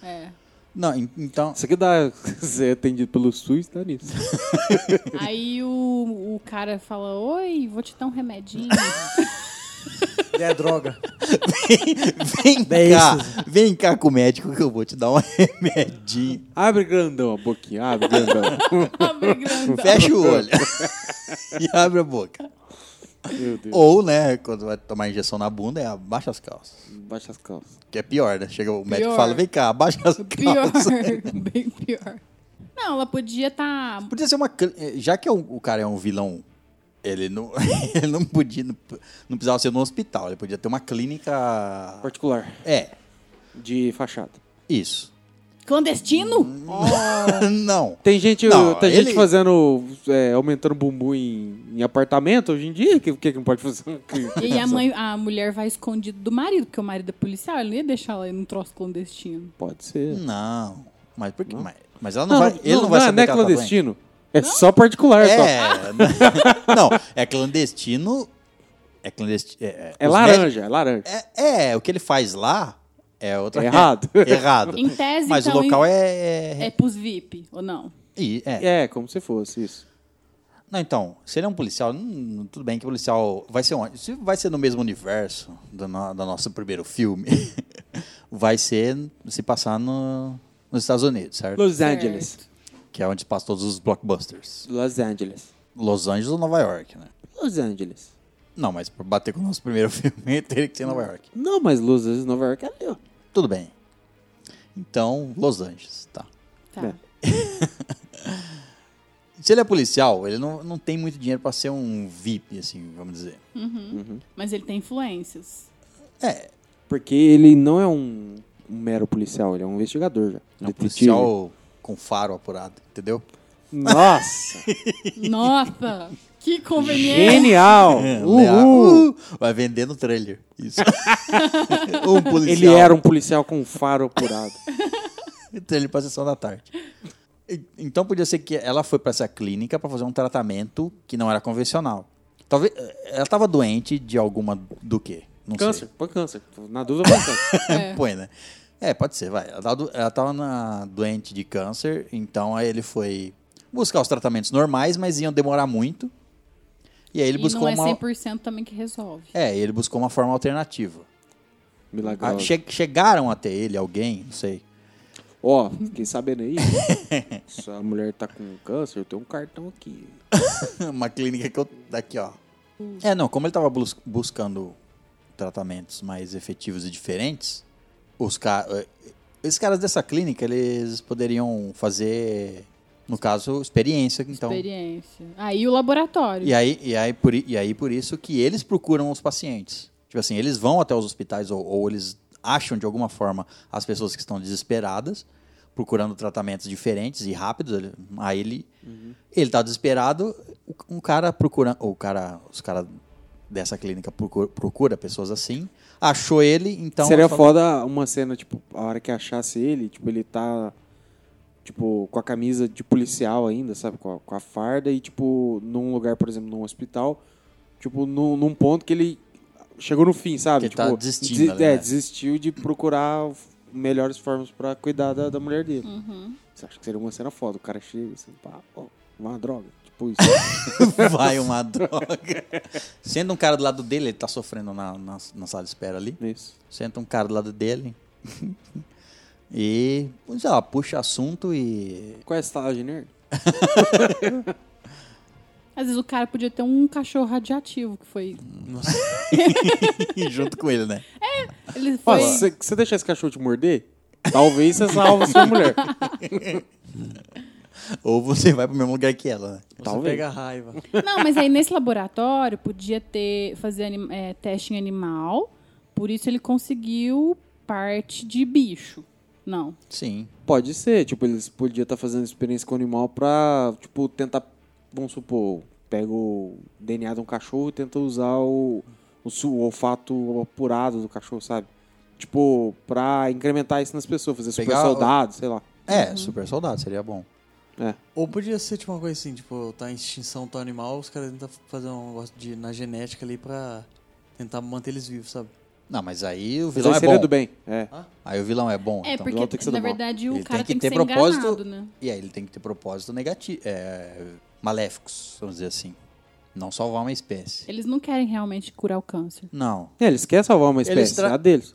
S4: É.
S1: Não, en- então.
S2: Isso aqui dá (laughs) ser atendido pelo SUS, tá nisso.
S4: Aí o, o cara fala: Oi, vou te dar um remedinho. (laughs)
S6: É
S2: (laughs)
S6: droga.
S1: (laughs) (laughs) Vem
S6: É
S1: cá,
S6: isso.
S1: vem cá com o médico que eu vou te dar um (laughs) remedinho.
S2: Abre grandão a boquinha, abre grandão.
S1: (laughs)
S4: Abre grandão.
S1: Fecha o (laughs) olho e abre a boca.
S2: Meu Deus,
S1: Ou, né, quando vai tomar injeção na bunda, é abaixa as calças.
S2: baixa as calças.
S1: Que é pior, né? Chega o médico
S4: Pior.
S1: e fala, vem cá, abaixa
S2: (laughs)
S1: as
S4: Pior,
S1: calças.
S4: (laughs) bem pior. Não, ela podia tá estar.
S1: Podia ser uma... cl- eh, Já que é um- o cara é um vilão, ele não, (laughs) ele não podia... Não, não precisava ser num hospital, ele podia ter uma clínica...
S2: Particular,
S1: É,
S2: de fachada.
S1: isso. (laughs) Hum,
S4: Clandestino?
S1: não.
S2: Tem gente,
S1: Não,
S2: tem
S1: ele-
S2: gente fazendo, é, aumentando bumbum em, em apartamento hoje em dia, que que, que não pode fazer? um
S1: (laughs)
S4: E a, mãe, a mulher vai escondida do marido, porque o marido é policial, ele não ia deixar ela ir num troço clandestino.
S2: Pode ser.
S1: Não. Mas por quê? Mas, mas ela não, vai... Ele não,
S2: não,
S1: vai
S2: não,
S1: saber
S2: não é
S1: que ela tá doente.
S2: clandestino. É só particular, só.
S1: É. (laughs) não, é clandestino. É clandestino. É,
S2: É
S1: os
S2: laranja, é laranja.
S1: médicos- É, é, o que ele faz lá (laughs) é outra
S2: É errado.
S1: (laughs) errado.
S4: Em tese,
S1: Mas
S4: então,
S1: o local
S4: em-
S1: é.
S4: É pros VIP, ou não?
S1: e- é.
S2: É, como se fosse isso.
S1: Não, então, se ele é um policial, hum, tudo bem que o policial vai ser onde? Se vai ser no mesmo universo do, no, do nosso primeiro filme, (laughs) vai ser se passar no, nos Estados Unidos, certo?
S2: Los Angeles.
S1: Que é onde se passa todos os blockbusters.
S2: Los Angeles.
S1: Los Angeles ou Nova York, né?
S2: Los Angeles.
S1: Não, mas pra bater com o nosso primeiro (laughs) filme, teria que ser em Nova York.
S2: Não, mas Los Angeles, Nova York é ali, ó.
S1: Tudo bem. Então, Los Angeles, tá.
S4: Tá.
S2: É.
S1: Se ele é policial, ele não, não tem muito dinheiro pra ser um VIP, assim, vamos dizer.
S4: Mas ele tem influências.
S1: É,
S2: Porque ele não é um, um mero policial, ele é um investigador já.
S1: é um policial com faro apurado, entendeu?
S2: Nossa!
S1: (laughs)
S4: Nossa, que conveniente.
S2: genial!
S1: É,
S2: Uhul!
S1: Uh, vai vender no trailer.
S2: (laughs)
S1: Isso. um policial.
S2: Ele era um policial com um faro apurado.
S1: Trailer pra sessão da tarde. E- Então podia ser que ela foi pra essa clínica pra fazer um tratamento que não era convencional. Talvez. eh, Ela tava doente de alguma do quê? Não sei. (laughs)
S2: câncer, põe câncer. Na dúvida, põe (laughs) câncer.
S1: Põe, né? É, pode ser, vai. Ela tava, do- ela tava na- doente de câncer, então aí ele foi buscar os tratamentos normais, mas iam demorar muito. E aí ele
S4: e
S1: buscou
S4: não é
S1: uma.
S4: 100% também que resolve.
S1: É, ele buscou uma forma alternativa. Ah,
S2: Milagroso.
S1: che- chegaram até ele, alguém, não sei.
S2: Ó, fiquei sabendo aí. Sua mulher tá com câncer, eu tenho um cartão aqui.
S1: (laughs) uma clínica que eu. Daqui, ó. É, não, como ele tava bus- buscando tratamentos mais efetivos e diferentes, os ca- eh, Esses caras dessa clínica, eles poderiam fazer, no caso, experiência, então.
S4: Experiência. Aí o laboratório.
S1: E aí, e, aí por, i- e aí por isso que eles procuram os pacientes. Tipo assim, eles vão até os hospitais ou, ou eles acham de alguma forma as pessoas que estão desesperadas, procurando tratamentos diferentes e rápidos. Ele- Aí ele
S2: Uhum.
S1: ele tá desesperado, o- um cara procura, ou o cara, os caras dessa clínica procura, procura pessoas assim, achou ele, então
S2: Seria
S1: falou-
S2: foda uma cena, tipo, a hora que achasse ele, tipo, ele tá, tipo, com a camisa de policial ainda, sabe? Com a, com a farda e, tipo, num lugar, por exemplo, num hospital, tipo, num, num ponto que ele chegou no fim, sabe?
S1: Que
S2: tipo,
S1: ele tá desistindo
S2: desi-
S1: ali,
S2: é,
S1: né?
S2: desistiu de procurar f- melhores formas pra cuidar da, da mulher dele. Você acha que seria uma cena foda? O cara chega assim, pá, ó, uma droga. Tipo isso.
S1: (laughs)
S2: (laughs)
S1: vai uma droga. Sendo um cara do lado dele, ele tá sofrendo na, na, na sala de espera ali.
S2: isso.
S1: Senta um cara do lado dele. (laughs) e, sei lá, puxa assunto e. (laughs)
S2: Qual é a estalagem nerd?
S4: Às vezes o cara podia ter um cachorro radioativo que foi.
S1: junto com ele, né?
S4: Ele
S2: Ó,
S4: foi.
S2: se se você deixar esse cachorro te morder, talvez você salve sua mulher.
S1: Ou você vai pro mesmo lugar que ela, né?
S6: Você
S2: Talvez.
S6: pega a raiva.
S4: Não, mas aí nesse laboratório podia ter fazer anim- é, teste em animal. Por isso ele conseguiu parte de bicho. Não.
S1: Sim.
S2: Pode ser, tipo, eles podiam estar fazendo experiência com o animal pra, tipo, tentar, vamos supor, pega o DNA de um cachorro e tenta usar o, o, su- o olfato apurado do cachorro, sabe? Tipo, pra incrementar isso nas pessoas, fazer super
S1: Pegar o-
S2: soldado, sei lá.
S1: É, super soldado, seria bom.
S6: Ou podia ser tipo uma coisa assim, tipo, tá em extinção tá um animal, os caras tentam fazer um negócio de, na genética ali pra tentar manter eles vivos, sabe?
S1: Não, mas aí o
S2: Mas aí
S1: vilão é
S2: seria
S1: bom.
S2: do bem. É.
S1: Aí o vilão é bom.
S4: É,
S1: então.
S2: vilão tem que
S4: porque,
S2: ser
S4: na
S2: do mal.
S4: verdade, o
S1: ele
S4: cara
S1: tem que
S4: tem
S1: ter
S4: ser
S1: propósito.
S4: enganado, né?
S1: E aí ele tem que ter propósito negativo. É, maléficos, vamos dizer assim. Não salvar uma espécie.
S4: Eles não querem realmente curar o câncer.
S1: Não.
S2: É, Eles querem salvar uma espécie, é
S1: tra-
S2: a deles.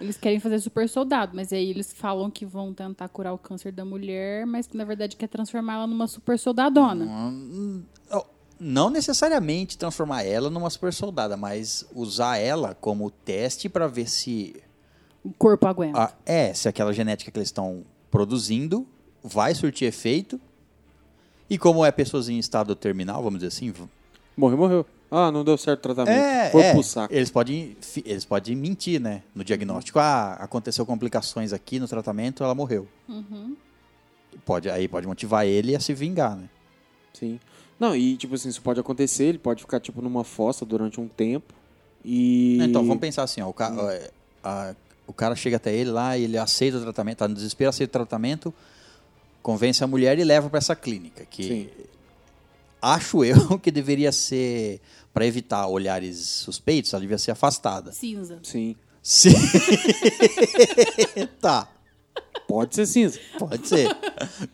S4: Eles querem fazer super soldado, mas aí eles falam que vão tentar curar o câncer da mulher, mas que na verdade quer transformá-la numa super soldadona.
S1: Hum. Não- Não necessariamente transformar ela numa super soldada, mas usar ela como teste para ver se
S4: O corpo aguenta.
S1: a- é se aquela genética que eles estão produzindo vai surtir efeito. E como é pessoas em estado terminal, vamos dizer assim, v-
S2: Morreu, morreu. Ah, não deu certo o tratamento.
S1: é,
S2: Foi
S1: é,
S2: pro saco.
S1: eles podem fi- eles podem mentir, né, no diagnóstico. Ah, aconteceu complicações aqui no tratamento, ela morreu.
S4: Uhum.
S1: Pode aí pode motivar ele a se vingar, né?
S2: Sim. Não, e tipo assim, isso pode acontecer, ele pode ficar tipo numa fossa durante um tempo. E.
S1: Então, vamos pensar assim, ó, o, ca- ó, a- o cara chega até ele lá, ele aceita o tratamento, tá no desespero, aceita o tratamento, convence a mulher e leva pra essa clínica, que
S2: Sim.
S1: acho (laughs) eu que deveria ser, pra evitar olhares suspeitos, ela devia ser afastada.
S4: Cinza.
S2: Sim.
S1: Sim. (laughs) tá,
S2: Pode ser cinza.
S1: pode ser.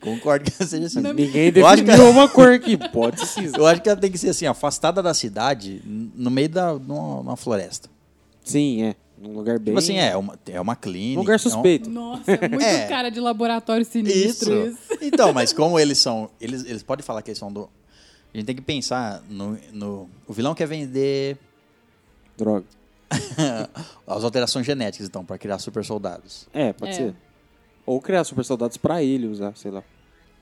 S1: Concordo que seja assim.
S2: Ninguém
S1: Eu acho que-
S2: definiu uma cor aqui. Pode ser cinza.
S1: Eu acho que ela tem que ser assim, afastada da cidade, n- no meio da numa, numa floresta.
S2: Sim, é. Num lugar bem.
S1: Tipo assim, é uma, é uma clínica.
S2: Um lugar
S1: é um-
S2: suspeito.
S4: Nossa, é muito
S1: É.
S4: cara de laboratório sinistro isso.
S1: (laughs) Então, mas como eles são. Eles, eles podem falar que eles são do. A gente tem que pensar no. no o vilão quer vender
S2: Droga.
S1: as alterações genéticas, então, pra criar super soldados.
S2: É, pode
S4: É.
S2: ser. Ou criar super soldados pra ele usar, sei lá.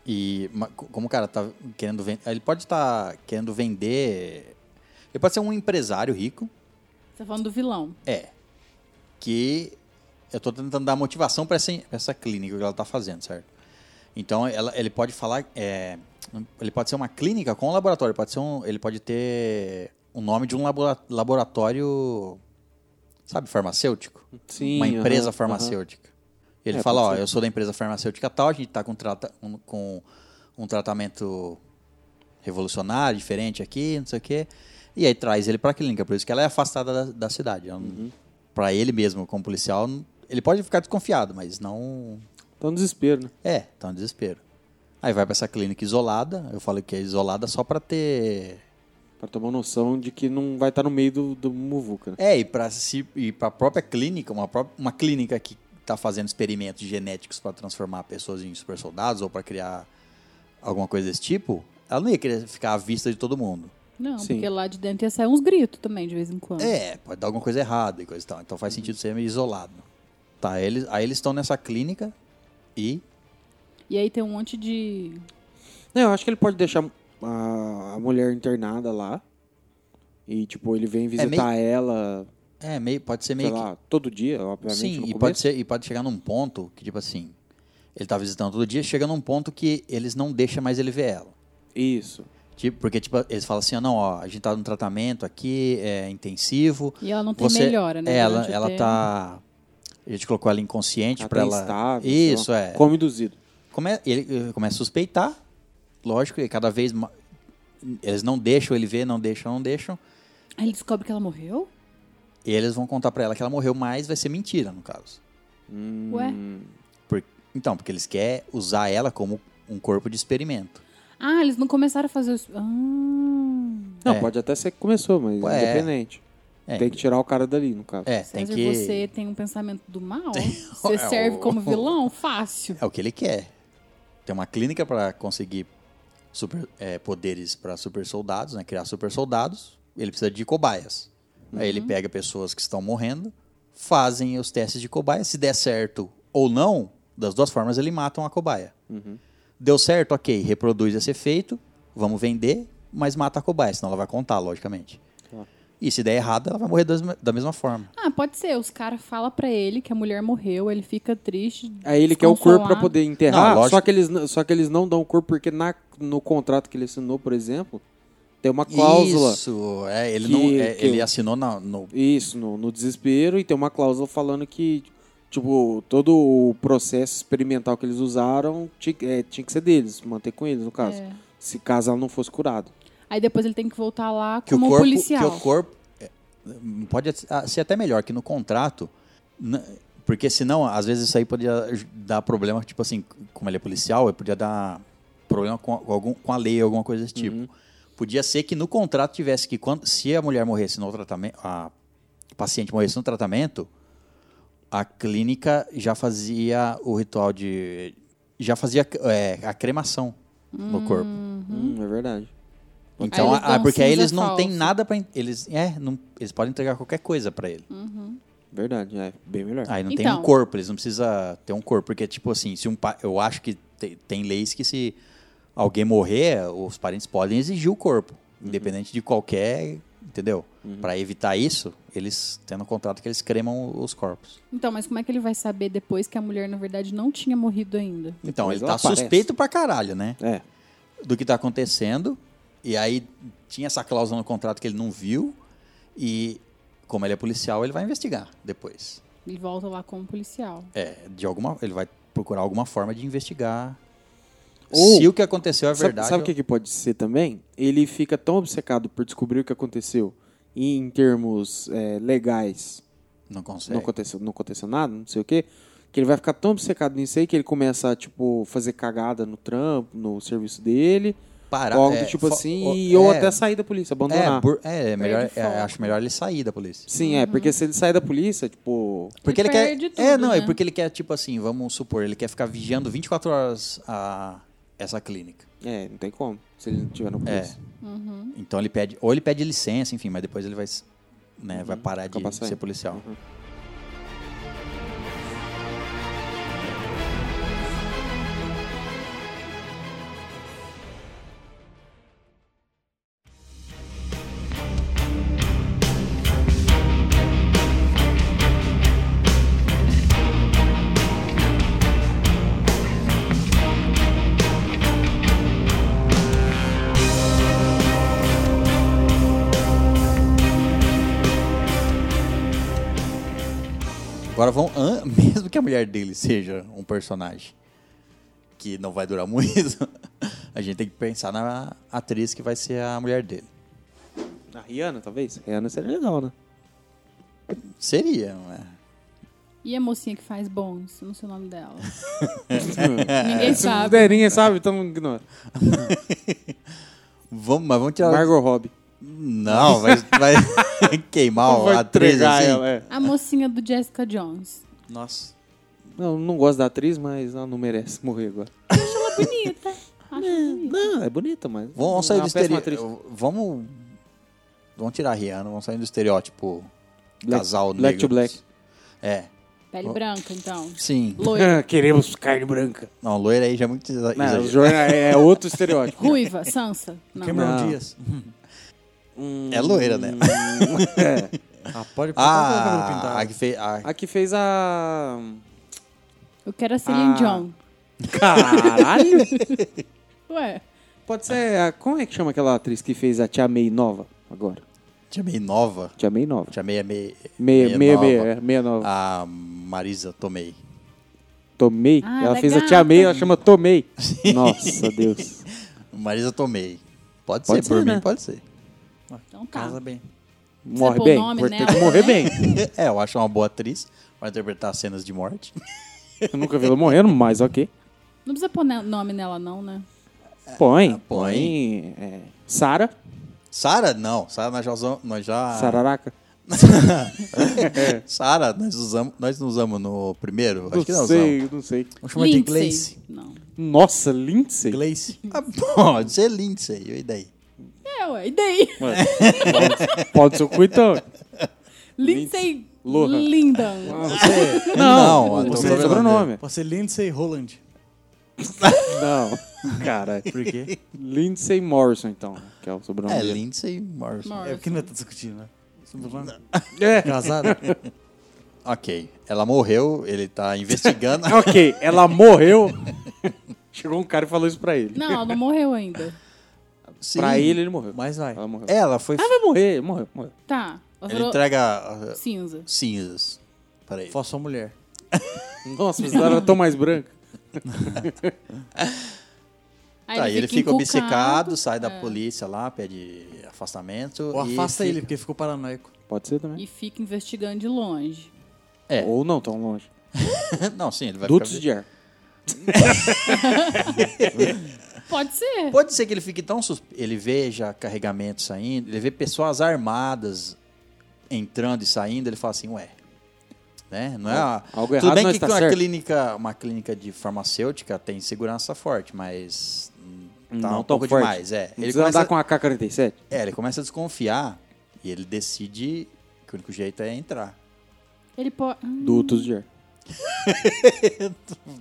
S1: E ma- co- como o cara tá querendo vender. Ele pode estar querendo vender. Ele pode ser um empresário rico.
S4: Você tá falando do vilão.
S1: É. Que eu tô tentando dar motivação pra essa, pra essa clínica que ela tá fazendo, certo? Então ela- ele pode falar. é, ele pode ser uma clínica com um laboratório. Pode ser um, ele pode ter o nome de um labora- laboratório, sabe, farmacêutico?
S2: Sim.
S1: uma
S2: aham,
S1: empresa
S2: aham.
S1: farmacêutica. Ele
S2: É,
S1: fala,
S2: pode
S1: ó,
S2: ser.
S1: eu sou da empresa farmacêutica tal, a gente tá com, trata- um, com um tratamento revolucionário, diferente aqui, não sei o quê. E aí traz ele pra clínica, por isso que ela é afastada da, da cidade. Ela não-
S2: Uhum.
S1: Pra ele mesmo, como policial, não- ele pode ficar desconfiado, mas não...
S2: Tá no desespero, né?
S1: É, tá um desespero. Aí vai pra essa clínica isolada, eu falo que é isolada só pra ter...
S2: Pra tomar noção de que não vai estar no meio do, do muvuca, né?
S1: É, e pra, si, e pra própria clínica, uma, pró- uma clínica que tá fazendo experimentos genéticos para transformar pessoas em super soldados ou para criar alguma coisa desse tipo, ela não ia querer ficar à vista de todo mundo.
S4: Não,
S2: Sim.
S4: porque lá de dentro ia sair uns gritos também, de vez em
S2: Hum.
S4: quando.
S1: É, pode dar alguma coisa errada e coisa e tal. Então faz sentido ser meio isolado. Tá, eles, aí eles estão nessa clínica e.
S4: E aí tem um monte de.
S2: É, eu acho que ele pode deixar a, a mulher internada lá. E, tipo, ele vem visitar ela,
S1: É, meio, pode ser
S2: sei
S1: meio.
S2: lá, todo dia, obviamente.
S1: Sim,
S2: no
S1: e
S2: começo.
S1: pode, ser, e pode chegar num ponto que, tipo assim, ele tá visitando todo dia, chega num ponto que eles não deixam mais ele ver ela.
S2: Isso.
S1: Tipo, porque tipo, eles falam assim, ó, não, ó, a gente tá num tratamento aqui, é intensivo.
S4: E ela não tem
S1: Você-
S4: melhora, né?
S1: é, ela,
S4: durante o
S1: ela
S4: tempo.
S1: tá. A gente colocou ela inconsciente
S2: Ela
S1: pra
S2: tá
S1: Tipo, ela.
S2: instável, sei
S1: Isso,
S2: lá.
S1: é.
S2: Como induzido.
S1: Come- ele eh, começa a suspeitar, lógico, e cada vez ma- eles não deixam ele ver, não deixam, não deixam.
S4: Aí ele descobre que ela morreu?
S1: E eles vão contar pra ela que ela morreu, mas vai ser mentira, no caso. Hum.
S4: Ué?
S1: Por- então, porque eles querem usar ela como um corpo de experimento.
S4: Ah, eles não começaram a fazer os. Ah.
S2: Não,
S1: É.
S2: pode até ser que começou, mas
S1: Ué, é.
S2: independente.
S1: É,
S2: Tem que tirar o cara dali, no caso.
S1: é, tem
S4: César,
S1: que.
S4: você tem um pensamento do mal?
S1: (laughs)
S4: Você
S1: É,
S4: serve
S1: o-
S4: como vilão? Fácil.
S1: É o que ele quer. Tem uma clínica para conseguir super, eh, poderes para super soldados, né? Criar super soldados. Ele precisa de cobaias. Aí
S2: Uhum.
S1: ele pega pessoas que estão morrendo, fazem os testes de cobaia. Se der certo ou não, das duas formas ele mata uma cobaia.
S2: Uhum.
S1: Deu certo, ok, reproduz esse efeito, vamos vender, mas mata a cobaia, senão ela vai contar, logicamente.
S2: Claro.
S1: E se der errado, ela vai morrer das- da mesma forma.
S4: Ah, pode ser. Os caras falam pra ele que a mulher morreu, ele fica triste.
S1: É
S2: Aí ele quer o corpo pra
S4: desconsolado.
S2: poder enterrar,
S1: Não, lógico.
S2: só, que eles, n- só que eles não dão o corpo porque na, no contrato que ele assinou, por exemplo, tem uma cláusula. Isso,
S1: Isso, é, ele,
S2: Que-
S1: não, é,
S2: que-
S1: ele assinou na- no
S2: no, no desespero, e tem uma cláusula falando que, tipo, todo o processo experimental que eles usaram ti- é, tinha que ser deles, manter com eles, no caso.
S4: É.
S2: Se caso ela não fosse curada.
S4: Aí depois ele tem que voltar lá
S1: que o
S4: como um
S1: corpo
S4: policial.
S1: que o corpo é, pode a- ser até melhor que no contrato, n- porque senão, às vezes, isso aí podia j- dar problema, tipo assim, como ele é policial, ele podia dar problema com, a- com algum, com a lei, alguma coisa desse tipo.
S4: Uhum.
S1: Podia ser que no contrato tivesse que, quando, se a mulher morresse no tratamento, a paciente morresse no tratamento, a clínica já fazia o ritual de. já fazia é, a cremação no corpo.
S2: Hum, é verdade.
S1: Então,
S4: eles
S1: ah,
S4: dão
S1: porque aí
S4: cinza
S1: eles não têm
S4: falsa.
S1: nada pra. en- Eles, é, não- eles podem entregar qualquer coisa pra ele.
S2: Verdade, é bem melhor.
S1: Aí não tem
S4: Hum. Então.
S1: um corpo, eles não precisam ter um corpo. Porque, tipo assim, se um pa- eu acho que te- tem leis que se alguém morrer, os parentes podem exigir o corpo. Independente de qualquer. Entendeu? Pra evitar isso, eles tendo um contrato que eles cremam os corpos.
S4: Então, mas como é que ele vai saber depois que a mulher, na verdade, não tinha morrido ainda?
S1: Então,
S2: Mas
S1: ele
S2: ela
S1: tá
S2: aparece.
S1: suspeito pra caralho, né?
S2: É.
S1: do que está acontecendo. E aí tinha essa cláusula no contrato que ele não viu. E como ele é policial, ele vai investigar depois.
S4: Ele volta lá como policial.
S1: É, de alguma, ele vai procurar alguma forma de investigar
S2: Ou-
S1: se o que aconteceu é
S2: Sabe-
S1: verdade.
S2: Sabe o que, que pode ser também? Ele fica tão obcecado por descobrir o que aconteceu e em termos é, legais.
S1: Não consegue.
S2: Não aconteceu, não aconteceu nada, não sei o quê. Que ele vai ficar tão obcecado nisso aí que ele começa a, tipo, fazer cagada no trampo, no serviço dele.
S1: Parar,
S2: ou algo
S1: é,
S2: do tipo
S1: fo-
S2: assim.
S1: o-
S2: e- ou
S1: é,
S2: até sair da polícia, abandonar.
S1: É, por- é, é melhor,
S4: Perde
S1: é,
S4: foco. né?
S1: acho melhor ele sair da polícia.
S2: Sim, é, porque se ele sair da polícia, tipo.
S1: Porque ele, quer.
S4: perde
S1: é,
S4: tudo,
S1: não, é
S4: né?
S1: porque ele quer, tipo assim, vamos supor, ele quer ficar vigiando 24 horas a essa clínica.
S2: É, não tem como. Se ele não tiver na
S1: É.
S2: polícia.
S1: Então ele pede, ou ele pede licença, enfim, mas depois ele vai, s- né,
S4: Uhum.
S1: vai parar de
S2: Acaba saindo.
S1: ser policial. Agora vão, an- (laughs) mesmo que a mulher dele seja um personagem que não vai durar muito, (laughs) a gente tem que pensar na atriz que vai ser a mulher dele.
S2: Na Rihanna, talvez? Rihanna seria legal, né?
S1: Seria, né?
S4: E a mocinha que faz bons? Não sei o nome
S1: (laughs)
S4: dela.
S1: É.
S2: (laughs)
S4: Ninguém
S2: Se não
S4: sabe.
S2: der, ninguém sabe, então ignora.
S1: Vamos, mas vamos tirar.
S2: Margot Robbie.
S1: Não, vai, vai (laughs) queimar
S2: Vai
S1: a atriz
S2: entregar
S1: assim.
S2: ela, é.
S4: A mocinha do Jessica Jones.
S1: Nossa.
S2: Não, não gosto da atriz, mas ela não merece morrer agora.
S1: (laughs)
S4: Bonita. Acho bonita.
S2: Não, é bonita, mas.
S1: Vamos
S2: é
S1: sair
S2: uma
S1: do
S2: péssima atriz.
S1: estereótipo. Vamos. Vamos tirar a Rihanna, vamos sair do estereótipo
S2: Black-
S1: casal
S2: Black
S1: negro.
S2: to black.
S1: É,
S4: Pele branca, então.
S1: sim.
S4: Loira.
S2: Ah, Queremos carne branca.
S1: Não, loira aí já é muito exa-
S2: Não, o
S1: exagero.
S2: Jordan é outro (laughs) estereótipo.
S4: Ruiva. Sansa. Não.
S2: Cameron Não. Hum,
S6: Dias.
S1: É loira, né?
S2: (laughs) É.
S6: Ah, pode pode colocar o cabelo
S1: Ah,
S6: pintado.
S1: a que fez. a-
S2: A que fez a.
S4: Eu quero a Celine
S2: Ah.
S4: Dion.
S2: Caralho!
S4: Ué.
S2: Pode ser. A... Como é que chama aquela atriz que fez a Tia May nova agora?
S1: Tia May nova.
S2: Tia May nova.
S1: Tia May é meia.
S2: Meia, meia,
S1: nova. Ah.
S2: meia, é, meia nova.
S1: A Marisa Tomei.
S2: Tomei.
S4: Ah,
S2: ela
S4: da
S2: fez a
S4: gata.
S2: Tia May, ela
S1: (laughs)
S2: chama Tomei. Nossa, Deus.
S1: Marisa Tomei. Pode,
S2: Pode
S1: ser,
S2: ser,
S1: por
S2: né?
S1: mim pode ser. (laughs)
S4: Então tá.
S1: bem.
S2: Morre
S4: pôr o
S2: bem.
S4: nome
S2: Tem que
S4: nela,
S2: morrer
S4: né?
S2: bem.
S1: é, eu acho uma boa atriz pra interpretar cenas de morte. (laughs)
S2: Eu nunca vi ela morrendo, mas ok.
S4: Não precisa pôr ne- nome nela, não, né?
S1: põe.
S2: Põe. Põe. é, Sara.
S1: Sara, não. Sara, nós já usamos. Nós já...
S2: (laughs) Sararaca.
S1: (laughs) Sara, nós usamos. Nós não usamos no primeiro?
S2: Não
S1: acho que não
S2: sei,
S1: usamos.
S2: não sei.
S1: Vamos chamar é de Glace.
S4: Lindsay. Não.
S2: Nossa, Lindsay.
S1: Glace. Ah, pode ser Lindsay, e daí?
S4: É, ué.
S1: (laughs)
S4: E daí?
S2: Ué, pode- Pode ser o coitão.
S4: Lindsay
S2: Lohan.
S4: Lindan.
S1: É
S6: Você,
S1: Não,
S2: não
S3: então
S1: não
S2: tem Então, é sobrenome.
S6: Pode ser Lindsay Holland.
S2: Não. Cara,
S6: Por quê?
S2: Lindsay Morrison, então, que é o sobrenome
S1: É,
S2: dele.
S1: Lindsay Morrison.
S4: Morrison.
S6: É porque não é tá discutindo, né?
S2: É, (laughs)
S6: Casada?
S1: Ok, ela morreu, ele tá
S2: (laughs)
S1: investigando.
S2: Ok, ela morreu. (laughs) Chegou um cara e falou isso pra ele.
S4: Não, ela não morreu ainda.
S1: Sim. é
S2: Pra ele, ele morreu.
S6: Mas vai.
S2: Ela morreu.
S1: Ela foi.
S2: Ah, vai morrer, morreu, morreu.
S4: Tá. Ela
S1: Ele
S4: falou
S1: entrega ah,
S4: cinza.
S1: cinzas pra ele.
S6: Faço sua mulher.
S2: Nossa, mas ela era tão mais branca.
S4: Aí
S1: Tá, e ele fica
S4: encucado.
S1: obcecado, sai da polícia lá, pede afastamento.
S6: Ou
S1: e
S6: afasta
S1: fica-
S6: ele, porque ficou paranoico.
S2: Pode ser também.
S4: e fica investigando de longe.
S1: É.
S2: Ou não tão longe.
S1: (laughs) Não, sim, ele vai
S2: Dutos
S1: ficar...
S2: de ar.
S4: Pode ser.
S1: Pode ser que ele fique tão suspe... Ele veja carregamento saindo, ele vê pessoas armadas entrando e saindo, ele fala assim, ué. Né? Não é a-
S2: Algo
S1: Tudo
S2: errado
S1: bem
S2: não
S1: que
S2: está
S1: uma
S2: certo.
S1: clínica, uma clínica de farmacêutica tem segurança forte, mas hum, tá
S2: Não
S1: um
S2: tão
S1: pouco
S2: forte.
S1: demais, é.
S2: Não
S1: Ele
S2: precisa
S1: começa,
S2: andar com a K-47.
S1: é, ele começa a desconfiar e ele decide que o único jeito é entrar.
S4: Ele, po- hum,
S2: Dutos de ar.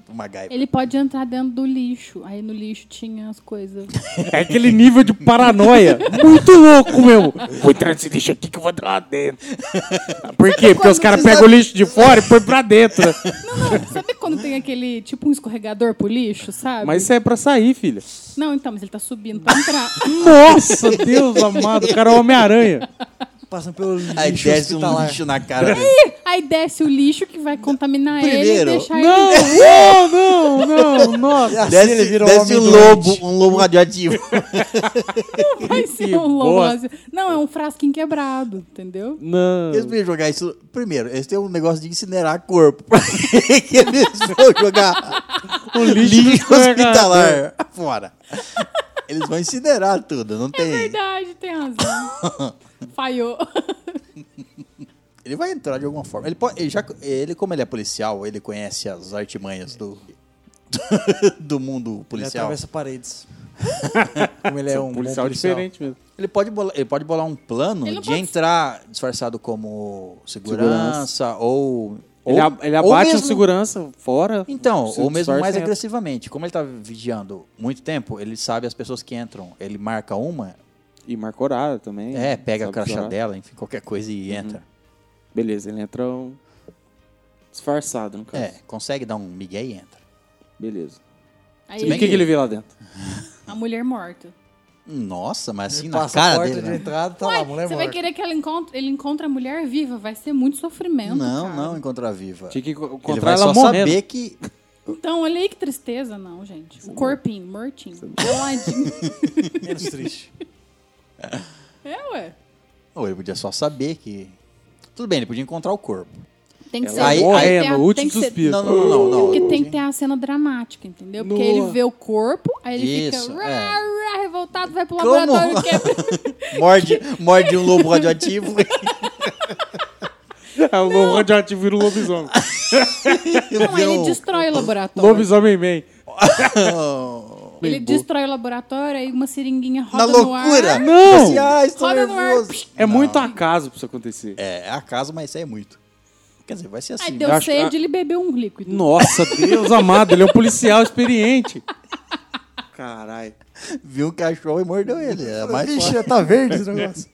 S1: Uma gaiva.
S4: ele pode entrar dentro do lixo. Aí no lixo tinha as coisas.
S2: É aquele nível de paranoia. Muito louco, meu. Vou entrar nesse lixo assim, aqui que eu vou entrar lá dentro. Por quê? Porque os caras pegam o lixo de fora e põem pra dentro. né?
S4: sabe quando tem aquele, tipo, um escorregador pro lixo, sabe?
S2: Mas isso é pra sair, filha.
S4: Não, então, mas ele tá subindo pra entrar.
S2: Nossa, Deus amado. O cara é o Homem-Aranha.
S6: Passando pelo lixo
S1: Aí desce um
S6: hospitalar.
S1: lixo na cara dele.
S4: Aí desce o lixo que vai contaminar ele e
S1: Primeiro,
S4: deixar
S2: Não,
S4: ele.
S2: oh, não, não, nossa.
S6: Assim
S1: Desce,
S6: ele vira um
S1: desce
S6: homem
S1: um
S6: doente.
S1: lobo, um lobo radioativo.
S4: (laughs)
S1: (laughs)
S4: Vai ser
S2: Que
S4: um lobo.
S2: bosta.
S4: Não, é um frasquinho quebrado, entendeu?
S2: Não.
S1: Eles podiam jogar isso. Primeiro, eles têm um negócio de incinerar corpo. (laughs) que eles vão jogar
S2: O lixo, do é
S1: lixo
S2: escorregador.
S1: hospitalar fora. Eles vão incinerar tudo, não tem.
S4: Verdade, tem razão. Falhou.
S1: Ele vai entrar de alguma forma. Ele, pode, ele, já, ele, como ele é policial, ele conhece as artimanhas do, (laughs) do mundo
S6: Ele
S1: policial.
S6: atravessa
S1: (laughs)
S6: paredes. Como ele é um bom
S2: Policial
S6: policial.
S2: diferente mesmo.
S1: Ele pode bolar, ele pode bolar um plano
S4: Ele não
S1: de
S4: pode-
S1: entrar disfarçado como segurança, ou.
S2: Ele,
S1: ou-
S2: a- ele
S1: ou
S2: abate o
S1: mesmo-
S2: segurança fora.
S1: Então,
S2: se
S1: ou mesmo
S2: disfarça
S1: mais
S2: e entra.
S1: agressivamente. Como ele tá vigiando muito tempo, ele sabe as pessoas que entram. Ele marca uma,
S2: E marca horário também.
S1: é, pega a
S2: Sabe
S1: crachá
S2: horário.
S1: dela, enfim, qualquer coisa
S2: Uhum,
S1: e entra.
S2: Beleza, ele entra um... disfarçado, no caso.
S1: É, consegue dar um migué e entra.
S2: Beleza.
S4: Aí
S2: E o que, que ele vê lá dentro?
S4: A mulher morta.
S1: Nossa, mas assim, na
S6: Passa a
S1: cara
S6: porta
S1: dele.
S6: de
S1: né?
S6: entrada, tá lá, a mulher
S4: Você vai
S6: morta.
S4: querer que ela encontre, ele encontre a mulher viva. Vai ser muito sofrimento.
S1: Não,
S4: cara.
S1: não encontrar viva.
S2: Tinha que enco-
S1: Ele
S2: encontrar
S1: vai só
S2: ela morrendo.
S1: saber que
S4: Então, olha aí que tristeza, não, gente. O corpinho, mortinho. Peladinho.
S6: Menos triste.
S4: É, ué.
S1: Ou ele podia só saber que. Tudo bem, ele podia encontrar o corpo.
S4: Tem que
S2: Ela
S4: ser.
S1: Aí-
S4: tem que
S2: morrendo,
S4: ter a-
S2: o último
S4: tem que ser-
S2: suspiro.
S1: Não, não, não, não.
S4: É
S1: não.
S4: porque tem que ter a cena dramática, entendeu? Porque
S2: Nua.
S4: ele vê o corpo, aí ele
S1: Isso,
S4: fica rá,
S1: é.
S4: rá, revoltado, vai pro
S1: Como?
S4: laboratório é quebra.
S1: Morde, morde um lobo radioativo.
S2: (laughs) É o lobo radioativo vira o (laughs) lobisomem.
S4: (laughs)
S1: (laughs)
S4: Não, ele
S1: Não.
S4: destrói o laboratório.
S2: lobisomem (laughs) man.
S4: Ele destrói o laboratório, aí uma seringuinha roda
S1: na loucura.
S4: no ar.
S2: Não.
S1: Assim, ah, estou
S4: Roda no ar.
S1: nervoso.
S2: É muito acaso pra isso acontecer.
S1: É, é acaso, mas isso aí é muito. Quer dizer, vai ser assim.
S4: Aí
S1: né?
S4: deu
S2: eu acho-
S4: sede, ele bebeu um líquido.
S2: Nossa, Deus amado, ele é um policial experiente. Caralho.
S1: Viu um cachorro e mordeu ele. É mais
S6: Vixe,
S1: forte.
S6: tá verde esse negócio.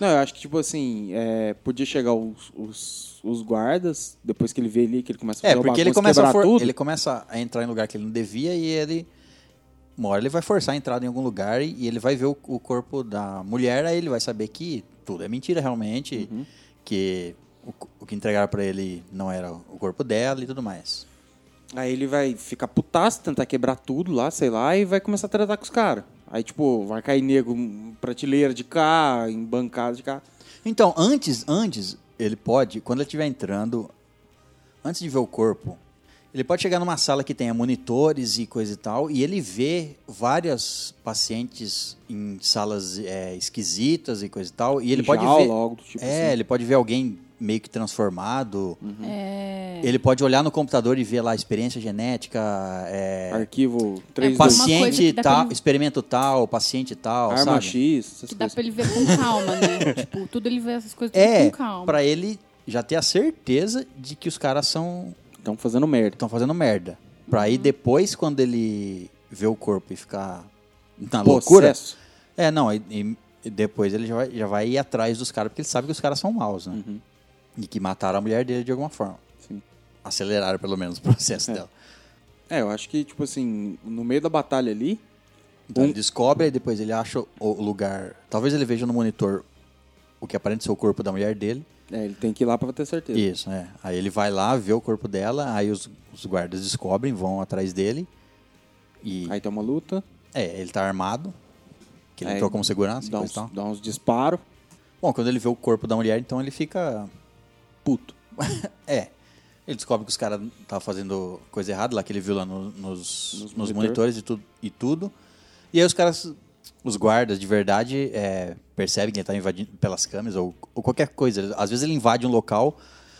S2: Não, eu acho que, tipo assim, é, podia chegar os, os, os guardas, depois que ele vê ali, que ele
S1: (laughs)
S2: começa a
S1: É,
S2: fazer uma
S1: porque ele
S2: bagunça,
S1: começa, a
S2: quebrar
S1: for-
S2: tudo.
S1: ele começa a entrar em lugar que ele não devia e ele. Uma hora ele vai forçar a entrada em algum lugar e, e ele vai ver o, o corpo da mulher, aí ele vai saber que tudo é mentira realmente, que o, co- o que entregaram pra ele não era o corpo dela e tudo mais.
S2: Aí ele vai ficar putaço, tentar quebrar tudo lá, sei lá, e vai começar a tratar com os caras. Aí, tipo, vai cair nego em prateleira de cá, em bancada de cá.
S1: Então, antes, antes, ele pode, quando ele estiver entrando, antes de ver o corpo, ele pode chegar numa sala que tenha monitores e coisa e tal, e ele vê várias pacientes em salas é, esquisitas e coisa e tal, e ele
S2: em
S1: pode
S2: jaula,
S1: ver.
S2: algo do tipo
S1: é,
S2: assim.
S1: ele pode ver alguém meio que transformado.
S4: Uhum. É,
S1: Ele pode olhar no computador e ver lá experiência genética, é,
S2: Arquivo 3
S4: Uma coisa
S1: paciente
S4: que dá pra
S1: tal,
S4: ele-
S1: experimento tal, paciente tal,
S2: arma
S1: sabe?
S2: X, essas
S4: Que dá
S2: coisas.
S4: pra ele ver com calma, né? tipo, tudo ele vê essas coisas tudo
S1: É,
S4: com calma.
S1: pra ele já ter a certeza de que os caras são
S2: Estão fazendo merda.
S1: estão fazendo merda. Pra aí depois, quando ele vê o corpo e ficar Tá na loucura.
S2: Processo.
S1: É, não, e, e- e depois ele já vai, já vai ir atrás dos caras, porque ele sabe que os caras são maus, né? E que mataram a mulher dele de alguma forma.
S2: Sim.
S1: Aceleraram pelo menos (laughs) o processo dela.
S2: É, eu acho que, tipo assim, no meio da batalha ali,
S1: Então ele descobre, aí depois ele acha o lugar. Talvez ele veja no monitor o que aparenta ser o corpo da mulher dele.
S2: é, ele tem que ir lá pra ter certeza.
S1: Isso, é. Aí ele vai lá, vê o corpo dela, aí os, os guardas descobrem, vão atrás dele. E
S2: Aí tem uma luta,
S1: é, ele tá armado. Que ele
S2: Aí
S1: entrou como segurança,
S2: dá
S1: coisa e
S2: uns,
S1: tal.
S2: dá uns disparos.
S1: Bom, quando ele vê o corpo da mulher, então ele fica puto. (laughs) é. Ele descobre que os caras estavam fazendo coisa errada lá, que ele viu lá no- nos, nos,
S2: monitor.
S1: monitores e, tu, e tudo. E aí os caras, os guardas de verdade, é, percebem que ele tá invadindo pelas câmeras ou, ou qualquer coisa. Às vezes ele invade um local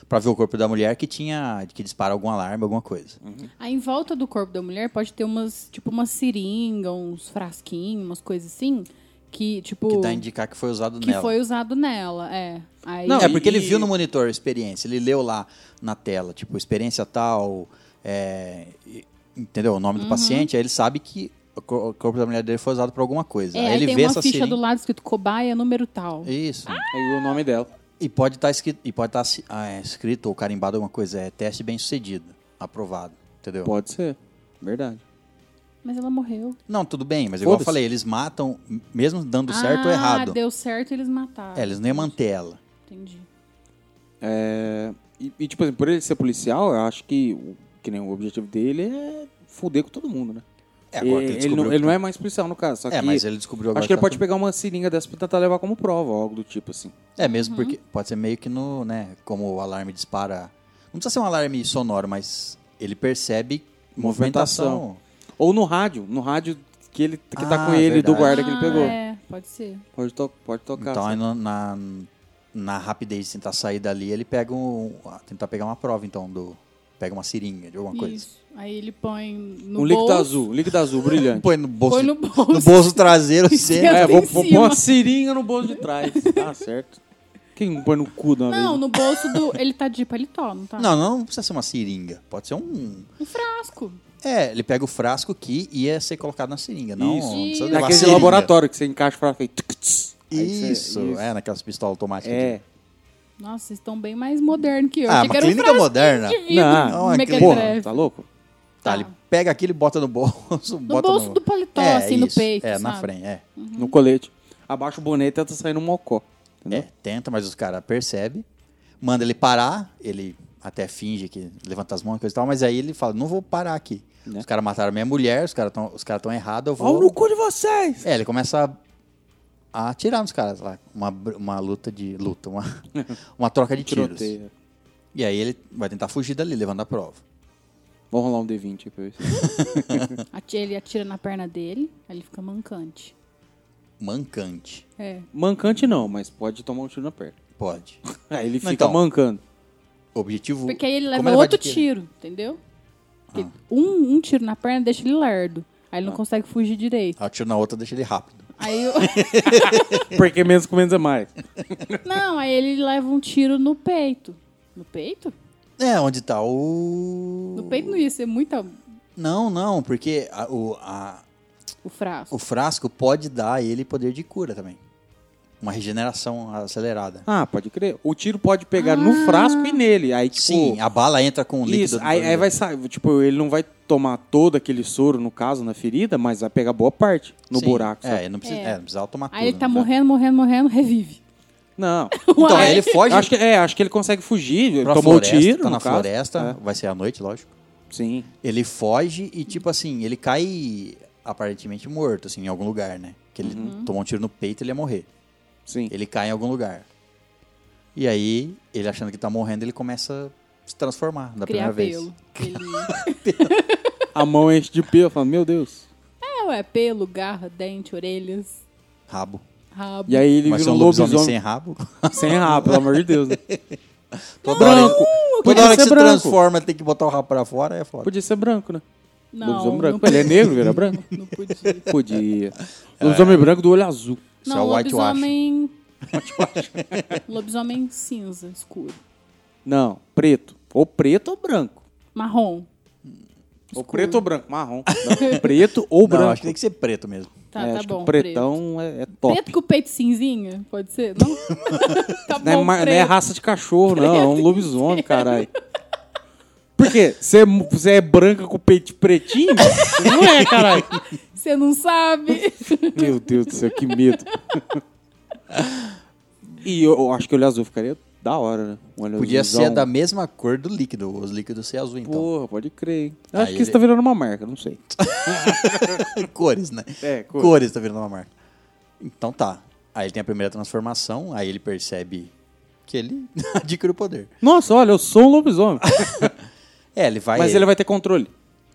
S1: pra ver o corpo da mulher que tinha. que dispara algum alarme, alguma coisa.
S4: Aí em volta do corpo da mulher pode ter umas, tipo, uma seringa, uns frasquinhos, umas coisas assim, que, tipo,
S1: Que dá a indicar que foi usado
S4: que
S1: nela.
S4: foi usado nela, é. Aí,
S1: Não,
S2: Não,
S1: é porque
S2: e-
S1: ele viu no monitor a experiência, ele leu lá na tela, tipo, experiência tal, é, e- entendeu? O nome
S4: Uhum.
S1: do paciente, aí ele sabe que o cor- o corpo da mulher dele foi usado para alguma coisa.
S4: é,
S1: aí
S4: aí
S1: ele
S4: tem
S1: vê
S4: uma
S1: essa
S4: ficha
S1: seringa.
S4: do lado escrito cobaia, número tal.
S1: Isso.
S2: Aí o nome dela.
S1: E pode estar escrito, e pode tá se- ah, é, escrito ou carimbado alguma coisa, é teste bem sucedido, aprovado, entendeu?
S2: Pode ser. Verdade.
S4: Mas ela morreu.
S1: Não, tudo bem, mas igual eu
S2: Foda-se.
S1: falei, eles matam mesmo dando certo
S4: ah,
S1: ou errado.
S4: deu certo eles mataram.
S1: É, eles nem mantêm ela.
S4: Entendi.
S2: É, e, e, tipo assim, por ele ser policial, eu acho que, o- que nem o objetivo dele é foder com todo mundo, né?
S1: É, agora
S2: E-
S1: que ele
S2: ele,
S1: descobriu
S2: não,
S1: que-
S2: ele não é mais policial, no caso. Só
S1: É,
S2: que
S1: mas ele descobriu agora
S2: acho que ele
S1: tá
S2: pode
S1: tudo-
S2: pegar uma seringa dessa pra tentar levar como prova, ou algo do tipo, assim.
S1: É mesmo
S4: Uhum.
S1: porque pode ser meio que no, né, como o alarme dispara. Não precisa ser um alarme sonoro, mas ele percebe movimentação.
S2: Movimentação. Ou no rádio, no rádio que ele que tá
S1: Ah,
S2: com ele, do
S1: verdade.
S2: guarda que ele pegou.
S4: É, pode ser.
S2: Pode, to- pode tocar.
S1: Então aí
S2: assim.
S1: no- na, na rapidez de tentar sair dali, ele pega um tentar pegar uma prova então do pega uma seringa de alguma coisa. assim.
S4: Isso. Aí ele põe no
S2: um líquido
S4: bolso,
S2: azul, líquido azul, brilhante.
S4: (laughs)
S1: Põe (laughs) no bolso,
S4: Põe no bolso.
S1: traseiro sempre.
S4: Põe
S2: é,
S4: lá
S2: vou,
S4: em
S2: vou pôr
S4: cima.
S2: uma seringa no bolso
S1: (laughs)
S2: de trás. Tá certo. Quem não põe no cu de uma
S4: Não,
S2: vez?
S4: no bolso do... Ele tá de paletó, não tá?
S1: É. Não, não precisa ser uma seringa, pode ser um.
S4: Um frasco.
S1: É, ele pega o frasco que ia ser colocado na seringa, não.
S2: Isso.
S1: não precisa levar
S2: Naquele
S1: seringa.
S2: laboratório que você encaixa pra frente.
S1: Isso, é naquelas pistolas automáticas.
S2: É.
S4: Nossa, vocês estão bem mais modernos que eu.
S1: Ah,
S4: Achei
S1: uma
S4: que era um
S1: clínica
S4: frasquinho
S1: moderna.
S4: de vidro,
S2: Não,
S1: é
S4: mequetrefe.
S2: Porra, tá louco?
S1: Tá,
S4: Tá.
S1: ele pega aquilo e bota no bolso. (laughs)
S4: No
S1: bota
S4: bolso do paletó,
S1: É,
S4: assim, no
S1: isso.
S4: peito,
S1: É, na
S4: sabe?
S1: frente, é.
S2: No colete. Abaixa o boné e tenta sair no mocó.
S1: É,
S2: Entendeu?
S1: tenta, mas os caras percebe, manda ele parar, ele até finge que levanta as mãos e coisa e tal, mas aí ele fala, não vou parar aqui.
S2: Né?
S1: Os caras mataram minha mulher, os caras tão, os caras tão errados, eu
S2: Pau
S1: vou...
S2: no cu de vocês!
S1: É, ele começa a, a atirar nos caras lá. Uma, br- uma luta de... luta,
S4: (laughs)
S1: uma, uma troca de tiros.
S2: Tiroteia.
S1: E aí ele vai tentar fugir dali, levando a prova.
S2: Vou rolar um D20 aí pra ver se- (laughs)
S4: Ati- Ele atira na perna dele, aí ele fica mancante.
S1: Mancante.
S4: É.
S2: Mancante não, mas pode tomar um tiro na perna. (laughs)
S1: Pode.
S2: Aí ele
S1: Não,
S2: fica
S1: então.
S2: mancando.
S1: Objetivo...
S4: Porque aí ele
S1: como
S4: leva
S1: vai
S4: outro
S1: de tiro? Ah.
S4: tiro, entendeu? Porque Um, um tiro na perna deixa ele lerdo. Aí ele não consegue fugir direito.
S1: Ah, o tiro na outra deixa ele rápido.
S4: Aí eu- (laughs)
S2: Porque menos com menos é mais.
S4: Não, aí ele leva um tiro no peito. No peito?
S1: É, onde tá o.
S4: No peito não ia ser muita
S1: Não, não, porque a- o, a-
S4: o frasco.
S1: o frasco pode dar a ele poder de cura também. Uma regeneração acelerada.
S2: Ah, pode crer. O tiro pode pegar no frasco e nele. Aí, tipo,
S1: Sim, a bala entra com o líquido.
S2: Isso,
S1: do
S2: aí, aí vai sair. Tipo, ele não vai tomar todo aquele soro, no caso, na ferida, mas vai pegar boa parte no
S1: Sim,
S2: buraco. sabe?
S1: É, não precisa, é. não precisava tomar tudo.
S4: Aí ele tá
S1: né?
S4: morrendo, morrendo, morrendo, revive.
S2: (laughs) Não.
S1: Então,
S4: Uai.
S1: aí ele foge
S2: acho que, é, acho que ele consegue fugir.
S1: pra
S2: tomou o
S1: floresta,
S2: tiro.
S1: tá
S2: no
S1: na
S2: caso.
S1: floresta, vai ser à noite, lógico.
S2: É, sim.
S1: Ele foge e, tipo assim, ele cai aparentemente morto, assim, em algum lugar, né? Que ele
S2: Uhum.
S1: tomou um tiro no peito ele ia morrer.
S2: Sim.
S1: Ele cai em algum lugar. E aí, ele achando que tá morrendo, ele começa a se transformar da primeira
S4: Criar
S1: vez.
S4: pelo. Ele...
S2: A mão enche de pelo. Fala, meu Deus.
S4: É, ué, pelo, garra, dente, orelhas,
S1: Rabo.
S4: rabo.
S2: E aí ele
S1: Mas ser
S2: vira um
S1: um lobisomem,
S2: lobisomem
S1: sem rabo.
S2: (laughs) sem rabo, pelo amor de Deus.
S1: (laughs)
S2: Né?
S1: Toda hora, toda hora que se
S2: ser branco.
S1: transforma, tem que botar o rabo pra fora, é foda.
S2: Podia ser branco, né?
S4: não,
S1: um
S2: lobisomem branco.
S4: não
S2: Ele é negro, vira branco?
S1: (laughs)
S4: podia, Não podia.
S2: Podia.
S1: É.
S2: Lobisomem branco do olho azul.
S1: Isso
S4: não,
S1: é whitewash.
S4: lobisomem... (laughs) lobisomem cinza, escuro.
S2: Não, preto. Ou preto ou branco.
S4: Marrom.
S2: Ou preto ou branco,
S1: (laughs)
S2: marrom. Não, preto ou
S1: Não,
S2: branco.
S1: acho que tem que ser preto mesmo.
S4: Tá,
S2: É,
S4: tá
S2: acho
S4: bom.
S2: que pretão é, é
S4: Preto.
S2: top.
S4: Preto com o peito cinzinha? Pode
S2: (laughs)
S4: ser? Não? tá bom,
S2: Não é, ma- não é
S4: preto.
S2: raça de cachorro, não. É um (laughs) lobisomem, caralho. Por quê? Você é, mu- você é branca com o peito pretinho? (laughs) não é, caralho.
S4: Você
S2: (laughs)
S4: não sabe?
S2: Meu Deus do céu, que medo. E eu, eu acho que o olho azul ficaria da hora, né? Um olho
S1: Podia
S2: azulzão.
S1: ser da mesma cor do líquido, os líquidos ser azul, então.
S2: Porra, pode crer. hein?
S1: Aí
S2: Acho que
S1: ele-
S2: isso tá virando uma marca, não sei.
S1: (laughs) Cores, né?
S2: É, cores.
S1: cores. tá virando uma marca. Então tá. Aí ele tem a primeira transformação, aí ele percebe que ele (laughs) adquire o poder.
S2: Nossa, olha, eu sou um lobisomem.
S1: É, ele vai.
S2: Mas ele vai ter controle.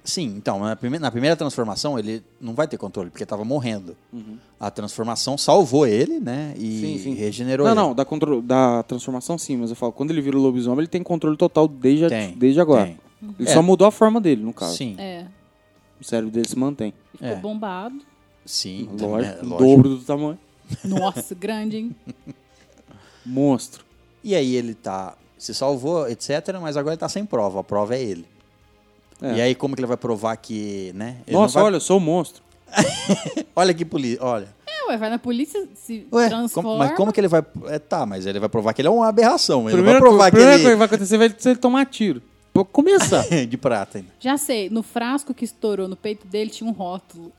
S1: Sim, então, na prime- na primeira transformação ele não vai ter controle, porque tava morrendo. A transformação salvou ele, né? E
S2: Uhum. Sim, sim.
S1: regenerou
S2: não,
S1: ele.
S2: não, da, contro- da transformação sim, mas eu falo, quando ele vira o lobisomem, ele tem controle total desde, a-
S1: Tem,
S2: desde agora.
S1: tem.
S2: Ele
S1: É.
S2: só mudou a forma dele, no caso.
S1: Sim,
S4: É.
S2: O cérebro dele se mantém.
S4: Ficou bombado.
S1: sim. então, né,
S2: Lógico, o
S1: lógico.
S2: dobro do tamanho.
S4: Nossa, grande, hein?
S2: Monstro.
S1: E aí ele tá. Se salvou, etc., mas agora ele tá sem prova. A prova é ele.
S2: É.
S1: E aí, como que ele vai provar que, né? ele
S2: Nossa,
S1: não vai-
S2: olha, eu sou um monstro.
S1: Olha que polícia. Olha.
S4: É, ué, vai na polícia, se
S1: Ué,
S4: transforma.
S1: como- mas como que ele vai. é, tá, mas ele vai provar que ele é uma aberração. Ele vai
S2: Primeira co-
S1: provar que
S2: primeira coisa
S1: (laughs)
S2: que
S1: ele.
S2: vai acontecer vai ser ele tomar tiro. Pra começar.
S1: de prata ainda.
S4: Já sei, no frasco que estourou no peito dele tinha um rótulo.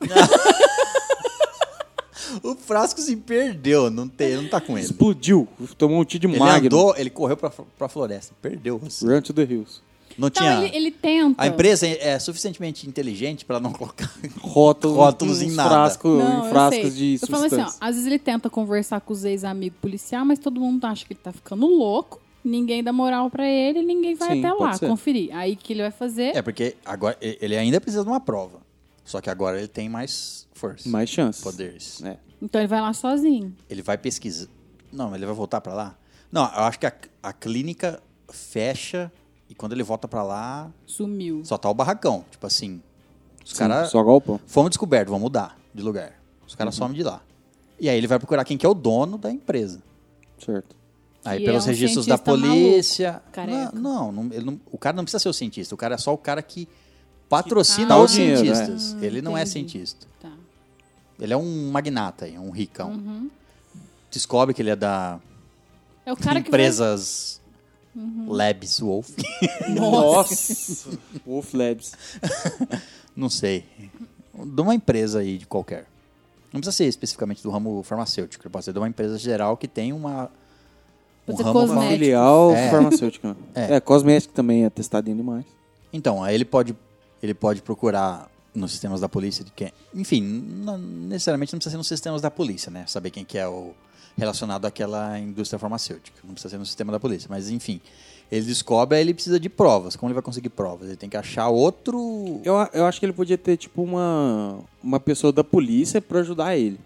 S1: O frasco se perdeu, não, tem, não tá com (laughs) ele.
S2: Explodiu. Tomou um tiro de
S1: Ele
S2: magno.
S1: andou, ele correu pra, pra floresta. Perdeu. assim.
S2: Run to the Hills.
S1: Não
S4: Então
S1: tinha.
S4: ele, ele tenta.
S1: A empresa é é suficientemente inteligente pra não (laughs) colocar.
S2: Rótulos,
S1: Rótulos
S2: em
S1: em nada.
S2: frascos,
S4: Não,
S2: em
S4: eu
S2: frascos
S4: sei.
S2: de
S4: Eu falo assim, ó,
S2: substâncias.
S4: às vezes ele tenta conversar com os ex-amigos policiais, mas todo mundo acha que ele tá ficando louco. Ninguém dá moral pra ele, ninguém vai
S2: Sim,
S4: até
S2: pode
S4: lá
S2: ser.
S4: conferir. Aí o que ele vai fazer?
S1: É, porque agora e- ele ainda precisa de uma prova. Só que agora ele tem mais força.
S2: Mais chances.
S1: Poderes.
S2: É.
S4: Então ele vai lá sozinho.
S1: Ele vai pesquisar. Não, ele vai voltar pra lá? Não, eu acho que a, a clínica fecha e quando ele volta pra lá,
S4: Sumiu.
S1: só tá o barracão. Tipo assim. Os
S2: Sim,
S1: caras.
S2: Só Uhum. galpão.
S1: Fomos descobertos, vamos mudar de lugar. Os caras somem de lá. E aí ele vai procurar quem que é o dono da empresa.
S2: Certo.
S1: Aí
S4: Que
S1: pelos
S4: é um
S1: registros da
S4: cientista maluco,
S1: polícia.
S4: careca.
S1: não, não, não- ele não- o cara não precisa ser o cientista. O cara é só o cara que patrocina
S4: Ah,
S1: os
S4: o Ah,
S2: dinheiro,
S1: cientistas. Ele não é
S4: entendi.
S1: cientista.
S4: Tá.
S1: Ele é um magnata, aí, um ricão. Descobre que ele é da
S4: É Uhum. o cara que Uhum.
S1: empresas Labs Wolf. (laughs)
S4: vai...
S2: Nossa! (laughs) Wolf Labs.
S1: não sei. De uma empresa aí de qualquer. Não precisa ser especificamente do ramo farmacêutico. Pode ser de uma empresa geral que tem uma.
S4: Pode ser
S1: ramo
S4: cosmético.
S1: farmacêutico.
S2: Filial
S1: É.
S2: farmacêutica.
S1: É.
S2: É. cosmético também é testado em animais.
S1: Então, aí ele pode, ele pode procurar nos sistemas da polícia de quem. Enfim, não- necessariamente não precisa ser nos sistemas da polícia, né? Saber quem que é o relacionado àquela indústria farmacêutica. Não precisa ser no sistema da polícia, mas enfim. Ele descobre, aí ele precisa de provas. Como ele vai conseguir provas? Ele tem que achar outro.
S2: Eu, a- eu acho que ele podia ter, tipo, uma, uma pessoa da polícia pra ajudar ele.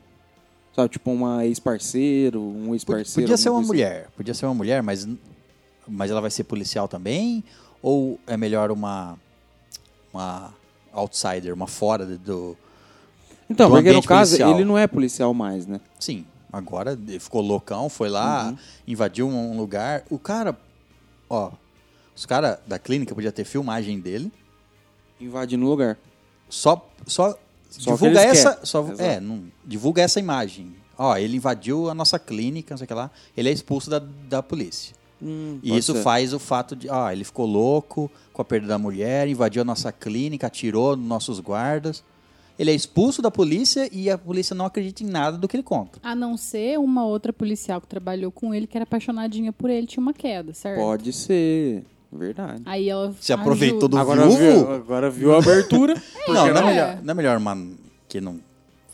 S2: Sabe, tipo, uma ex-parceiro, um
S1: Pod-
S2: ex-parceiro.
S1: Podia ser uma
S2: alguma coisa
S1: mulher, podia ser uma mulher, mas, mas ela vai ser policial também? Ou é melhor uma, uma outsider, uma fora do.
S2: assim. Então,
S1: do
S2: porque
S1: um
S2: no
S1: ambiente
S2: caso,
S1: policial.
S2: ele não é policial mais, né?
S1: Sim, agora ele ficou loucão, foi lá,
S2: Uhum.
S1: invadiu um lugar. O cara, ó, os caras da clínica podia ter filmagem dele,
S2: Invade no lugar.
S1: só só,
S2: Só
S1: divulga
S2: que eles
S1: essa,
S2: querem.
S1: só,
S2: Exato.
S1: é, não, divulga essa imagem. Ó, ele invadiu a nossa clínica, não sei o que lá. Ele é expulso da, da polícia. E
S2: Hum, Pode
S1: isso
S2: ser.
S1: faz o fato de, ah, ele ficou louco com a perda da mulher, invadiu a nossa clínica, atirou nos nossos guardas. Ele é expulso da polícia e a polícia não acredita em nada do que ele conta.
S4: A não ser uma outra policial que trabalhou com ele, que era apaixonadinha por ele, tinha uma queda, certo?
S2: Pode ser. Verdade.
S4: Aí ela
S1: Se aproveitou do
S2: Agora
S1: viúvo?
S2: viu, agora viu a abertura.
S1: Não, não é
S4: né?
S1: melhor, não é melhor, mano, que não.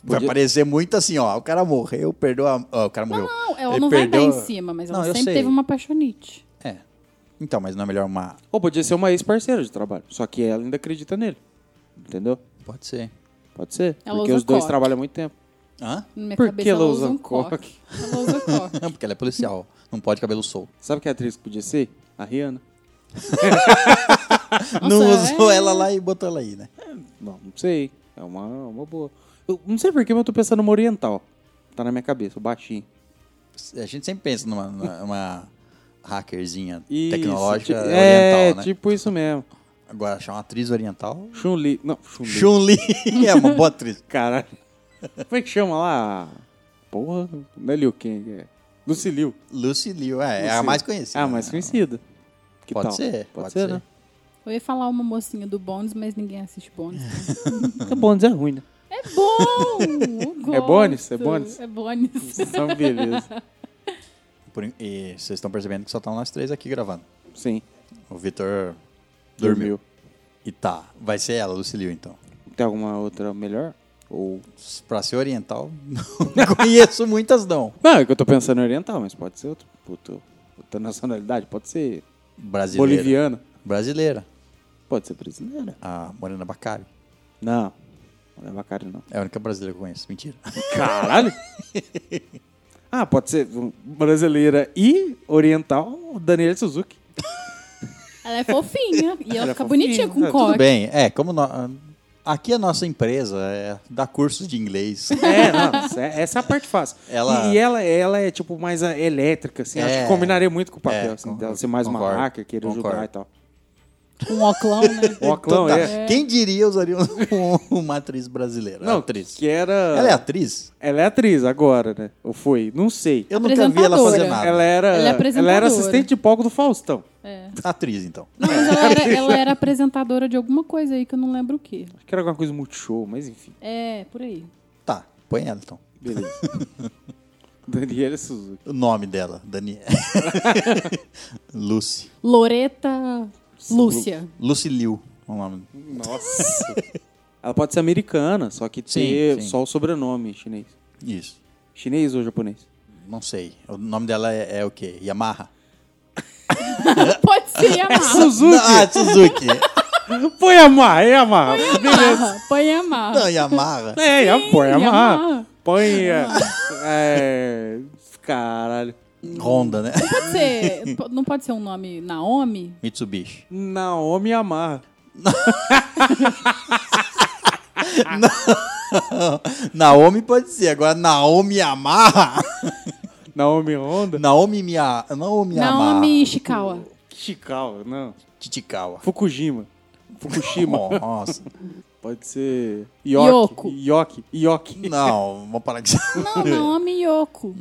S1: Vai
S2: Podia-
S1: parecer muito assim, ó. O cara morreu, perdeu a. ó, o cara morreu.
S4: Ah, Não, ela
S1: Ele
S4: não
S1: perdeu-
S4: vai dar em cima, mas ela
S1: Não, eu
S4: sempre
S1: sei.
S4: teve uma apaixonite.
S1: É. Então, mas não é melhor uma.
S2: (laughs) Ou podia ser uma ex-parceira de trabalho. Só que ela ainda acredita nele. Entendeu?
S1: Pode ser.
S2: Pode ser.
S4: Ela
S2: porque
S4: usa
S2: os dois
S4: coque.
S2: trabalham muito tempo.
S1: Hã?
S4: Na minha
S2: Por
S4: cabeça
S2: que
S4: ela
S2: ela
S4: usa
S2: usa
S4: um coque.
S2: coque?
S4: Ela usa coque.
S1: Não, (laughs) porque ela é policial. Não pode cabelo solto.
S2: Sabe que atriz que podia ser? A Rihanna.
S1: não
S4: Nossa,
S1: usou
S4: é.
S1: ela lá e botou ela aí, né?
S2: Não, não sei. É uma, uma boa. Eu não sei porquê, mas eu tô pensando numa oriental. Tá na minha cabeça, o baixinho.
S1: A gente sempre pensa numa, numa- uma hackerzinha
S2: Isso,
S1: tecnológica
S2: tipo-
S1: oriental,
S2: é,
S1: né?
S2: tipo isso mesmo.
S1: Agora, achar uma atriz oriental.
S2: Chun-Li. Não, Chun-Li.
S1: Chun-Li (laughs) é uma boa atriz.
S2: Caralho. Como é que chama lá? Porra, não é Liu Kang, é. Lucy Liu.
S1: Lucy Liu, é, é a
S2: Lucy.
S1: mais conhecida.
S2: Ah, mais
S1: né?
S2: conhecida. Que
S1: Pode
S2: tal?
S1: ser,
S2: Pode,
S1: pode
S2: ser,
S1: ser.
S2: né?
S4: Eu ia falar uma mocinha do Bones, mas ninguém assiste Bones.
S2: Porque Bones é
S1: (laughs)
S2: ruim, né?
S4: É bom!
S2: (laughs)
S4: eu
S2: É Bones?
S4: gosto.
S2: É Bones?
S4: É Bones.
S2: São Então, beleza.
S1: Por in- e vocês estão percebendo que só estão nós três aqui gravando.
S2: Sim.
S1: O Vitor dormiu.
S2: Dormiu.
S1: E tá, vai ser ela, Lucilio, então.
S2: Tem alguma outra melhor? Ou...
S1: Pra ser oriental, (laughs) não conheço muitas, não.
S2: Não, é que eu tô pensando em oriental, mas pode ser outro, outro- outra nacionalidade. Pode ser
S1: Brasileira.
S2: boliviana.
S1: Brasileira.
S2: Pode ser brasileira.
S1: A Morena Bacari.
S2: Não. Não é Bacari, não.
S1: É a única brasileira que eu conheço. Mentira. (laughs)
S2: Caralho! ah, pode ser brasileira e oriental, Daniela Suzuki.
S4: Ela é fofinha e ela,
S2: Ela é
S4: fica
S2: fofinha,
S4: bonitinha com
S2: tá tudo
S1: Tudo
S4: coque.
S1: bem. É, como nó- aqui a nossa empresa é, dá cursos de inglês.
S2: (laughs)
S1: (laughs)
S2: É, não, isso é- essa é a parte fácil.
S1: Ela-
S2: E, e ela, ela é, tipo, mais a- elétrica, assim. Acho
S1: É.
S2: que combinaria muito com o papel,
S1: É,
S2: assim,
S1: con-
S2: dela ser mais
S1: concordo,
S2: malaca, querer ajudar
S1: concordo.
S2: e tal.
S4: Com um oclão,
S2: (laughs)
S4: né?
S2: O Aclão
S1: Então tá.
S2: é.
S1: Quem diria usaria um- (laughs) uma atriz brasileira?
S2: Não,
S1: atriz.
S2: que era.
S1: Ela é atriz?
S2: Ela é atriz agora, né? Ou foi? Não sei.
S1: Eu nunca vi ela fazer
S4: Apresentadora.
S1: nada.
S2: Ela era,
S4: Ela é
S2: ela
S4: apresentadora.
S2: era assistente de palco do Faustão.
S1: Atriz, então.
S4: Não, mas ela era, ela era apresentadora de alguma coisa aí que eu não lembro o que.
S2: Acho que era alguma coisa muito show, mas enfim. (laughs)
S4: É, por aí.
S1: Tá, põe ela então.
S2: Beleza. Daniela Suzuki.
S1: O nome dela,
S2: (laughs)
S1: Daniela. (laughs) Lucy.
S4: Loreta Lúcia.
S1: Lucy Liu. é o nome.
S2: Nossa. (laughs) ela pode ser americana, só que
S1: Sim,
S2: ter
S1: sim.
S2: só o sobrenome chinês.
S1: Isso.
S2: Chinês ou japonês?
S1: Não sei. O nome dela é, é o quê? Yamaha?
S4: Pode ser
S2: (laughs) É
S4: Yamaha.
S2: Suzuki!
S1: Ah, Suzuki. (laughs)
S2: Põe a marra, é a marra. Beleza.
S4: Põe Yamaha.
S1: Não, Yamaha.
S2: É, é, põe a marra.
S4: Yamaha.
S2: Põe. é, É. Caralho.
S1: Honda, né? (laughs)
S4: Pode ser- po- não pode ser um nome Naomi?
S1: Mitsubishi.
S2: Naomi Amarra.
S1: Naomi pode ser. Agora, Naomi Yamaha. (laughs)
S2: Naomi Honda.
S1: Naomi Mia... Naomi Yamaha.
S4: Naomi Ishikawa.
S2: Chical, não.
S1: Titikawa.
S2: Fukujima. Fukushima.
S1: (laughs) Nossa.
S2: Pode ser.
S4: Yoko.
S2: Yoki. Yoki.
S1: Não, vamos parar (laughs) disso.
S2: É.
S4: Não, Naomi Yoko.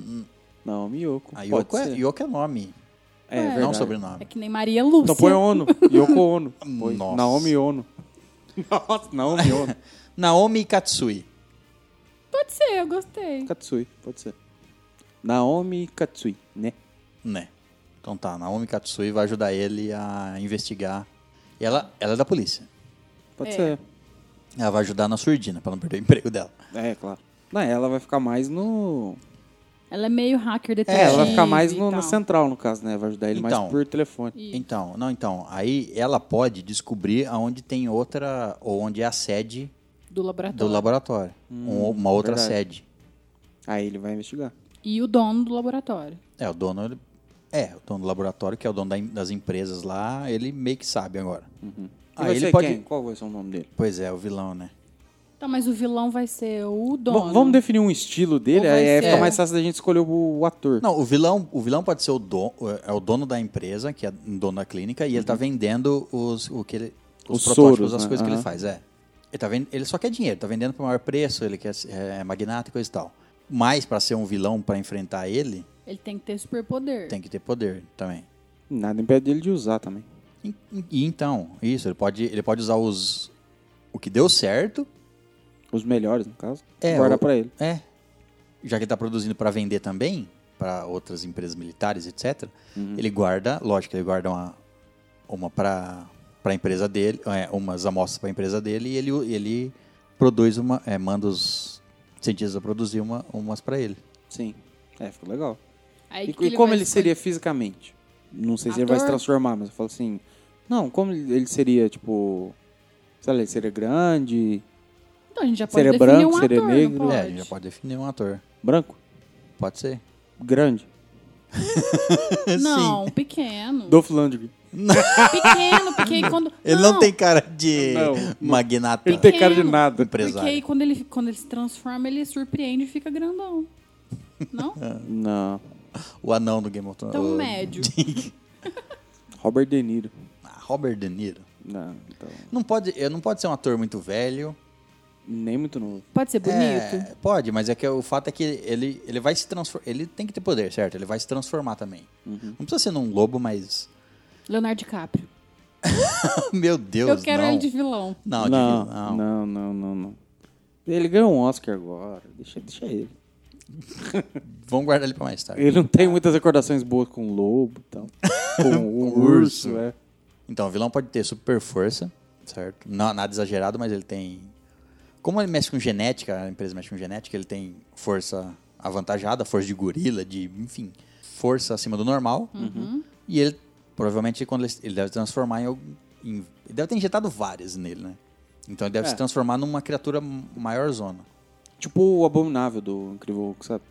S2: Não, Miyoko.
S1: A
S2: Pode
S1: Yoko é,
S2: ser.
S1: Yoko é nome,
S2: É,
S4: Não,
S2: verdade.
S1: não
S4: É
S1: sobrenome.
S4: que nem Maria Lúcia.
S2: Então põe Ono. Yoko Ono. Põe.
S1: Nossa.
S2: Naomi Ono. (laughs) Nossa, Naomi Ono.
S1: Naomi Katsui.
S2: um-
S4: Pode ser, eu gostei.
S2: Katsui, pode ser. Naomi Katsui, né?
S1: Né? Então tá, Naomi Katsui vai ajudar ele a investigar. E ela, ela é da polícia.
S2: Pode
S4: É.
S2: ser.
S1: Ela vai ajudar na surdina, pra não perder o emprego dela.
S2: É, claro. Não, ela vai ficar mais no.
S4: Ela é meio hacker
S1: É,
S4: detetive.
S2: ela vai ficar mais
S4: e
S2: no, na
S4: tal.
S2: central, no caso, né? Vai ajudar ele
S1: Então.
S2: mais por telefone.
S4: Isso.
S1: Então, não, então. Aí ela pode descobrir aonde tem outra, ou onde é a sede
S4: É do
S1: do
S4: laboratório.
S1: laboratório. Um- uma outra
S2: verdade.
S1: sede.
S2: Aí ele vai investigar.
S4: E o dono do laboratório.
S1: É, o dono, ele, é, o dono do laboratório, que é o dono da em- das empresas lá, ele meio que sabe agora.
S2: Uhum. E vai
S1: Aí ele
S2: ser
S1: pode.
S2: quem? Qual vai ser o nome dele?
S1: Pois é, o vilão, né?
S4: Tá, mas o vilão vai ser o dono.
S2: Vamos- vamos definir um estilo dele,
S4: Ou vai
S2: aí
S4: ser-
S2: fica
S4: É.
S2: mais fácil da gente escolher o, o ator.
S1: Não, o vilão, o vilão pode ser o, don, é o dono da empresa, que é dono da clínica, e ele tá vendendo os, o que ele, os,
S2: Uhum. Os
S1: protótipos,
S2: soros,
S1: as
S2: né?
S1: coisas que ele
S2: Aham.
S1: faz, é. Ele, tá vendo, ele só quer dinheiro, tá vendendo por maior preço, ele quer ser- é, magnata e coisa e tal. Mas pra ser um vilão, pra enfrentar ele,
S4: Ele tem que ter superpoder.
S1: tem que ter poder também.
S2: Nada impede dele de usar também.
S1: E, e então, isso, ele pode, ele pode usar os... O que deu certo,
S2: Os melhores, no caso.
S1: É,
S2: guardar
S1: o-
S2: pra ele.
S1: é. Já que ele tá produzindo pra vender também, pra outras empresas militares, etc. Ele guarda, lógico, ele guarda uma, uma para para empresa dele, é, umas amostras pra empresa dele e ele, ele produz uma, é, manda os cientistas produzir uma, umas pra ele.
S2: Sim. É, ficou legal.
S4: Aí
S2: E,
S4: que
S2: e como
S4: vai
S2: ele
S4: escol-
S2: seria fisicamente? Não sei se ele vai se
S4: Ator?
S2: transformar, mas eu falo assim. Não, como ele ele seria, tipo. Sei lá, ele seria grande.
S4: Então a gente já pode
S2: seria
S4: definir
S2: branco,
S4: um
S2: seria
S4: ator,
S2: negro?
S4: não pode?
S1: É, a gente já pode definir um ator.
S2: Branco?
S1: Pode ser.
S2: Grande.
S4: Não, pequeno.
S2: Dolph Lundgren.
S4: Pequeno, porque aí quando...
S1: Ele não, tem cara de
S2: Não.
S1: magnata.
S2: Ele tem cara de
S4: Pequeno.
S2: nada. então.
S4: Porque aí
S1: Empresário.
S4: quando ele, quando ele se transforma, ele surpreende e fica grandão. Não?
S2: Não.
S1: O anão do Game of Thrones.
S4: Então
S1: O-
S4: médio.
S2: Robert De Niro.
S1: Ah, Robert De Niro.
S2: Não, então.
S1: Não pode, eh, não pode ser um ator muito velho.
S2: Nem muito novo.
S4: Pode ser bonito.
S1: É, pode, mas é que o fato é que ele, ele vai se transformar. Ele tem que ter poder, certo? Ele vai se transformar também. Não precisa ser num lobo, mas. (laughs)
S4: Leonardo DiCaprio.
S1: Meu Deus,
S4: eu quero
S1: não.
S4: ele de vilão.
S1: Não, de
S2: não,
S1: vilão, não.
S2: não, não, não, não. Ele ganhou um Oscar agora. Deixa, deixa ele.
S1: Vamos guardar ele pra mais tarde.
S2: Ele não tem muitas recordações boas com o lobo e (laughs) tal. Com o urso, é.
S1: Então, o vilão pode ter super força, certo? Não, nada exagerado, mas ele tem Como ele mexe com genética, a empresa mexe com genética, ele tem força avantajada, força de gorila, de, enfim, força acima do normal. E ele, provavelmente, quando ele, ele deve transformar em, algum- em- Ele deve ter injetado várias nele, né? Então ele deve
S2: É.
S1: se transformar numa criatura maior zona.
S2: Tipo o abominável do Incrível Hulk, sabe?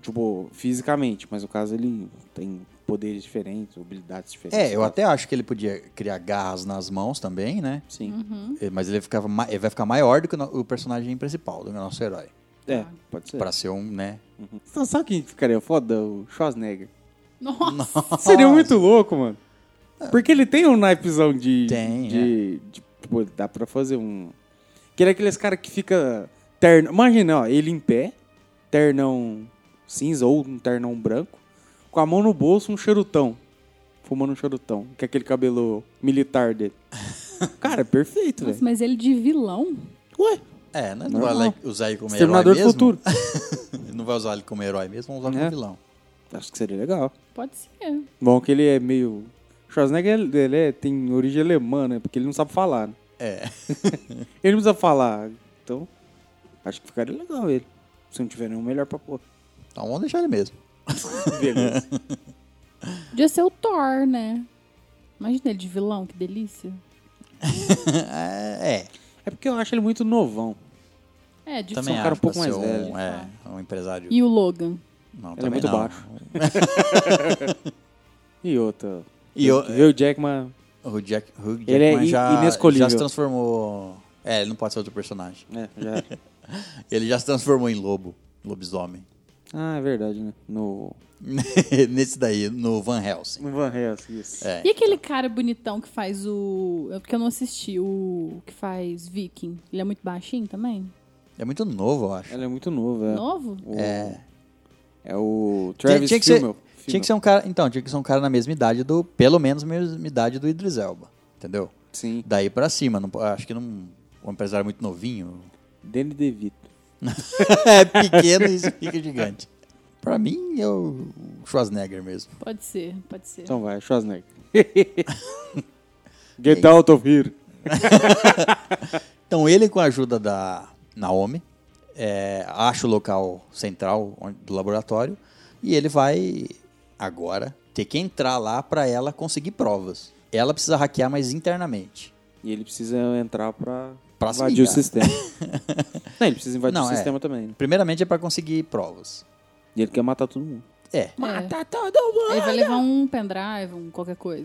S2: Tipo, fisicamente, mas no caso ele tem poderes diferentes, habilidades diferentes.
S1: É, eu até acho que ele podia criar garras nas mãos também, né?
S2: Sim.
S1: Eh, Mas ele, ficava, ma- ele vai ficar maior do que o no- o personagem principal, do nosso herói.
S2: É, pode ser.
S1: Pra ser um, né?
S2: Então, sabe quem ficaria foda? O Schwarzenegger.
S4: Nossa.
S2: Seria muito louco, mano. Porque ele tem um naipezão de.
S1: É. Tem, é.
S2: de, de- pô, dá pra fazer um. Que ele é aqueles cara que fica. Terno. Imagina, ó, ele em pé, ternão cinza ou um ternão branco, com a mão no bolso, um charutão. Fumando um charutão, que é aquele cabelo
S1: (laughs)
S2: militar dele. Cara, é perfeito,
S4: Nossa,
S2: velho.
S4: mas ele de vilão?
S2: Ué,
S1: É, né? Não
S2: Normal.
S1: vai usar ele como herói
S2: Exterminador do
S1: mesmo.
S2: Futuro.
S1: (laughs) Não vai usar ele como herói mesmo, vamos usar
S2: É.
S1: como vilão.
S2: Acho que seria legal.
S4: Pode ser.
S2: Bom, que ele é meio. Schwarzenegger ele é- tem origem alemã, né? Porque ele não sabe falar. Né?
S1: É. (laughs)
S2: Ele não precisa falar. Então, acho que ficaria legal ele. Se não tiver nenhum melhor pra pôr.
S1: Então vamos deixar ele mesmo. (laughs)
S2: Beleza.
S4: Podia ser o Thor, né? Imagina ele de vilão, que delícia.
S1: É, é.
S2: é porque eu acho ele muito novão.
S4: É, de
S1: também
S2: um
S1: acho
S2: cara um pouco
S1: pra ser
S2: mais velho. Ah.
S1: Um, é, um empresário.
S4: E o Logan?
S1: Não,
S2: Ele é
S1: também
S2: muito
S1: não.
S2: baixo. E outra.
S1: E o,
S2: Vê o Jackman.
S1: o Jack, o Jack
S2: Ele é in-
S1: já,
S2: inescolhível.
S1: já se transformou... É, ele não pode ser outro personagem.
S2: É, já era.
S1: Ele já se transformou em lobo, lobisomem. (laughs)
S2: Ah, é verdade, né? No.
S1: Nesse daí, no Van Helsing.
S2: No Van Helsing, isso.
S1: É.
S4: E aquele cara bonitão que faz o. é Porque eu não assisti, o que faz Viking. Ele é muito baixinho também?
S1: É muito novo, eu acho.
S2: Ele é muito novo, é.
S4: Novo?
S2: O-
S1: É.
S2: É o
S1: Tinha-
S2: Travis
S1: tinha, que
S2: Fimmel.
S1: ser, tinha que ser um cara... Então, tinha que ser um cara na mesma idade do... Pelo menos mesma idade do Idris Elba. Entendeu?
S2: Sim.
S1: Daí pra cima. não po- acho que não... Um empresário muito novinho,
S2: Danny DeVito.
S1: é pequeno e isso fica gigante. Pra mim, é o Schwarzenegger mesmo.
S4: Pode ser, pode ser.
S2: Então vai,
S1: (laughs)
S2: Schwarzenegger. Get out of here.
S1: Então, ele com a ajuda da Naomi, é, acha o local central onde- do laboratório e ele vai, agora, ter que entrar lá pra ela conseguir provas. Ela precisa hackear, mas internamente.
S2: E ele precisa entrar pra,
S1: Pra se
S2: invadir o
S1: ligar.
S2: sistema.
S1: (laughs)
S2: Não, ele precisa invadir
S1: Não,
S2: o
S1: é.
S2: sistema também. né?
S1: Primeiramente é pra conseguir provas.
S2: E ele quer matar todo mundo.
S1: É,
S4: Mata todo mundo! Ele vai levar um pendrive, um qualquer coisa.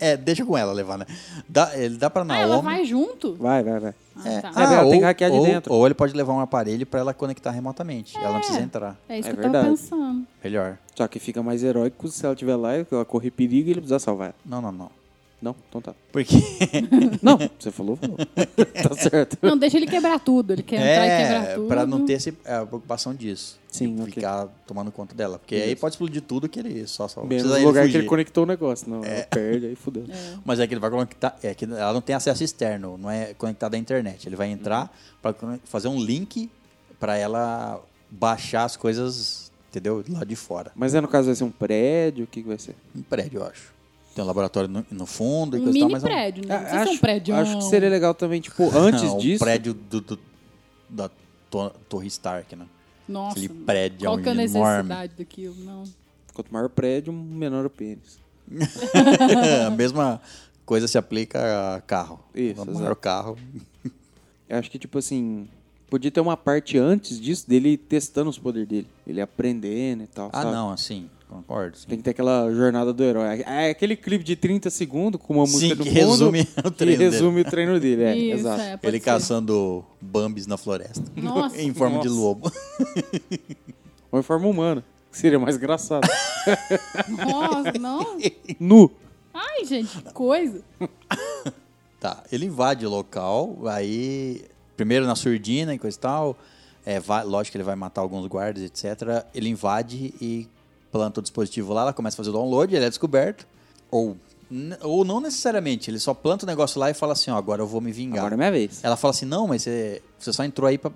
S1: é deixa com ela levar, né? Dá, ele dá pra
S4: Ah,
S1: Naomi...
S4: ela vai junto?
S2: Vai, vai, vai.
S1: É,
S4: Ah, tá.
S2: É, ela
S1: ou,
S2: tem que hackear de
S1: ou-
S2: dentro.
S1: ou ele pode levar um aparelho pra ela conectar remotamente. Ela não precisa entrar.
S4: É isso
S2: É
S4: que eu
S2: verdade.
S4: tava pensando.
S1: Melhor.
S2: Só que fica mais heróico se ela estiver lá e ela correr perigo e ele precisar salvar ela.
S1: Não, não, não.
S2: Não? Então tá.
S1: Porque
S2: Não, você falou,
S1: (laughs)
S2: falou. tá certo.
S4: Não, deixa ele quebrar tudo. Ele quer entrar e quebrar
S1: é,
S4: tudo.
S1: pra não ter esse- a preocupação disso.
S2: Sim,
S1: De
S2: ok.
S1: Ficar tomando conta dela. Porque aí
S2: Beleza.
S1: pode explodir tudo que ele só, só
S2: Menos
S1: precisa
S2: o
S1: ele
S2: lugar que
S1: fugir. É.
S2: ele conectou o negócio. Não, ela perde, aí fudeu.
S1: Mas é que ele vai conectar. É que ela não tem acesso externo, não é conectada à internet. Ele vai entrar pra con- fazer um link pra ela baixar as coisas, entendeu? Lá de fora.
S2: Mas é no caso vai ser um prédio, o que, que vai ser?
S1: Um prédio, eu acho. Tem um laboratório no, no fundo e
S4: Um
S1: coisa e tal,
S4: mini
S1: mas é um-
S4: prédio, né? Não precisa ser
S2: acho,
S4: um prédio.
S2: acho que seria legal também,
S1: (laughs)
S2: tipo, antes
S1: Ah, o
S2: disso.
S1: prédio do, do- da to- Torre Stark, (laughs) né?
S4: Nossa,
S1: aquele prédio um
S4: qual que é a
S1: enorme.
S4: necessidade daquilo? Não.
S2: Quanto maior o prédio, menor o pênis.
S1: a mesma coisa se aplica a carro.
S2: Isso,
S1: Quanto maior o carro.
S2: Eu acho que, tipo assim, podia ter uma parte antes disso dele testando os poderes dele. Ele aprendendo e tal.
S1: Ah,
S2: sabe?
S1: não, assim, concordo. sim.
S2: Tem que ter aquela jornada do herói. É aquele clipe de 30 segundos com uma
S1: Sim,
S2: música do
S1: que
S2: fundo,
S1: resume (laughs) o treino
S2: que
S1: dele.
S2: resume o treino dele. É,
S4: Isso,
S2: exato.
S4: é, pode
S1: Ele
S4: ser.
S1: caçando bambis na floresta. (laughs)
S4: Nossa.
S1: em forma de
S2: Nossa.
S1: lobo.
S2: Ou em forma humana, que seria mais engraçado. (laughs)
S4: Nossa,
S1: (laughs)
S4: não.
S2: nu.
S4: Ai, gente, que coisa.
S1: Tá, ele invade o local, aí primeiro na surdina e coisa e tal. É, vai- lógico que ele vai matar alguns guardas, etc. Ele invade e planta o dispositivo lá, ela começa a fazer o download, ele é descoberto. Ou, n- ou não necessariamente, ele só planta o negócio lá e fala assim, ó, agora eu vou me vingar.
S2: Agora é minha vez.
S1: Ela fala assim, não, mas você, você só entrou aí pra...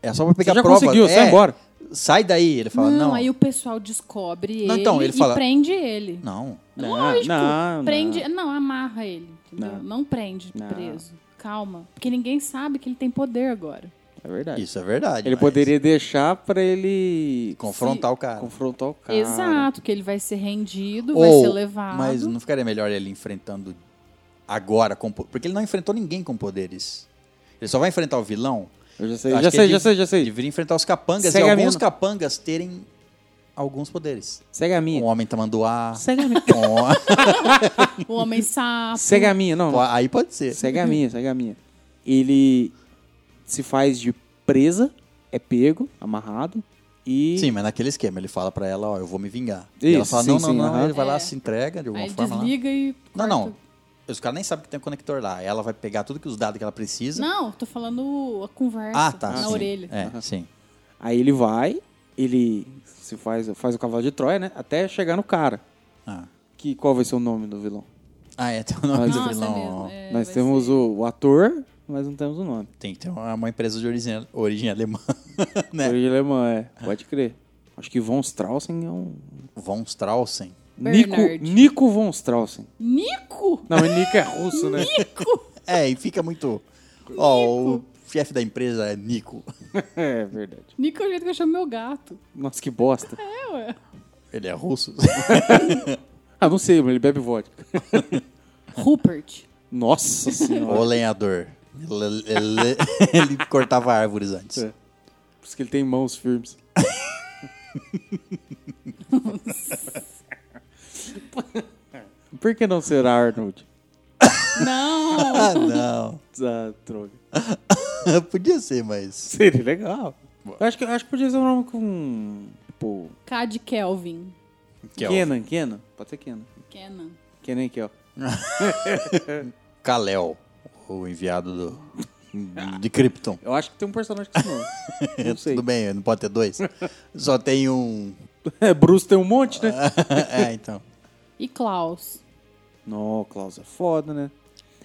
S1: É só pra pegar
S2: Você já
S1: prova.
S2: conseguiu,
S1: é,
S2: sai embora.
S1: Sai daí, ele fala, não.
S4: Não, aí o pessoal descobre
S1: Não,
S4: ele,
S1: então, ele
S4: e
S1: fala-
S4: prende ele.
S1: Não,
S2: Não,
S4: Lógico.
S2: não, não.
S4: prende, não. amarra ele, entendeu?
S2: Não.
S4: Não, prende
S2: Não.
S4: preso. calma. Porque ninguém sabe que ele tem poder agora.
S2: É verdade.
S1: Isso é verdade.
S2: Ele
S1: mas-
S2: poderia deixar pra ele
S1: confrontar o cara.
S2: confrontar o cara.
S4: Exato, que ele vai ser rendido, vai ser levado.
S1: Mas não ficaria melhor ele enfrentando agora com po- porque ele não enfrentou ninguém com poderes. Ele só vai enfrentar o vilão.
S2: Eu já sei,
S1: Acho
S2: já
S1: que é
S2: sei,
S1: ele
S2: já sei, já sei.
S1: Deveria enfrentar os capangas
S2: Segue
S1: e
S2: a
S1: alguns
S2: mina.
S1: capangas terem alguns poderes.
S2: Segue a minha.
S1: Um homem tamanduá.
S2: Segue a
S4: (laughs)
S2: minha.
S1: um-
S4: O
S1: (laughs)
S4: homem sapo.
S2: Segue a minha, (laughs) não. não.
S1: Aí pode ser.
S2: Segue a minha, segue a minha. Ele se faz de presa, é pego, amarrado e.
S1: Sim, mas naquele esquema, ele fala pra ela, ó, eu vou me vingar. e
S2: Isso,
S1: ela fala,
S2: sim,
S1: não, não,
S2: sim,
S1: não.
S2: aham.
S1: Ele vai
S4: É.
S1: lá, se entrega de alguma
S4: Aí ele
S1: forma. né? lá.
S4: desliga e.
S1: Não,
S4: corta.
S1: não. Os caras nem sabem que tem um conector lá. Ela vai pegar tudo que os dados que ela precisa.
S4: Não, tô falando a conversa
S1: Ah, tá.
S4: na
S1: sim.
S4: orelha.
S1: É,
S2: Aham.
S1: sim.
S2: Aí ele vai, ele se faz, faz o cavalo de Troia, né? Até chegar no cara.
S1: Ah.
S2: Que, qual vai ser o nome do vilão?
S1: Ah, é, tem o nome do
S4: Nossa,
S1: vilão.
S4: é mesmo. É,
S2: Nós
S4: vai
S2: temos
S4: ser-
S2: o, o ator, mas não temos o nome.
S1: Tem que ter uma, uma empresa de origem, origem alemã, (laughs) né?
S2: Origem alemã, é. Pode crer. Acho que Von Straussen é um.
S1: Von Straussen.
S2: Nico,
S4: Bernard.
S2: Nico Von Straussen.
S4: Nico!
S2: Não, é Nico é russo, né? (laughs)
S1: (laughs) É, e fica muito... Ó, o chefe da empresa é Nico.
S2: É verdade.
S4: Nico é o jeito que eu chamo meu gato.
S2: Nossa, que bosta.
S4: É, ué.
S1: Ele é
S2: (laughs)
S1: russo?
S2: Ah, não sei, mas ele bebe vodka.
S4: Rupert. (laughs)
S2: Nossa
S1: Ou
S2: senhora.
S1: lenhador. Ele, ele- ele cortava árvores antes.
S2: É. Por isso que ele tem mãos firmes. Por que não será Arnold?
S4: Não!
S1: Ah, não. (laughs)
S2: Ah, droga.
S1: Podia ser, mas...
S2: Seria legal. Eu acho que, eu acho que podia ser um nome com. Tipo.
S4: K de Kelvin.
S1: é
S2: Kenan, Kenan. Pode ser Kenan.
S4: Kenan.
S2: Kenan e Kel.
S1: Kalel, o enviado do, de Krypton.
S2: Eu acho que tem um personagem com esse nome.
S1: (laughs)
S2: não sei.
S1: Tudo bem, não pode ter dois. Só tem um. (laughs)
S2: É, Bruce tem um monte, né?
S1: é, então. (laughs)
S4: E Klaus.
S2: Não, Klaus é foda, né?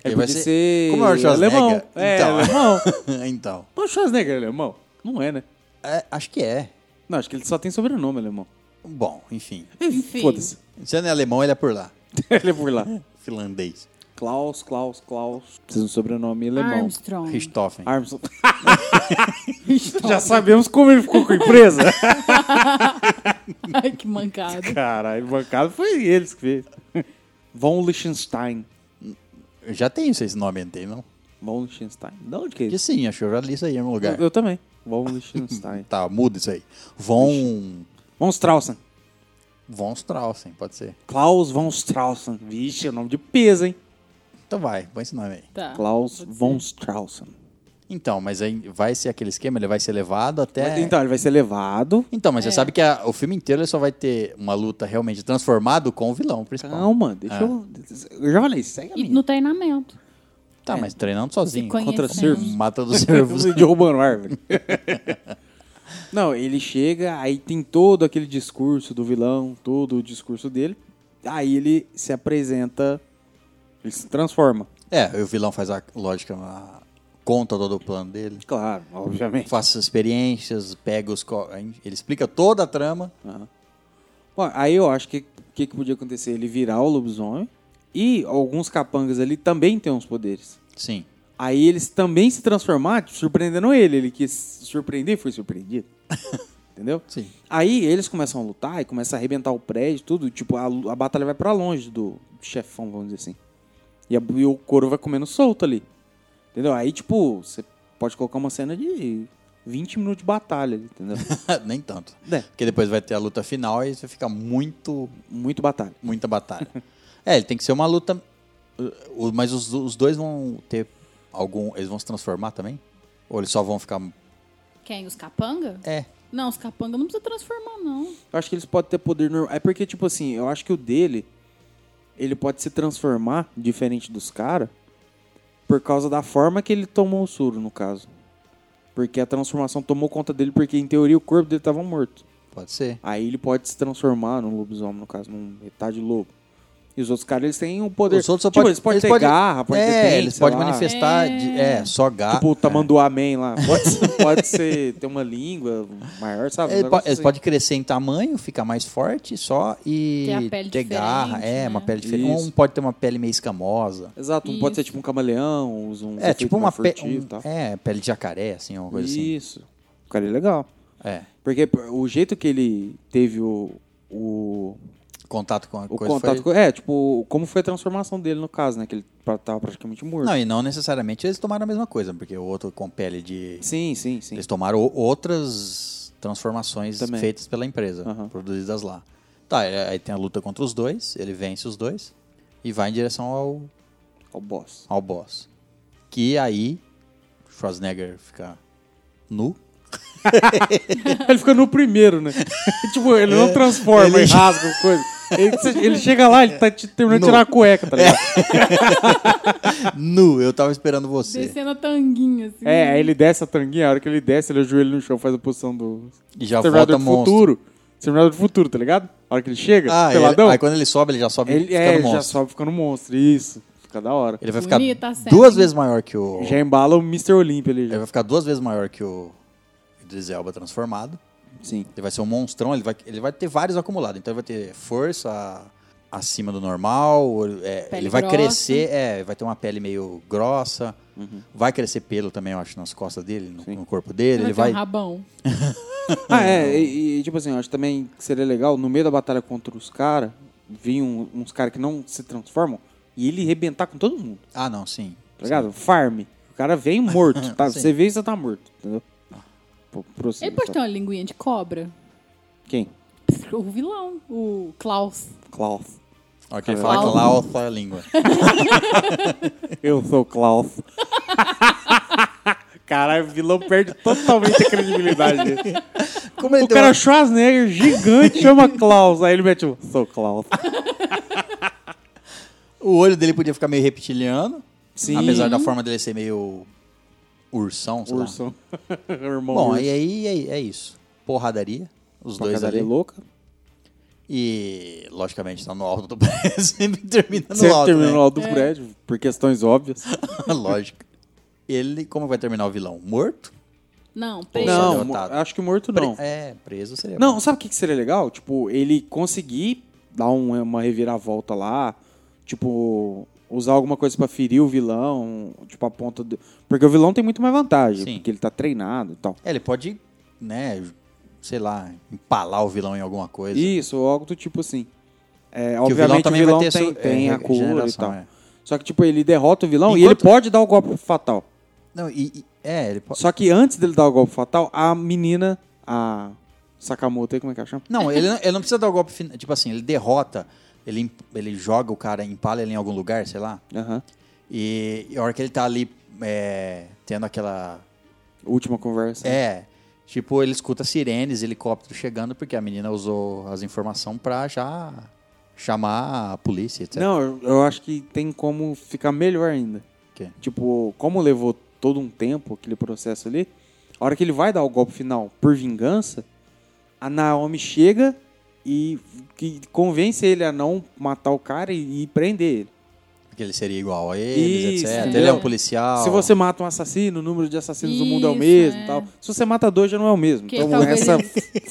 S1: Ele
S2: Ele
S1: vai
S2: vai
S1: ser-
S2: ser.
S1: Como é o Schwarzenegger?
S2: alemão. É,
S1: Então. (laughs)
S2: alemão.
S1: então.
S2: Mas o Schwarzenegger é alemão? Não é, né?
S1: É, acho que é.
S2: Não, acho que ele só tem sobrenome alemão.
S1: Bom, enfim.
S4: Enfim.
S2: Foda-se. (laughs)
S1: Se não é alemão, ele é por lá.
S2: ele é por lá.
S1: Finlandês.
S2: Klaus, Klaus, Klaus. Precisa de um sobrenome alemão.
S4: Armstrong.
S1: Richthofen. (laughs)
S2: Armstrong. (laughs) Já sabemos como ele ficou com a empresa.
S4: (laughs) Ai, que
S2: (laughs)
S4: mancada.
S2: Caralho, bancado foi eles que fez. Von Liechtenstein.
S1: Já tem esse nome, não tem, não?
S2: Von Liechtenstein. De onde que é
S1: Que
S2: isso?
S1: sim, acho que eu já li isso aí em algum lugar.
S2: Eu, eu também. Von Liechtenstein.
S1: Tá, muda isso aí. Von.
S2: Von Straussen.
S1: Von Straussen, pode ser.
S2: Klaus von Straussen. Vixe, é nome de peso, hein?
S1: Então vai, põe esse nome aí.
S4: Tá.
S2: Klaus von Straussen.
S1: Então, mas aí vai ser aquele esquema, ele vai ser levado até.
S2: Então, ele vai ser levado.
S1: Então, mas você sabe que a- o filme inteiro ele só vai ter uma luta realmente transformado com o vilão principal.
S2: Calma, deixa
S1: Ah.
S2: eu... Eu já falei, segue a
S4: E
S2: minha.
S4: no treinamento.
S1: Tá, mas treinando sozinho.
S4: Se conhecendo.
S2: Contra servos.
S1: Mata dos
S2: (laughs)
S1: servos.
S2: Você derrubando árvore. Não, ele chega, aí tem todo aquele discurso do vilão, todo o discurso dele. Aí ele se apresenta, ele se transforma.
S1: é, o vilão faz a lógica, a conta todo o plano dele.
S2: Claro, obviamente.
S1: Faz as experiências, pega os. co- Ele explica toda a trama.
S2: Bom, aí eu acho que o que, que podia acontecer? Ele virar o lobisomem e alguns capangas ali também têm uns poderes.
S1: Sim.
S2: Aí eles também se transformar, tipo, surpreendendo ele. Ele quis se surpreender e foi surpreendido. Entendeu?
S1: Sim.
S2: Aí eles começam a lutar e começam a arrebentar o prédio, tudo. Tipo, a, lu- a batalha vai pra longe do chefão, vamos dizer assim. E, a- e o couro vai comendo solto ali. Entendeu? Aí, tipo, você pode colocar uma cena de 20 minutos de batalha, ali, entendeu?
S1: (laughs) Nem tanto.
S2: É,
S1: Porque depois vai ter a luta final e você fica muito.
S2: muito batalha.
S1: muita
S2: (laughs)
S1: batalha. é, ele tem que ser uma luta. uh, o- Mas os, os dois vão ter algum. Eles vão se transformar também? Ou eles só vão ficar.
S4: Quem? Os capanga?
S1: É.
S4: Não, os capanga não precisa transformar, não.
S2: Eu acho que eles podem ter poder normal. É porque, tipo assim, eu acho que o dele, ele pode se transformar, diferente dos caras, por causa da forma que ele tomou o soro, no caso. Porque a transformação tomou conta dele, porque em teoria o corpo dele tava morto.
S1: Pode ser.
S2: Aí ele pode se transformar num lobisomem, no caso, num metade lobo. E os outros caras, eles têm um poder.
S1: Os outros só
S2: tipo,
S1: pode-
S2: eles podem ter
S1: podem-
S2: garra, pode
S1: é,
S2: ter dente,
S1: eles
S2: sei
S1: podem
S2: lá.
S1: manifestar. de- É, só garra.
S2: Tipo o Tamanduá Man
S1: (laughs)
S2: lá. Pode, ser- pode ser, ter uma língua maior, sabe? Um
S1: Ele po- É.
S2: negócio
S1: eles
S2: assim.
S1: podem crescer em tamanho, ficar mais forte só e
S4: Ter a pele
S1: ter garra. É,
S4: diferente, né?
S1: uma pele diferente.
S2: Isso.
S1: Um pode ter uma pele meio escamosa.
S2: Exato, um pode ser tipo um camaleão, uns- uns
S1: É, tipo
S2: efeitos
S1: uma
S2: Um mais
S1: pele.
S2: furtivos e tal.
S1: é, pele de jacaré, assim, uma coisa assim.
S2: Isso. Ficaria legal.
S1: É,
S2: Porque p- o jeito que ele teve o, o,
S1: contato com a
S2: o
S1: coisa.
S2: contato
S1: foi-
S2: com. É, tipo, como foi a transformação dele no caso, né? Que ele pra- tava praticamente morto.
S1: Não, e não necessariamente eles tomaram a mesma coisa, porque o outro com pele de.
S2: Sim, sim, sim.
S1: Eles tomaram o- outras transformações
S2: Também.
S1: feitas pela empresa,
S2: Aham.
S1: produzidas lá. Tá, é- aí tem a luta contra os dois, ele vence os dois e vai em direção ao,
S2: O boss. (laughs)
S1: ao boss. Que aí Schwarzenegger fica
S2: (laughs)
S1: nu.
S2: Ele fica no primeiro,
S1: (laughs)
S2: né? (laughs) tipo, ele não transforma, ele,
S1: É, Ele-
S2: rasga coisa. Ele, ele chega lá, ele tá te- terminando de tirar a
S1: (laughs)
S2: cueca,
S1: É.
S2: tá ligado?
S1: nu, eu tava esperando você.
S4: Descendo a tanguinha, assim.
S2: É, aí ele desce a tranguinha, a hora que ele desce, ele ajoelha no chão, faz a posição do
S1: E já
S2: Exterminador
S1: volta
S2: do
S1: monstro.
S2: Futuro. Exterminador do Futuro, tá ligado? A hora que ele chega,
S1: Ah, ele-
S2: peladão,
S1: aí quando ele sobe, ele já sobe
S2: ele, é,
S1: ficando
S2: ele já
S1: monstro.
S2: sobe ficando monstro, isso. Fica da hora.
S1: Ele é vai ficar
S4: Bonita a cena,
S1: duas
S4: hein?
S1: vezes maior que o.
S2: Já embala o Mr. Olympia ali.
S1: Ele
S2: Já.
S1: vai ficar duas vezes maior que o Idris Elba transformado.
S2: Sim.
S1: Ele vai ser um monstrão, ele vai, ele vai ter vários acumulados. Então ele vai ter força acima do normal, é,
S4: Pele
S1: ele vai
S4: grossa.
S1: crescer, é, vai ter uma pele meio grossa, vai crescer pelo também, eu acho, nas costas dele, no, no corpo dele. Ele
S4: vai.
S1: vai.
S4: ter Um rabão.
S2: Ah, é, e, e, tipo assim, eu acho também que seria legal, no meio da batalha contra os caras, vir um- uns caras que não se transformam e ele rebentar com todo mundo,
S1: Ah, não, sim.
S2: tá ligado? Farm. O cara
S1: (laughs)
S2: vem morto, tá?
S1: Sim.
S2: Você vê e você tá morto, entendeu? Pro- prossiga,
S4: Ele pode
S2: tá?
S4: ter um uma linguinha de cobra?
S2: Quem?
S4: O vilão, o Klaus.
S2: Klaus.
S1: Na hora que ele fala é que lá alfa a língua.
S2: Eu sou o Klaus. (laughs) Caralho, o vilão perde totalmente
S1: (laughs)
S2: a credibilidade.
S1: Como ele
S2: O
S1: deu
S2: cara
S1: uma-
S2: Schwarzenegger gigante chama Klaus. Aí ele mete um, sou Klaus.
S1: O olho dele podia ficar meio reptiliano,
S2: Sim.
S1: apesar da forma dele ser meio ursão, sei lá.
S2: (laughs) Urso. Irmão
S1: Bom,
S2: urso.
S1: aí, aí, aí é isso. Porradaria, os dois
S2: Pancadaria
S1: ali.
S2: louca.
S1: E, logicamente, tá no alto do prédio, (laughs) sempre termina no
S2: Sempre
S1: alto,
S2: termina
S1: né?
S2: no alto do prédio, por questões óbvias.
S1: (laughs) Lógico. Ele, como vai terminar o vilão? Morto?
S4: Não,
S1: Ou
S4: preso.
S1: só
S2: não, mo-
S1: derrotado?
S2: acho que morto não.
S1: É, preso seria.
S2: Não,
S1: bom.
S2: sabe o que que seria legal? Tipo, ele conseguir dar um- uma reviravolta lá, tipo, usar alguma coisa pra ferir o vilão, tipo, a ponta do... Porque o vilão tem muito mais vantagem,
S1: Sim.
S2: porque ele tá treinado e tal.
S1: É, ele pode, né, sei lá, empalar o vilão em alguma coisa.
S2: Isso, ou algo do tipo assim. É,
S1: Que
S2: obviamente o vilão, tem,
S1: su-
S2: tem
S1: é,
S2: a cura e
S1: regeneração,
S2: tal.
S1: é.
S2: Só que, tipo, ele derrota o vilão e ele
S1: Enquanto-
S2: pode dar o golpe fatal.
S1: Não, e, e- é, ele pode...
S2: Só que antes dele dar o golpe fatal, a menina, a Sakamoto, aí, como é que ela chama?
S1: Não, ele não, ele não precisa dar o golpe final. Tipo assim, ele derrota, ele, em- ele joga o cara, empala ele em algum lugar, sei lá.
S2: Aham.
S1: E, e a hora que ele tá ali, é, tendo aquela
S2: Última conversa.
S1: É. Tipo, ele escuta sirenes, helicóptero chegando, porque a menina usou as informações pra já chamar a polícia, etc.
S2: Não, eu- eu acho que tem como ficar melhor ainda.
S1: Quê?
S2: Tipo, como levou todo um tempo aquele processo ali, a hora que ele vai dar o golpe final por vingança, a Naomi chega e que convence ele a não matar o cara e, e prender ele.
S1: Porque ele seria igual a eles,
S2: Isso,
S1: etc.
S2: entendeu?
S1: Ele é um policial.
S2: Se você mata um assassino, o número de assassinos do mundo é o
S4: Isso,
S2: mesmo
S4: é.
S2: e tal. Se você mata dois, já não é o mesmo.
S4: Que
S2: então
S4: talvez-
S2: essa,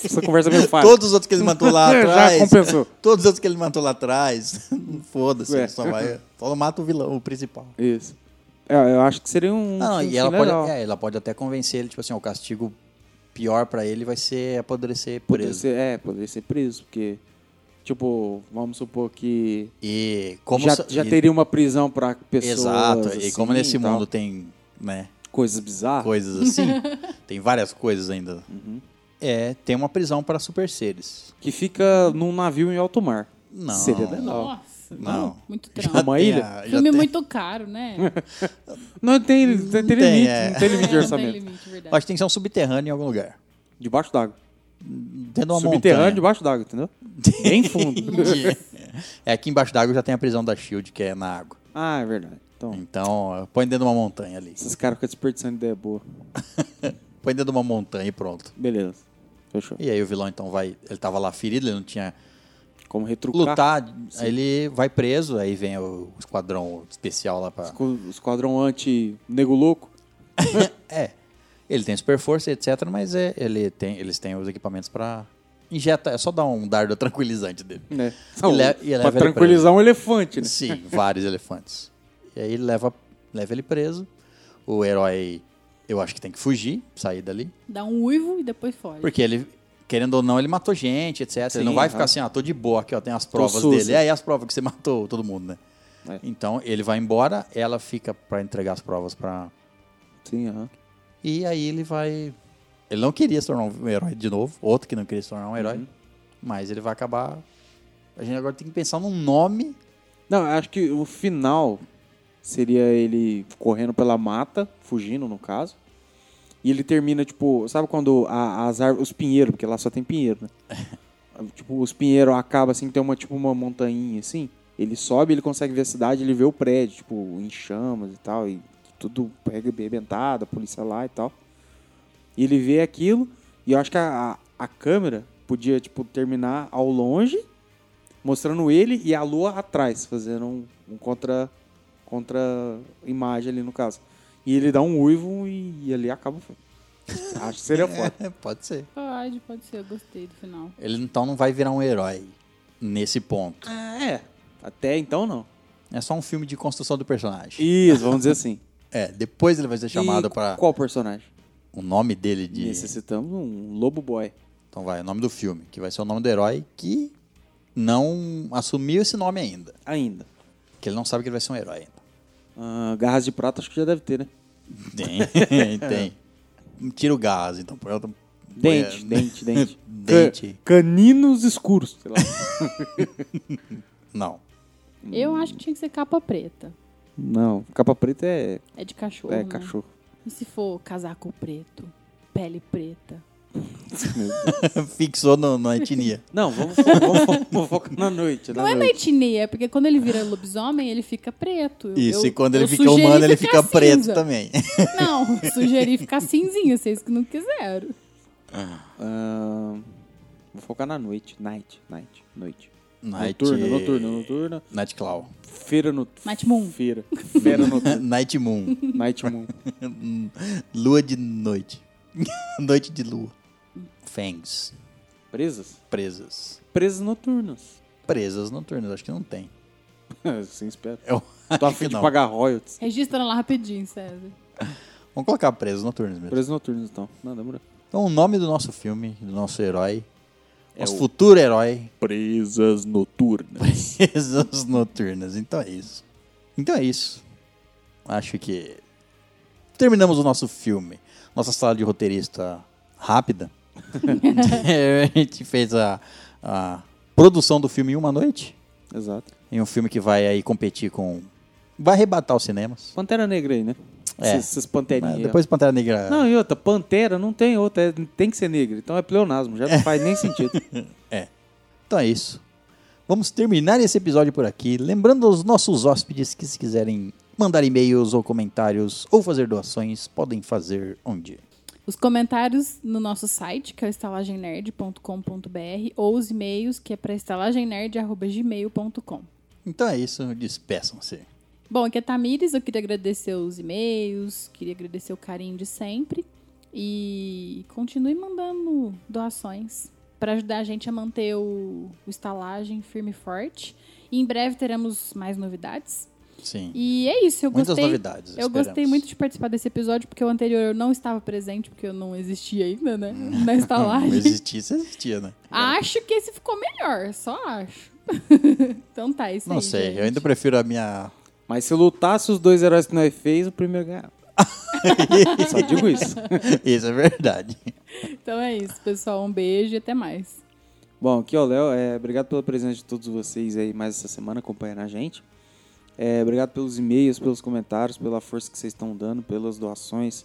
S2: essa
S1: (laughs)
S2: conversa é meio fácil.
S1: Todos os outros que ele matou
S2: (laughs)
S1: lá
S2: já
S1: atrás.
S2: compensou.
S1: (laughs) Todos os outros que ele matou lá atrás. (laughs) Foda-se,
S2: É.
S1: ele só vai. Só mata o vilão, o principal.
S2: Isso. É, eu acho que seria um.
S1: Não, não,
S2: fim-
S1: e ela
S2: fim
S1: pode,
S2: legal.
S1: é, ela pode até convencer ele, tipo assim, ó, o castigo pior pra ele vai ser apodrecer preso.
S2: Poderia ser, é, poderia ser preso, porque, tipo, vamos supor que
S1: E como
S2: já,
S1: so-
S2: já
S1: e-
S2: teria uma prisão pra pessoas.
S1: Exato.
S2: assim,
S1: e como nesse
S2: tal.
S1: mundo tem, né,
S2: Coisas bizarras.
S1: coisas (laughs) assim. tem várias coisas ainda. É, tem uma prisão para super seres.
S2: Que fica num navio em alto mar.
S1: Não.
S2: Seria legal.
S4: Nossa,
S1: Não.
S4: muito
S2: Já-
S4: trauma.
S2: Uma
S1: Tem
S2: ilha?
S1: a- já
S4: Filme
S1: tem-
S4: muito caro, né?
S2: Não tem, não tem,
S1: tem,
S2: limite,
S1: é.
S2: não (laughs) tem limite de
S4: É,
S2: orçamento.
S4: Não tem limite, verdade.
S1: Acho que tem que ser um subterrâneo em algum lugar.
S2: Debaixo d'água.
S1: Tendo uma
S2: Subterrâneo
S1: montanha.
S2: debaixo d'água, entendeu? Bem fundo.
S1: (laughs) É, aqui embaixo d'água já tem a prisão da Shield, que é na água.
S2: ah, é verdade. Então,
S1: Então, põe dentro de uma montanha ali. (laughs)
S2: esses caras ficam desperdiçando ideia boa.
S1: Põe dentro de uma montanha e pronto.
S2: Beleza. Fechou.
S1: E aí o vilão então vai. Ele tava lá ferido, ele não tinha
S2: Como retrucar.
S1: lutar, aí ele vai preso, aí vem o esquadrão especial lá pra.
S2: Esqu- Esquadrão anti-nego louco.
S1: É. Ele tem super força, etc, mas é, ele tem, eles têm os equipamentos pra injeta, é só dar um dardo (laughs) tranquilizante dele.
S2: Né?
S1: E le- e leva ele
S2: pra
S1: preso.
S2: tranquilizar um elefante, né?
S1: Sim, vários elefantes. E aí ele leva, leva ele preso. O herói, eu acho que tem que fugir, sair dali.
S4: Dá um uivo e depois foge.
S1: Porque ele, querendo ou não, ele matou gente, etc. ele
S2: Sim,
S1: não vai
S2: aham.
S1: ficar assim, ah, tô de boa aqui, ó, tem as provas
S2: sujo.
S1: dele. É, e as provas que você (laughs) matou todo mundo, né?
S2: É.
S1: Então ele vai embora, ela fica pra entregar as provas pra.
S2: Sim, aham.
S1: E aí ele vai. Ele não queria se tornar um herói de novo, outro que não queria se tornar um herói, mas ele vai acabar. A gente agora tem que pensar num nome. (laughs)
S2: Não, eu acho que o final seria ele correndo pela mata, fugindo no caso. E ele termina, tipo, sabe quando a- as árvores, os pinheiros, porque lá só tem pinheiro, né? tipo, os pinheiros acabam assim, tem uma, tipo, uma montanha assim. Ele sobe, ele consegue ver a cidade, ele vê o prédio, tipo, em chamas e tal, e tudo pega arrebentado, a polícia lá e tal. E ele vê aquilo, e eu acho que a, a, a câmera podia, tipo, terminar ao longe, mostrando ele e a lua atrás, fazendo um, um contra, contra imagem ali no caso. E ele dá um uivo e, e ali acaba o filme. Acho que (laughs) seria foda.
S1: É, pode ser.
S4: Pode, pode ser, eu gostei do final.
S1: Ele então não vai virar um herói nesse ponto.
S2: Ah, é. Até então não.
S1: É só um filme de construção do personagem.
S2: Isso, vamos dizer assim.
S1: É, depois ele vai ser (laughs) chamado
S2: E
S1: pra.
S2: Qual personagem?
S1: O nome dele de.
S2: Necessitamos um lobo boy.
S1: Então vai, o nome do filme, que vai ser o nome do herói que não assumiu esse nome ainda.
S2: Ainda.
S1: Que ele não sabe que ele vai ser um herói ainda.
S2: Ah, garras de prata acho que já deve ter, né?
S1: Tem, (laughs) tem. Tira o gás, então. É, põe outro- põe-
S2: Dente, dente, dente.
S1: (laughs) Dente.
S2: Ca- caninos escuros, sei lá.
S1: Não. Hum.
S4: Eu acho que tinha que ser capa preta.
S2: Não, capa preta é,
S4: É de cachorro.
S2: é
S4: né?
S2: cachorro.
S4: E se for casaco preto, pele preta?
S2: Meu Deus.
S1: Fixou no, na etnia.
S2: Não, vamos, fo- vamos, fo-
S1: (laughs)
S2: vamos focar na noite. Na
S4: Não é na
S2: noite.
S4: etnia, é porque quando ele vira lobisomem, ele fica preto. (laughs) Eu-
S1: Isso,
S4: eu-
S1: e quando ele
S4: eu
S1: fica
S4: sugeri
S1: humano, ele
S4: ficar
S1: fica preto
S4: cinza.
S1: também. (laughs)
S4: Não, eu sugeri ficar cinzinho, vocês que não quiseram.
S2: Ah, vou focar na noite. Night, night, noite.
S1: Night-
S2: Noturna, noturna, noturna.
S1: Nightclaw.
S2: Feira no...
S4: Night Moon.
S2: Feira. Feira
S1: (laughs)
S2: noturna.
S1: Night
S4: (laughs)
S1: Moon.
S2: Night Moon.
S1: Lua de noite. (laughs) noite de lua. Fangs.
S2: Presas?
S1: Presas.
S2: Presas noturnas.
S1: Presas noturnas, acho que não tem.
S2: (laughs) Sim, espero.
S1: Eu (laughs)
S2: Tô
S1: acho
S2: afim
S1: que
S2: de
S1: É não.
S2: pagar royalties.
S4: Registra lá rapidinho, César.
S1: Vamos colocar presas noturnas mesmo.
S2: Presas noturnas, então. Não, demorou.
S1: Então, o nome do nosso filme, do nosso herói, nosso
S2: o-
S1: futuro herói,
S2: Presas noturnas.
S1: Presas Noturnas. Então é isso. Então é isso. Acho que terminamos o nosso filme. Nossa sala de roteirista rápida. (laughs) a gente fez a, a produção do filme em uma noite.
S2: (laughs) Exato.
S1: Em um filme que vai aí competir com... Vai arrebatar os cinemas.
S2: Pantera Negra aí, né?
S1: É.
S2: Essas essas panterinhas.
S1: Mas
S2: aí, ó.
S1: Depois Pantera Negra...
S2: Não, e outra, Pantera não tem outra, é- tem que ser negra. Então é pleonasmo, já não faz
S1: (laughs)
S2: nem sentido.
S1: Então é isso. Vamos terminar esse episódio por aqui. Lembrando aos nossos hóspedes que se quiserem mandar e-mails ou comentários ou fazer doações, podem fazer onde?
S4: Os comentários no nosso site, que é o estalagemnerd.com.br, ou os e-mails, que é para estalagemnerd.gmail.com.
S1: Então é isso, despeçam-se.
S4: Bom, aqui é Tamires, eu queria agradecer os e-mails, queria agradecer o carinho de sempre. E continue mandando doações para ajudar a gente a manter o, o estalagem firme e forte. E em breve teremos mais novidades.
S1: Sim.
S4: E é isso, eu
S1: Muitas
S4: gostei.
S1: novidades.
S4: Eu
S1: esperamos.
S4: gostei muito de participar desse episódio, porque o anterior eu não estava presente, porque eu não existia ainda, né?
S1: (laughs)
S4: Na
S1: Não
S4: estalagem.
S1: existia, isso existia, né?
S4: acho que esse ficou melhor, só acho. (laughs) então tá, é isso
S1: Não
S4: aí,
S1: sei,
S4: gente.
S1: eu ainda prefiro a minha. (laughs)
S2: Mas se lutasse os dois heróis que nós fez, o
S1: (laughs)
S2: primeiro ganhava.
S1: É
S2: Só digo isso.
S1: isso é verdade.
S4: Então é isso, pessoal. Um beijo e até mais.
S2: Bom, aqui é o Léo. É, obrigado pela presença de todos vocês aí mais essa semana acompanhando a gente. É, obrigado pelos e-mails, pelos comentários, pela força que vocês estão dando, pelas doações,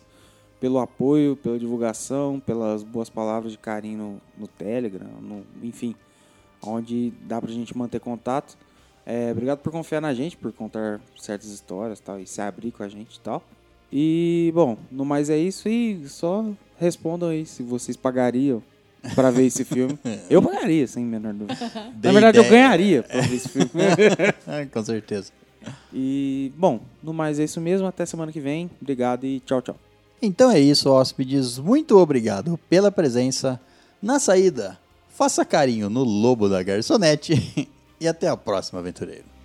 S2: pelo apoio, pela divulgação, pelas boas palavras de carinho no, no Telegram, no- enfim, onde dá pra gente manter contato. É, obrigado por confiar na gente, por contar certas histórias tal, e se abrir com a gente e tal. E, bom, no mais é isso e só respondam aí se vocês pagariam pra ver esse filme. (laughs) Eu pagaria, sem menor dúvida.
S1: (laughs) Dei
S2: Na verdade, eu
S1: ideia. Ah,
S2: ganharia pra ver
S1: (laughs)
S2: esse filme.
S1: Com certeza.
S2: E, bom, no mais é isso mesmo. Até semana que vem. Obrigado e tchau, tchau.
S1: Então é isso, hóspedes. Muito obrigado pela presença. Na (laughs) saída, faça carinho no lobo da garçonete. E até a próxima, aventureiro.